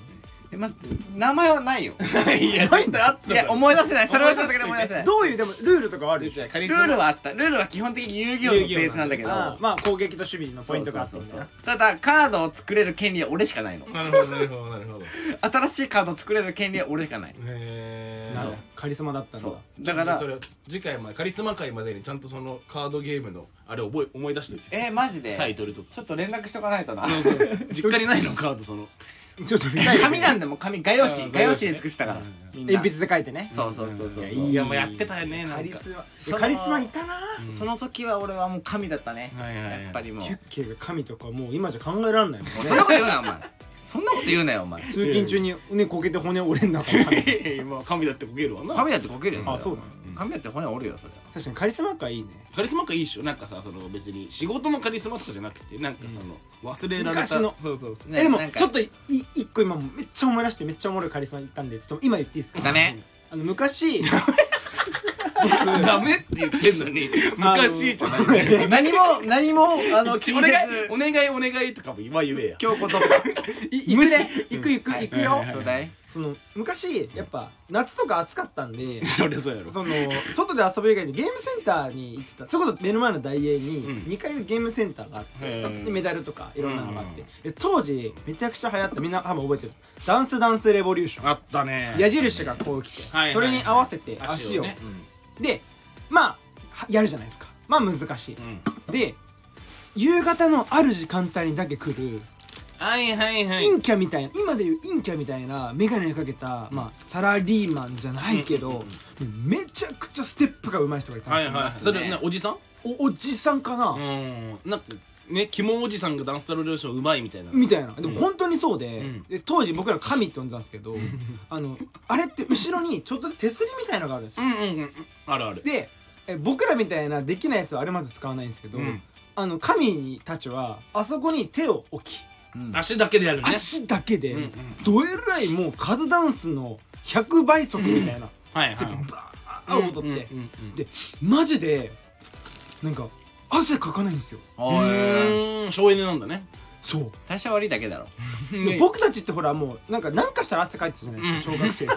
[SPEAKER 1] え待って名前はないよ
[SPEAKER 3] いや絶対あった
[SPEAKER 1] いや思い出せないそれはちょっと
[SPEAKER 3] 思
[SPEAKER 1] 思
[SPEAKER 3] い
[SPEAKER 1] い
[SPEAKER 3] 出
[SPEAKER 1] 出せ
[SPEAKER 3] せな
[SPEAKER 1] な
[SPEAKER 2] の
[SPEAKER 1] い
[SPEAKER 2] どういうでもルールとかはある
[SPEAKER 3] ル
[SPEAKER 2] でしょ
[SPEAKER 3] ー
[SPEAKER 1] ルールはあったルールは基本的に遊戯王のベースなんだけど
[SPEAKER 2] あーまあ攻撃と守備のポイントがあって
[SPEAKER 1] そう
[SPEAKER 2] み
[SPEAKER 1] そ
[SPEAKER 2] た
[SPEAKER 1] う
[SPEAKER 2] い
[SPEAKER 1] そ
[SPEAKER 2] な
[SPEAKER 1] うただカードを作れる権利は俺しかないの
[SPEAKER 3] なるほどなるほどなるほど
[SPEAKER 1] 新しいカードを作れる権利は俺しかない
[SPEAKER 3] へ
[SPEAKER 2] な
[SPEAKER 3] ー
[SPEAKER 2] るカリスマだったんだ
[SPEAKER 1] そう
[SPEAKER 3] だ
[SPEAKER 1] だ
[SPEAKER 3] か
[SPEAKER 1] からら
[SPEAKER 3] それを次回までカリスマ会までにちゃんとそのカードゲームのあれ覚え思い出しておいて
[SPEAKER 1] えー、マジで、
[SPEAKER 3] タイトルとか
[SPEAKER 1] ちょっと連絡しとかないとな
[SPEAKER 3] 実家にないのカードその
[SPEAKER 2] ちょっと見たい よ
[SPEAKER 1] 紙なんでもう紙画用
[SPEAKER 3] うん
[SPEAKER 1] 紙画用紙で作ってたから
[SPEAKER 3] うん
[SPEAKER 1] みんな
[SPEAKER 2] 鉛筆で書いてね
[SPEAKER 1] そうそうそうそう
[SPEAKER 2] や
[SPEAKER 3] いやもうやってたよねなんか
[SPEAKER 2] カリスマい
[SPEAKER 1] そ
[SPEAKER 2] や
[SPEAKER 1] の
[SPEAKER 2] カリスマいたな
[SPEAKER 3] うん
[SPEAKER 1] その時は俺はもう神だったね、
[SPEAKER 3] はいはいはい
[SPEAKER 1] やっぱりもう
[SPEAKER 2] ヒュッケが神とかもう今じゃ考えられないもん
[SPEAKER 1] もうそんなこと言うなお前そんなこと言うなよお前
[SPEAKER 2] 通勤中にねこけて骨折れん だから神
[SPEAKER 3] いやまあ神だってこけるわな
[SPEAKER 1] 神だってこけるよれは
[SPEAKER 2] あそうなの
[SPEAKER 1] 神だって骨折るよそれは
[SPEAKER 2] 確かにカリスマ感いいね
[SPEAKER 3] カリスマかいいっしょなんかさその別に仕事のカリスマとかじゃなくてなんかその、忘れられた
[SPEAKER 2] 昔の
[SPEAKER 3] そうそうそう
[SPEAKER 1] ね
[SPEAKER 2] えでも
[SPEAKER 1] なんか
[SPEAKER 2] ちょっとい一個今めっちゃ思い出してめっちゃおもろいカリスマいたんでちょっと今言っていいですか
[SPEAKER 1] ダメ
[SPEAKER 2] あの昔
[SPEAKER 3] ダメって言ってんの に昔じゃないんだよ
[SPEAKER 1] 何も何もあ の
[SPEAKER 3] お願いお願いお願いとかも今言えや
[SPEAKER 1] 今日こと
[SPEAKER 2] い行くね行く行く行くよ
[SPEAKER 1] ちょうだい
[SPEAKER 2] その昔やっぱ夏とか暑かったんで
[SPEAKER 3] そりゃそうやろ
[SPEAKER 2] その外で遊ぶ以外にゲームセンターに行ってたそれこそ目の前のダイエーに
[SPEAKER 3] うん
[SPEAKER 2] 2階のゲームセンターがあって、
[SPEAKER 3] へー
[SPEAKER 2] でメダルとかいろんなのがあって
[SPEAKER 3] う
[SPEAKER 2] で
[SPEAKER 3] ん、
[SPEAKER 2] 当時めちゃくちゃ流行ったみんな多分覚えてる「ダンスダンスレボリューション」
[SPEAKER 3] あったね
[SPEAKER 2] 矢印がこう来て、
[SPEAKER 3] はいはいはい
[SPEAKER 2] それに合わせて足を
[SPEAKER 3] ね
[SPEAKER 2] でまあはやるじゃないですかまあ難しい
[SPEAKER 3] うん、うん
[SPEAKER 2] で夕方のある時間帯にだけ来る
[SPEAKER 3] はいはいはい
[SPEAKER 2] 陰キャみたいな今でいう陰キャみたいな眼鏡をかけた、まあ、サラリーマンじゃないけど、めちゃくちゃステップが上手い人がいたん
[SPEAKER 3] は
[SPEAKER 2] です
[SPEAKER 3] い
[SPEAKER 2] よ、
[SPEAKER 3] はい
[SPEAKER 2] ね
[SPEAKER 3] それねおじさん
[SPEAKER 2] おおじさんかな、
[SPEAKER 3] うんなんかねキモおじさんがダンスタロールションうまいみたいな
[SPEAKER 2] みたいなでも本当にそうで,、
[SPEAKER 3] うん
[SPEAKER 2] で当時僕ら神って呼んでたんです けどあのあれって後ろにちょっとずつ手すりみたいのがあるんです
[SPEAKER 3] う
[SPEAKER 2] よ、
[SPEAKER 3] んうんうんあるある
[SPEAKER 2] でえ僕らみたいなできないやつはあれまず使わないんですけど、
[SPEAKER 3] うん
[SPEAKER 2] あの神たちはあそこに手を置き
[SPEAKER 3] 足だけでやるね
[SPEAKER 2] 足だけで、
[SPEAKER 3] うんうん
[SPEAKER 2] どえらいもうカズダンスの100倍速みたいな、
[SPEAKER 3] はいは
[SPEAKER 2] で
[SPEAKER 3] い
[SPEAKER 2] バーン踊って、
[SPEAKER 3] うんうんうんうん
[SPEAKER 2] でマジでなんか汗かかないんですよ
[SPEAKER 3] う
[SPEAKER 1] へー
[SPEAKER 3] ーん省エネなんだね
[SPEAKER 2] そう
[SPEAKER 1] 代謝悪いだけだろ
[SPEAKER 2] で僕たちってほらもうなんか何かしたら汗かいてたじゃないですか、小 学生って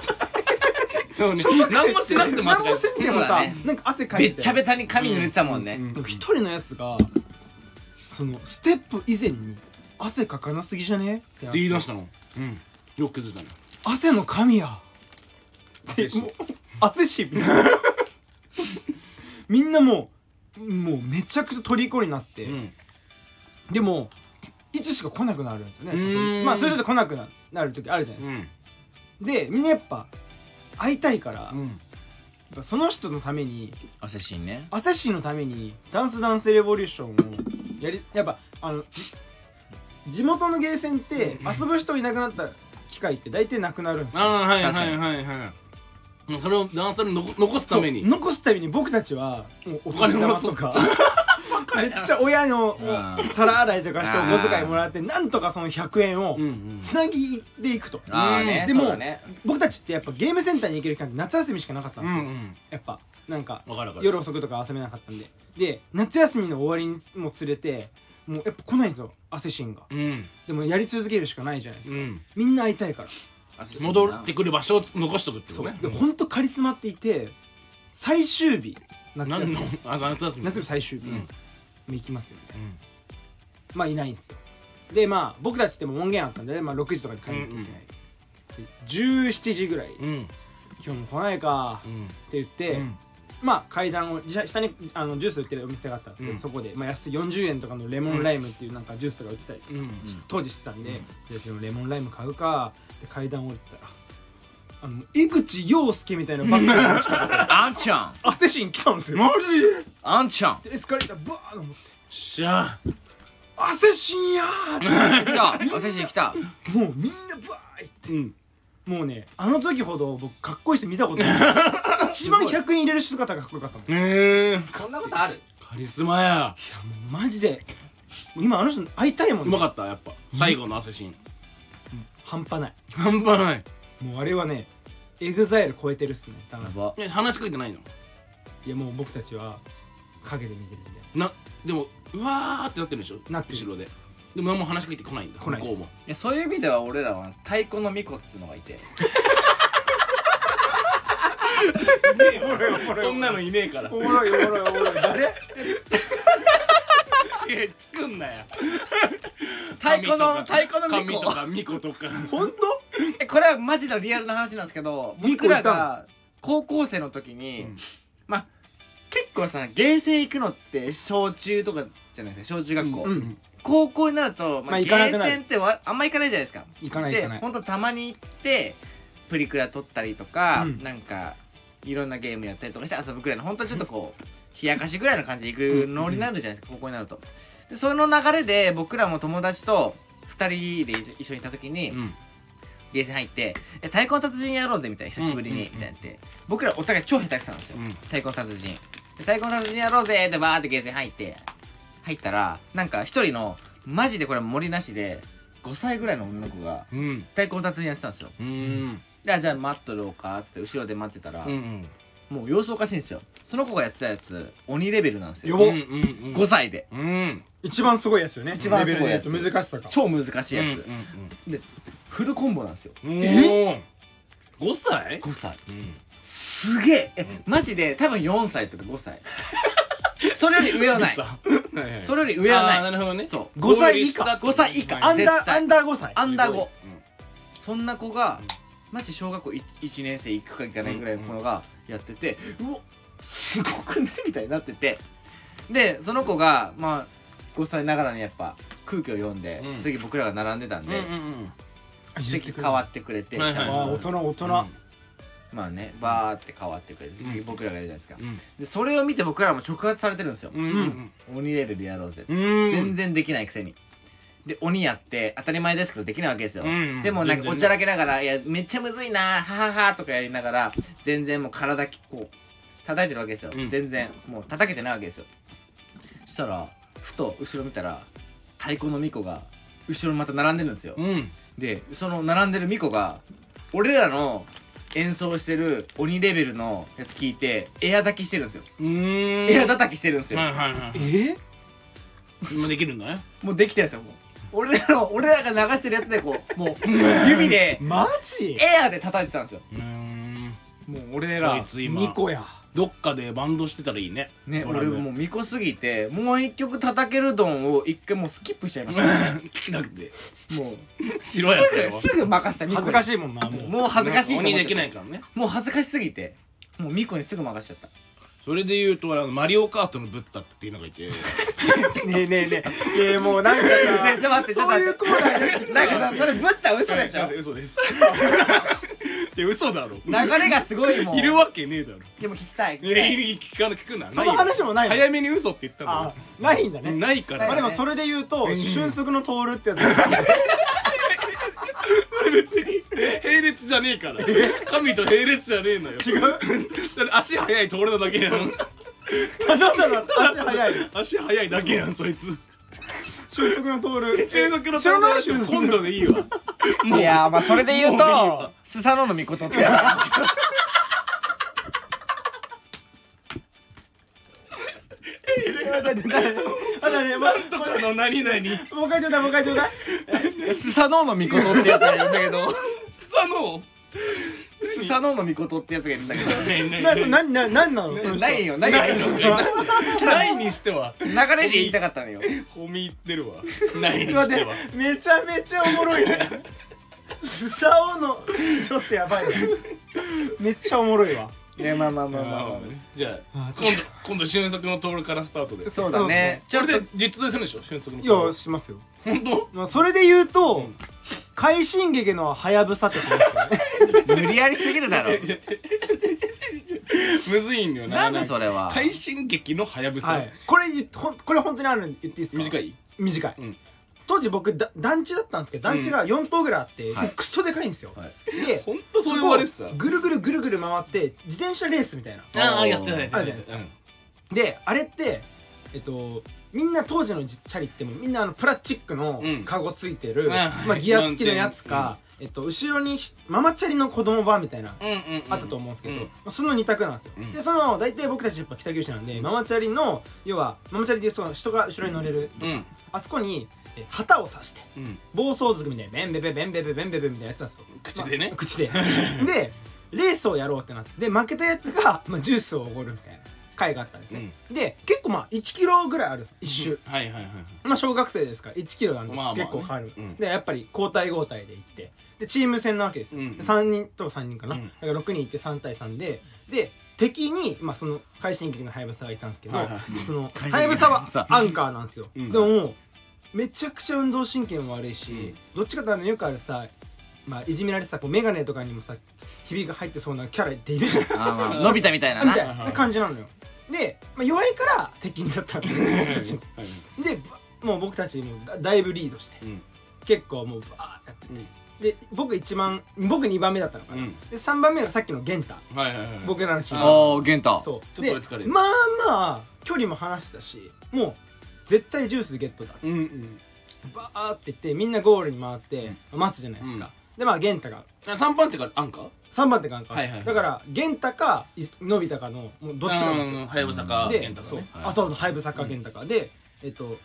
[SPEAKER 4] そうね
[SPEAKER 3] 何もしなくても
[SPEAKER 2] 何
[SPEAKER 3] 汗かい
[SPEAKER 2] も
[SPEAKER 3] て
[SPEAKER 2] せ
[SPEAKER 3] る
[SPEAKER 2] んで
[SPEAKER 1] そ
[SPEAKER 2] も
[SPEAKER 1] うだ
[SPEAKER 2] さ、
[SPEAKER 1] ね
[SPEAKER 2] なんか汗か
[SPEAKER 1] べ
[SPEAKER 2] い
[SPEAKER 1] ってちゃべたに髪濡れてたもんね、
[SPEAKER 3] うん
[SPEAKER 2] 一人のやつがそのステップ以前に汗かかなすぎじゃねって
[SPEAKER 3] って言い出したのうんよく崩れたね
[SPEAKER 2] 汗の神や
[SPEAKER 3] 汗し
[SPEAKER 2] もう汗しぶみんなもうもうめちゃくちゃ虜になって、
[SPEAKER 3] うん
[SPEAKER 2] でもいつしか来なくなるんですよね
[SPEAKER 3] うーん
[SPEAKER 2] まあそういう人来なくななる時あるじゃないで
[SPEAKER 3] う
[SPEAKER 2] すか、
[SPEAKER 3] ん
[SPEAKER 2] でみんなやっぱ会いたいから、
[SPEAKER 3] う
[SPEAKER 2] やっ
[SPEAKER 3] ん
[SPEAKER 2] ぱその人のために
[SPEAKER 1] 汗しんね
[SPEAKER 2] 朝日のためにダンスダンスレボリューションをやりやっぱあの地元のゲーセンって遊ぶ人いなくなった機会って大体なくなるんです
[SPEAKER 3] あ
[SPEAKER 2] よ
[SPEAKER 3] あはいは
[SPEAKER 1] 確か
[SPEAKER 3] い
[SPEAKER 1] に
[SPEAKER 3] はいはいもうそれをダンサーに残残すために
[SPEAKER 2] そう残すために僕たちはもうお金玉とか めっちゃ親の
[SPEAKER 1] うん
[SPEAKER 2] 皿洗いとかしてお小遣いもらってなんとかその100円を
[SPEAKER 3] うんうん
[SPEAKER 2] つなぎでいくと
[SPEAKER 1] ああね
[SPEAKER 2] でも
[SPEAKER 1] そうだね
[SPEAKER 2] 僕たちってやっぱゲームセンターに行ける期間って夏休みしかなかったん
[SPEAKER 3] う
[SPEAKER 2] ですよ、
[SPEAKER 3] ん
[SPEAKER 2] やっぱなんか
[SPEAKER 3] うんわかるわかる
[SPEAKER 2] 夜遅くとか遊べなかったんでで夏休みの終わりにも連れてもうやっぱ来ないんですよ汗ンが
[SPEAKER 3] うん
[SPEAKER 2] でもやり続けるしかないじゃないです
[SPEAKER 3] う
[SPEAKER 2] か、
[SPEAKER 3] ん
[SPEAKER 2] みんな会いたいから
[SPEAKER 1] 汗しんな
[SPEAKER 3] 戻ってくる場所を残しとくってことね
[SPEAKER 2] でほんとカリスマっていて最終日夏休
[SPEAKER 3] 何
[SPEAKER 2] み
[SPEAKER 3] のあ夏休み
[SPEAKER 2] 夏休み最終日、
[SPEAKER 3] うん
[SPEAKER 2] もう行きますよみたい
[SPEAKER 3] うん
[SPEAKER 2] なまあいないんですよでまあ僕たちってもう音源あったんで、まあ、6時とかに帰る
[SPEAKER 3] うんうん
[SPEAKER 2] みたいな、で17時ぐらい、
[SPEAKER 3] うん
[SPEAKER 2] 今日も来ないか
[SPEAKER 3] うん
[SPEAKER 2] って言って、
[SPEAKER 3] うん
[SPEAKER 2] まあ階段をじゃ下にあのジュース売ってるお店があったんですけど、
[SPEAKER 3] うん
[SPEAKER 2] そこで、まあ、安い40円とかのレモンライムっていうなんかジュースが売ってたり
[SPEAKER 3] うん
[SPEAKER 2] し当時してたんで、じゃあでもレモンライム買うかって階段降りてたらあの井口洋介みたいなバッグが来た
[SPEAKER 1] あんちゃん
[SPEAKER 2] 汗シーン来たんですよ
[SPEAKER 3] マジ
[SPEAKER 1] あんちゃん
[SPEAKER 2] でエスカレーターバーッと思って
[SPEAKER 3] しゃあ
[SPEAKER 2] 「汗シーンやー!」っ
[SPEAKER 1] 来た汗しん来た
[SPEAKER 2] てもうみんなバーッって
[SPEAKER 3] うん
[SPEAKER 2] もうねあの時ほど僕かっこいい人見たこと ない一番100円入れる姿がかっこよかったもんい
[SPEAKER 3] ええ
[SPEAKER 1] こんなことある
[SPEAKER 3] カリスマや
[SPEAKER 2] やもうマジでもう今あの人会いたいも
[SPEAKER 3] うん
[SPEAKER 2] ね
[SPEAKER 3] まかったやっぱ最後の汗シーン
[SPEAKER 2] 半端ない
[SPEAKER 3] 半端ない
[SPEAKER 2] もうあれはねエグザイル超えてるっすねダンス
[SPEAKER 1] ば
[SPEAKER 3] え話しかけてないの
[SPEAKER 2] いやもう僕たちは陰で見てるんで
[SPEAKER 3] なでもうわーってなってるでしょ
[SPEAKER 2] なってる
[SPEAKER 3] 後ろででも何も話しかけてこないんだ
[SPEAKER 2] 来ないっ
[SPEAKER 3] 向
[SPEAKER 2] す
[SPEAKER 3] こ
[SPEAKER 1] いやそういう意味では俺らは太鼓の巫女っていうのがいて
[SPEAKER 3] うもそんなのいねえから
[SPEAKER 2] おもろいおもろいおもろい誰
[SPEAKER 3] いや作んなや
[SPEAKER 1] 太鼓の太鼓の巫
[SPEAKER 3] 神と
[SPEAKER 1] 女
[SPEAKER 3] か巫女とか
[SPEAKER 2] 本
[SPEAKER 1] えこれはマジのリアルな話なんですけど
[SPEAKER 2] ミコ
[SPEAKER 1] 僕ら
[SPEAKER 2] いたの
[SPEAKER 1] が高校生の時に、
[SPEAKER 3] うん
[SPEAKER 1] まあ結構さゲーセン行くのって小中とかじゃないですか小中学校、
[SPEAKER 2] 当うん
[SPEAKER 1] 高校になると、ま
[SPEAKER 2] まあ
[SPEAKER 1] あ、
[SPEAKER 2] 行
[SPEAKER 1] ゲ
[SPEAKER 2] かなくなる
[SPEAKER 1] ーセンってわあんま行かないじゃないですか
[SPEAKER 2] 行かない行
[SPEAKER 1] で
[SPEAKER 2] かない
[SPEAKER 1] ほんとたまに行ってプリクラ撮ったりとか、
[SPEAKER 2] うん
[SPEAKER 1] なんかいろんなゲームやったりとかして遊ぶくらいのほんとちょっとこう冷やかしぐらいの感じで行くノリになるじゃないですか高校になるとでその流れで僕らも友達と2人で一緒一緒にいた時に、
[SPEAKER 3] うん
[SPEAKER 1] ゲーセン入って「え太鼓の達人やろうぜ」みたいな久しぶりに、
[SPEAKER 3] うんうんうん
[SPEAKER 1] みたいなって僕らお互い超下手くそなんですよ、
[SPEAKER 3] うん
[SPEAKER 1] 太鼓の達人で太鼓の達人やろうぜってバーってゲーセン入って入ったらなんか一人のマジでこれ森なしで5歳ぐらいの女の子が
[SPEAKER 3] うん
[SPEAKER 1] 太鼓の達人やってたんですよ
[SPEAKER 3] うん
[SPEAKER 1] であじゃあ待っとろうかっつって後ろで待ってたら、
[SPEAKER 3] うん
[SPEAKER 1] もう様子おかしいんですよその子がやってたやつ鬼レベルなんです
[SPEAKER 2] よ
[SPEAKER 1] よ
[SPEAKER 2] ぼ
[SPEAKER 3] うんうんうん
[SPEAKER 1] 5歳で
[SPEAKER 3] うん
[SPEAKER 2] 一番すごいやつよね
[SPEAKER 1] 一番すごいやつ
[SPEAKER 2] レベルで言うと難しさが
[SPEAKER 1] 超難しいやつ、
[SPEAKER 3] う
[SPEAKER 1] フルコンボなんですよ
[SPEAKER 3] んうんうんえ5歳
[SPEAKER 1] 5歳
[SPEAKER 3] うん
[SPEAKER 1] すげええ、マジで多分4歳とか5歳 それより上はない
[SPEAKER 3] い
[SPEAKER 1] そ
[SPEAKER 3] れ
[SPEAKER 1] れより上はない
[SPEAKER 3] あーなるほどね
[SPEAKER 1] そう
[SPEAKER 2] 5歳以下
[SPEAKER 1] 5歳以下
[SPEAKER 2] アンダ
[SPEAKER 1] 絶
[SPEAKER 2] ー
[SPEAKER 1] 対
[SPEAKER 2] アンダー5歳
[SPEAKER 1] アンダー5
[SPEAKER 3] うん
[SPEAKER 1] そんな子がマジ小学校 1, 年生行くか行かないぐらいの子がやってて、うわすごくないみたいになっててでその子がまあ5歳ながらにやっぱ空気を読んで、
[SPEAKER 3] うん
[SPEAKER 1] その時僕らが並んでたんで、
[SPEAKER 3] うんうんうん
[SPEAKER 2] あ譲っ
[SPEAKER 1] 席
[SPEAKER 2] てくれ
[SPEAKER 1] 変わってくれて、
[SPEAKER 3] はいはい
[SPEAKER 2] あー大人大人
[SPEAKER 1] まあねバーって変わってくれて、次僕らがいるじゃないですか、
[SPEAKER 3] うん
[SPEAKER 1] でそれを見て僕らも直発されてるんですよ、
[SPEAKER 3] うん
[SPEAKER 1] 鬼レベルやろうぜ、
[SPEAKER 3] うん
[SPEAKER 1] 全然できないくせにで鬼やって当たり前ですけどできないわけですよ、
[SPEAKER 3] うん
[SPEAKER 1] でもなん
[SPEAKER 3] 全然
[SPEAKER 1] かお
[SPEAKER 3] ね
[SPEAKER 1] ちゃらけながら「いやめっちゃむずいなははは」とかやりながら全然もう体こう叩いてるわけですよ、
[SPEAKER 3] うん
[SPEAKER 1] 全然もう叩けてないわけですよそしたらふと後ろ見たら太鼓の巫女が後ろにまた並んでるんですよ、
[SPEAKER 3] うん
[SPEAKER 1] でその並んでるミコが俺らの演奏してる鬼レベルのやつ聞いてエア抱きしてるんですよ、
[SPEAKER 3] うん
[SPEAKER 1] エア叩きしてるんですよ、
[SPEAKER 3] はいはいはい
[SPEAKER 2] え
[SPEAKER 3] 今できるんだね
[SPEAKER 1] もうできてるんですよもう俺らの俺らが流してるやつでこうもう指で
[SPEAKER 2] マジ
[SPEAKER 1] エアで叩いてたんですよ
[SPEAKER 3] うん
[SPEAKER 1] もう俺
[SPEAKER 3] そい
[SPEAKER 1] ら
[SPEAKER 3] つ
[SPEAKER 2] 2
[SPEAKER 3] 今
[SPEAKER 2] 個や
[SPEAKER 3] どっかでバンドしてたらいい ね
[SPEAKER 1] ね
[SPEAKER 3] 俺
[SPEAKER 1] 俺
[SPEAKER 3] も
[SPEAKER 1] もうミコすぎてもう一曲叩けるドンを一回もうスキップしちゃいました
[SPEAKER 3] 聞きなくて
[SPEAKER 1] もう
[SPEAKER 3] 白や
[SPEAKER 1] すぐすぐ任せたミコ
[SPEAKER 2] 恥ずかしいもんなもう
[SPEAKER 1] もう恥ずかしいと思っ
[SPEAKER 3] 鬼
[SPEAKER 1] ちゃ
[SPEAKER 3] で
[SPEAKER 1] っ
[SPEAKER 3] き
[SPEAKER 1] た
[SPEAKER 3] ないからね
[SPEAKER 1] もう恥ずかしすぎてもうミコにすぐ任せちゃっ
[SPEAKER 3] それで言うとあのマリオカートのブッダっていうのがいて
[SPEAKER 2] ねえねえねえ いやもうなんか
[SPEAKER 1] たねちょっと待ってちょっと
[SPEAKER 2] そう
[SPEAKER 1] 待
[SPEAKER 2] い
[SPEAKER 1] っ
[SPEAKER 2] う
[SPEAKER 1] て
[SPEAKER 2] コーナーで
[SPEAKER 1] なんかさそれぶった嘘でしょ
[SPEAKER 3] 嘘ですいや嘘だろ
[SPEAKER 1] 流れがすごいもん
[SPEAKER 3] いるわけねえだろ
[SPEAKER 1] でも聞きたい聞き
[SPEAKER 3] いや
[SPEAKER 1] た
[SPEAKER 3] い
[SPEAKER 1] い
[SPEAKER 3] や聞かな聞く
[SPEAKER 2] そ
[SPEAKER 3] な
[SPEAKER 2] の話もないの
[SPEAKER 3] 早めに嘘って言ったの
[SPEAKER 2] あ
[SPEAKER 3] よ
[SPEAKER 2] ないんだね
[SPEAKER 3] ないか
[SPEAKER 2] まあで
[SPEAKER 3] ら
[SPEAKER 2] もそれで言うと
[SPEAKER 3] ん
[SPEAKER 2] 瞬足の通るってや つ
[SPEAKER 3] 別に並列じゃねえから神と並列じゃねえのよ違う足速いと俺のだけやん
[SPEAKER 2] ただただ足速い
[SPEAKER 3] 足速いだけやんそいつ
[SPEAKER 2] 瞬足の通る
[SPEAKER 3] 中国の
[SPEAKER 2] 知ら
[SPEAKER 3] 友
[SPEAKER 2] ない
[SPEAKER 3] 達
[SPEAKER 2] 瞬
[SPEAKER 3] も
[SPEAKER 2] 足
[SPEAKER 3] 今度でいいわもう
[SPEAKER 1] いやーまあそれで言う
[SPEAKER 3] もういい
[SPEAKER 1] とスサノのミコトって
[SPEAKER 2] あだねまあ
[SPEAKER 3] とかの何々
[SPEAKER 2] もう一回ちょうだいもう一回ちょうだい
[SPEAKER 1] スサノのミコトってやつがいるんだけど
[SPEAKER 3] 草の
[SPEAKER 1] スサノのミコトってやつがいるんだけ ど
[SPEAKER 2] な
[SPEAKER 3] 何
[SPEAKER 2] なななんなのその人
[SPEAKER 1] ないよないよ
[SPEAKER 3] ないにしては
[SPEAKER 1] 流れで言いたかったのよ
[SPEAKER 3] 込み入ってるわないに
[SPEAKER 2] ちょっ
[SPEAKER 3] し
[SPEAKER 2] と
[SPEAKER 3] て
[SPEAKER 2] 待
[SPEAKER 3] は
[SPEAKER 2] ってめちゃめちゃおもろい ねスサオのちょっとやばいねめっちゃおもろいわ
[SPEAKER 1] いやまあまあまあまあまあ
[SPEAKER 3] じゃあ
[SPEAKER 2] あ
[SPEAKER 3] 今度今度俊足のトールからスタートで
[SPEAKER 1] そうだね
[SPEAKER 3] それで実在するんでしょ俊足の
[SPEAKER 2] い
[SPEAKER 3] トー
[SPEAKER 2] や
[SPEAKER 3] ル
[SPEAKER 2] しますよ、
[SPEAKER 3] 本当
[SPEAKER 2] まあ、それで言うと快進撃のはやぶさってことですよね
[SPEAKER 1] 無理やりすぎるだろ
[SPEAKER 3] むずいんよ
[SPEAKER 6] な
[SPEAKER 3] なん
[SPEAKER 6] だそれは
[SPEAKER 3] 快進撃のハヤブサ、
[SPEAKER 2] はい、これ言っほんこれ本当にあるんで言っていいですか
[SPEAKER 3] 短い
[SPEAKER 2] 短い、
[SPEAKER 3] うん
[SPEAKER 2] 当時僕だ団地だったんですけど団地が4棟ぐらいあって、
[SPEAKER 6] はい
[SPEAKER 2] クソでかいんですよ、
[SPEAKER 6] はい
[SPEAKER 2] で
[SPEAKER 3] ほんとそう言われてた
[SPEAKER 2] そこをぐるぐるぐるぐる回って自転車レースみたいな
[SPEAKER 6] あーやってないやって
[SPEAKER 2] ないあるじゃないですかであれってえっとみんな当時のじチャリってもうみんなあのプラスチックの
[SPEAKER 3] うん
[SPEAKER 2] カゴついてる、
[SPEAKER 3] あはい
[SPEAKER 2] まあ、ギア付きのやつか、えっと、後ろにひママチャリの子供版みたいな、
[SPEAKER 3] うんうんうん
[SPEAKER 2] あったと思うんですけど、
[SPEAKER 3] うん
[SPEAKER 2] まあその2択なんですよ、
[SPEAKER 3] うん
[SPEAKER 2] でその大体僕たちやっぱ北九州なんで、ママチャリの要はママチャリでその人が後ろに乗れる、
[SPEAKER 3] うん
[SPEAKER 2] あそこにえ旗を刺して
[SPEAKER 3] うん
[SPEAKER 2] 暴走族みたいなベンベベベンベベベンベベみたいなやつなんですよ
[SPEAKER 3] 口でね
[SPEAKER 2] まあ口ででレースをやろうってなってで負けたやつが、まあ、ジュースをおごるみたいな回があったんですね、で結構まあ1キロぐらいあるんです一周、
[SPEAKER 3] はいはいはいはい
[SPEAKER 2] まあ小学生ですから1キロなんで
[SPEAKER 3] まあまあね
[SPEAKER 2] 結構変わる、
[SPEAKER 3] うん
[SPEAKER 2] でやっぱり交代交代で行ってでチーム戦なわけですよ、
[SPEAKER 3] うん
[SPEAKER 2] 3人と3人かな、
[SPEAKER 3] うん
[SPEAKER 2] だから6人いって3対3でで敵に、まあ、その快進撃のハヤブサがいたんですけど、
[SPEAKER 3] はいは
[SPEAKER 2] その
[SPEAKER 6] 怪人
[SPEAKER 2] ハヤブサはアンカーなんですよ、
[SPEAKER 3] うん
[SPEAKER 2] でももうめちゃくちゃ運動神経も悪いし、
[SPEAKER 3] うん
[SPEAKER 2] どっちかというとよくあるさまあ、いじめられてさこう眼鏡とかにもさひびが入ってそうなキャラってい るじゃん
[SPEAKER 6] あーまあ伸びたみたいな
[SPEAKER 2] み
[SPEAKER 6] な
[SPEAKER 2] たいな感じなのよで、まあ、弱いから敵になったんです僕たちも
[SPEAKER 3] はい
[SPEAKER 2] でぶもう僕たちもだだいぶリードして
[SPEAKER 3] うん
[SPEAKER 2] 結構もうバーやって
[SPEAKER 3] うん
[SPEAKER 2] で僕一番僕2番目だったのかな、
[SPEAKER 3] うん
[SPEAKER 2] で3番目がさっきの玄太
[SPEAKER 3] はいはいはい
[SPEAKER 2] 僕らのチー
[SPEAKER 6] あ
[SPEAKER 2] ム
[SPEAKER 6] ーゲンタ
[SPEAKER 2] そう
[SPEAKER 3] ちょ
[SPEAKER 2] で
[SPEAKER 3] っと追いつかれる
[SPEAKER 2] まあまあ距離も離したしもう絶対ジュースゲットだ
[SPEAKER 3] うんうん
[SPEAKER 2] バーって言ってみんなゴールに回って待つじゃないですか、でまあ玄太が
[SPEAKER 3] あ三番手からアンカー
[SPEAKER 2] 3番手がなんか、
[SPEAKER 3] はいはいはい
[SPEAKER 2] だから玄太かいのび太かのもうどっちかなんですよ
[SPEAKER 3] ハヤブサか
[SPEAKER 2] で、
[SPEAKER 3] 健太か
[SPEAKER 2] そう、
[SPEAKER 3] ね
[SPEAKER 2] あそうハイブサッカー健太か、でえっと、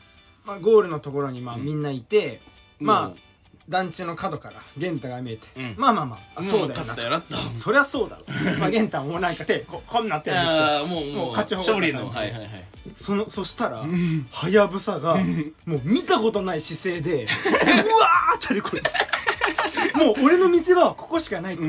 [SPEAKER 2] まあ、ゴールのところにまあみんないて、まあ団地の角から玄太が見えて、
[SPEAKER 3] うん
[SPEAKER 2] まあまあまああ
[SPEAKER 3] うん
[SPEAKER 2] そうだよ
[SPEAKER 3] 勝
[SPEAKER 2] な
[SPEAKER 3] ったよなと
[SPEAKER 2] そりゃそうだろまあ玄太はもうなんか手ここんな手で
[SPEAKER 3] ああもう
[SPEAKER 2] も
[SPEAKER 3] も
[SPEAKER 2] う
[SPEAKER 3] う
[SPEAKER 2] 勝ち
[SPEAKER 3] 勝
[SPEAKER 2] 誇
[SPEAKER 3] 利
[SPEAKER 2] りな
[SPEAKER 3] の
[SPEAKER 2] 感じ
[SPEAKER 3] はいはいはい
[SPEAKER 2] そのそしたらはやぶさがもう見たことない姿勢でうわーってあれこれもう俺の見せ場はここしかないと、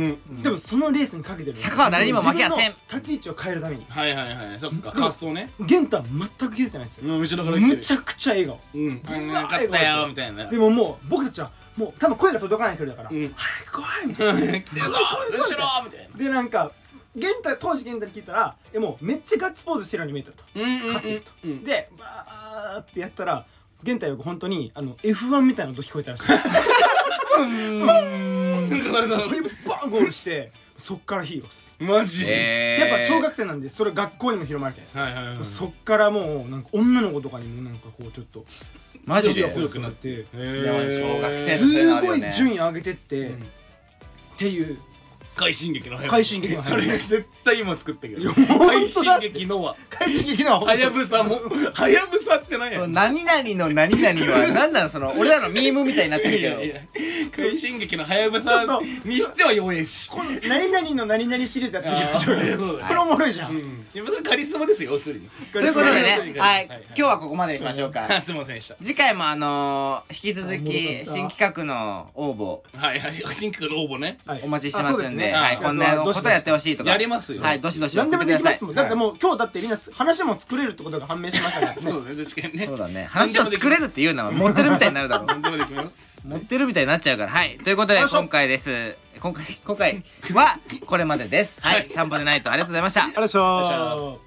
[SPEAKER 2] でもそのレースにかけてる
[SPEAKER 6] 坂は誰にも負けやせん
[SPEAKER 2] 自分の立ち位置を変えるために
[SPEAKER 3] はいはいはいそっかカーストをね
[SPEAKER 2] 玄太は全く気づいてないんですよ
[SPEAKER 3] むしろ
[SPEAKER 2] むちゃくちゃ笑顔
[SPEAKER 3] うん勝ったよみたいな
[SPEAKER 2] でももう僕たちはもう多分声が届かない距離だから、
[SPEAKER 3] うん
[SPEAKER 2] 早く怖いみたいな
[SPEAKER 3] 来てるぞ後ろみたいな
[SPEAKER 2] でなんか玄太当時玄太に聞いたらえもうめっちゃガッツポーズしてるように見えたと、
[SPEAKER 3] うんうん
[SPEAKER 2] 勝ってると、
[SPEAKER 3] うん
[SPEAKER 2] でバーってやったら玄太よく本当にあの F1 みたいな音聞こえ たらしい
[SPEAKER 3] なんかあれだ
[SPEAKER 2] それでバーンゴールしてそっからヒーローっす
[SPEAKER 3] マジ
[SPEAKER 7] え
[SPEAKER 2] やっぱ 小学生なんでそれ学校にも広まるじゃないですか、
[SPEAKER 3] はいはいはい
[SPEAKER 2] そっからもうなんか女の子とかにもなんかこうちょっと
[SPEAKER 7] マジで
[SPEAKER 3] 強くなって
[SPEAKER 2] て
[SPEAKER 3] へー
[SPEAKER 1] 小学生の
[SPEAKER 2] すごい順位上げてって、
[SPEAKER 3] うん
[SPEAKER 2] っていう
[SPEAKER 3] 快進撃の
[SPEAKER 2] 快進撃の
[SPEAKER 3] それ絶対今作ってくる
[SPEAKER 2] 本当だ
[SPEAKER 3] 快進撃のは
[SPEAKER 2] 快進撃の
[SPEAKER 3] はやぶさもはやぶさってなんや
[SPEAKER 1] その何々の何々は何なのその俺らのミームみたいになってる
[SPEAKER 3] い
[SPEAKER 1] け
[SPEAKER 3] やい
[SPEAKER 1] ど
[SPEAKER 3] や快進撃のはやぶさにしては弱えし
[SPEAKER 2] この何々の何々シリーズやっていきましょう
[SPEAKER 3] あー
[SPEAKER 2] よ
[SPEAKER 3] そうだね
[SPEAKER 2] これおもろいじゃん、
[SPEAKER 3] うん自分それカリスマですよ要するに
[SPEAKER 2] と
[SPEAKER 1] ということでねは
[SPEAKER 3] はい
[SPEAKER 1] い今日はここまでにしましょうか
[SPEAKER 3] あすいませんでした
[SPEAKER 1] 次回もあのー引き続き
[SPEAKER 2] あ
[SPEAKER 1] 新企画の応募
[SPEAKER 3] はいはい新企画の応募ね
[SPEAKER 2] はい
[SPEAKER 1] お待ちしてますんでは
[SPEAKER 3] あそうですね
[SPEAKER 1] いこんなことやってほしいとか
[SPEAKER 3] やりますよ
[SPEAKER 1] はいどしどし送
[SPEAKER 2] 何で
[SPEAKER 1] っ
[SPEAKER 2] も
[SPEAKER 1] てく
[SPEAKER 2] で
[SPEAKER 1] ださ
[SPEAKER 2] きま
[SPEAKER 1] い
[SPEAKER 2] すもんだってもう今日だってみんな話も作れるってことが判明し ましたからね
[SPEAKER 3] そうだね確かにね
[SPEAKER 1] そうだね話を作れるっていうのは持ってるみたいになるだろう
[SPEAKER 3] 何でもできます
[SPEAKER 1] 持ってるみたいになっちゃうからはいということで
[SPEAKER 2] よいしょ
[SPEAKER 1] 今回です今回今回はこれまでですはい散歩でないとありがとうございました
[SPEAKER 2] ありがとうございました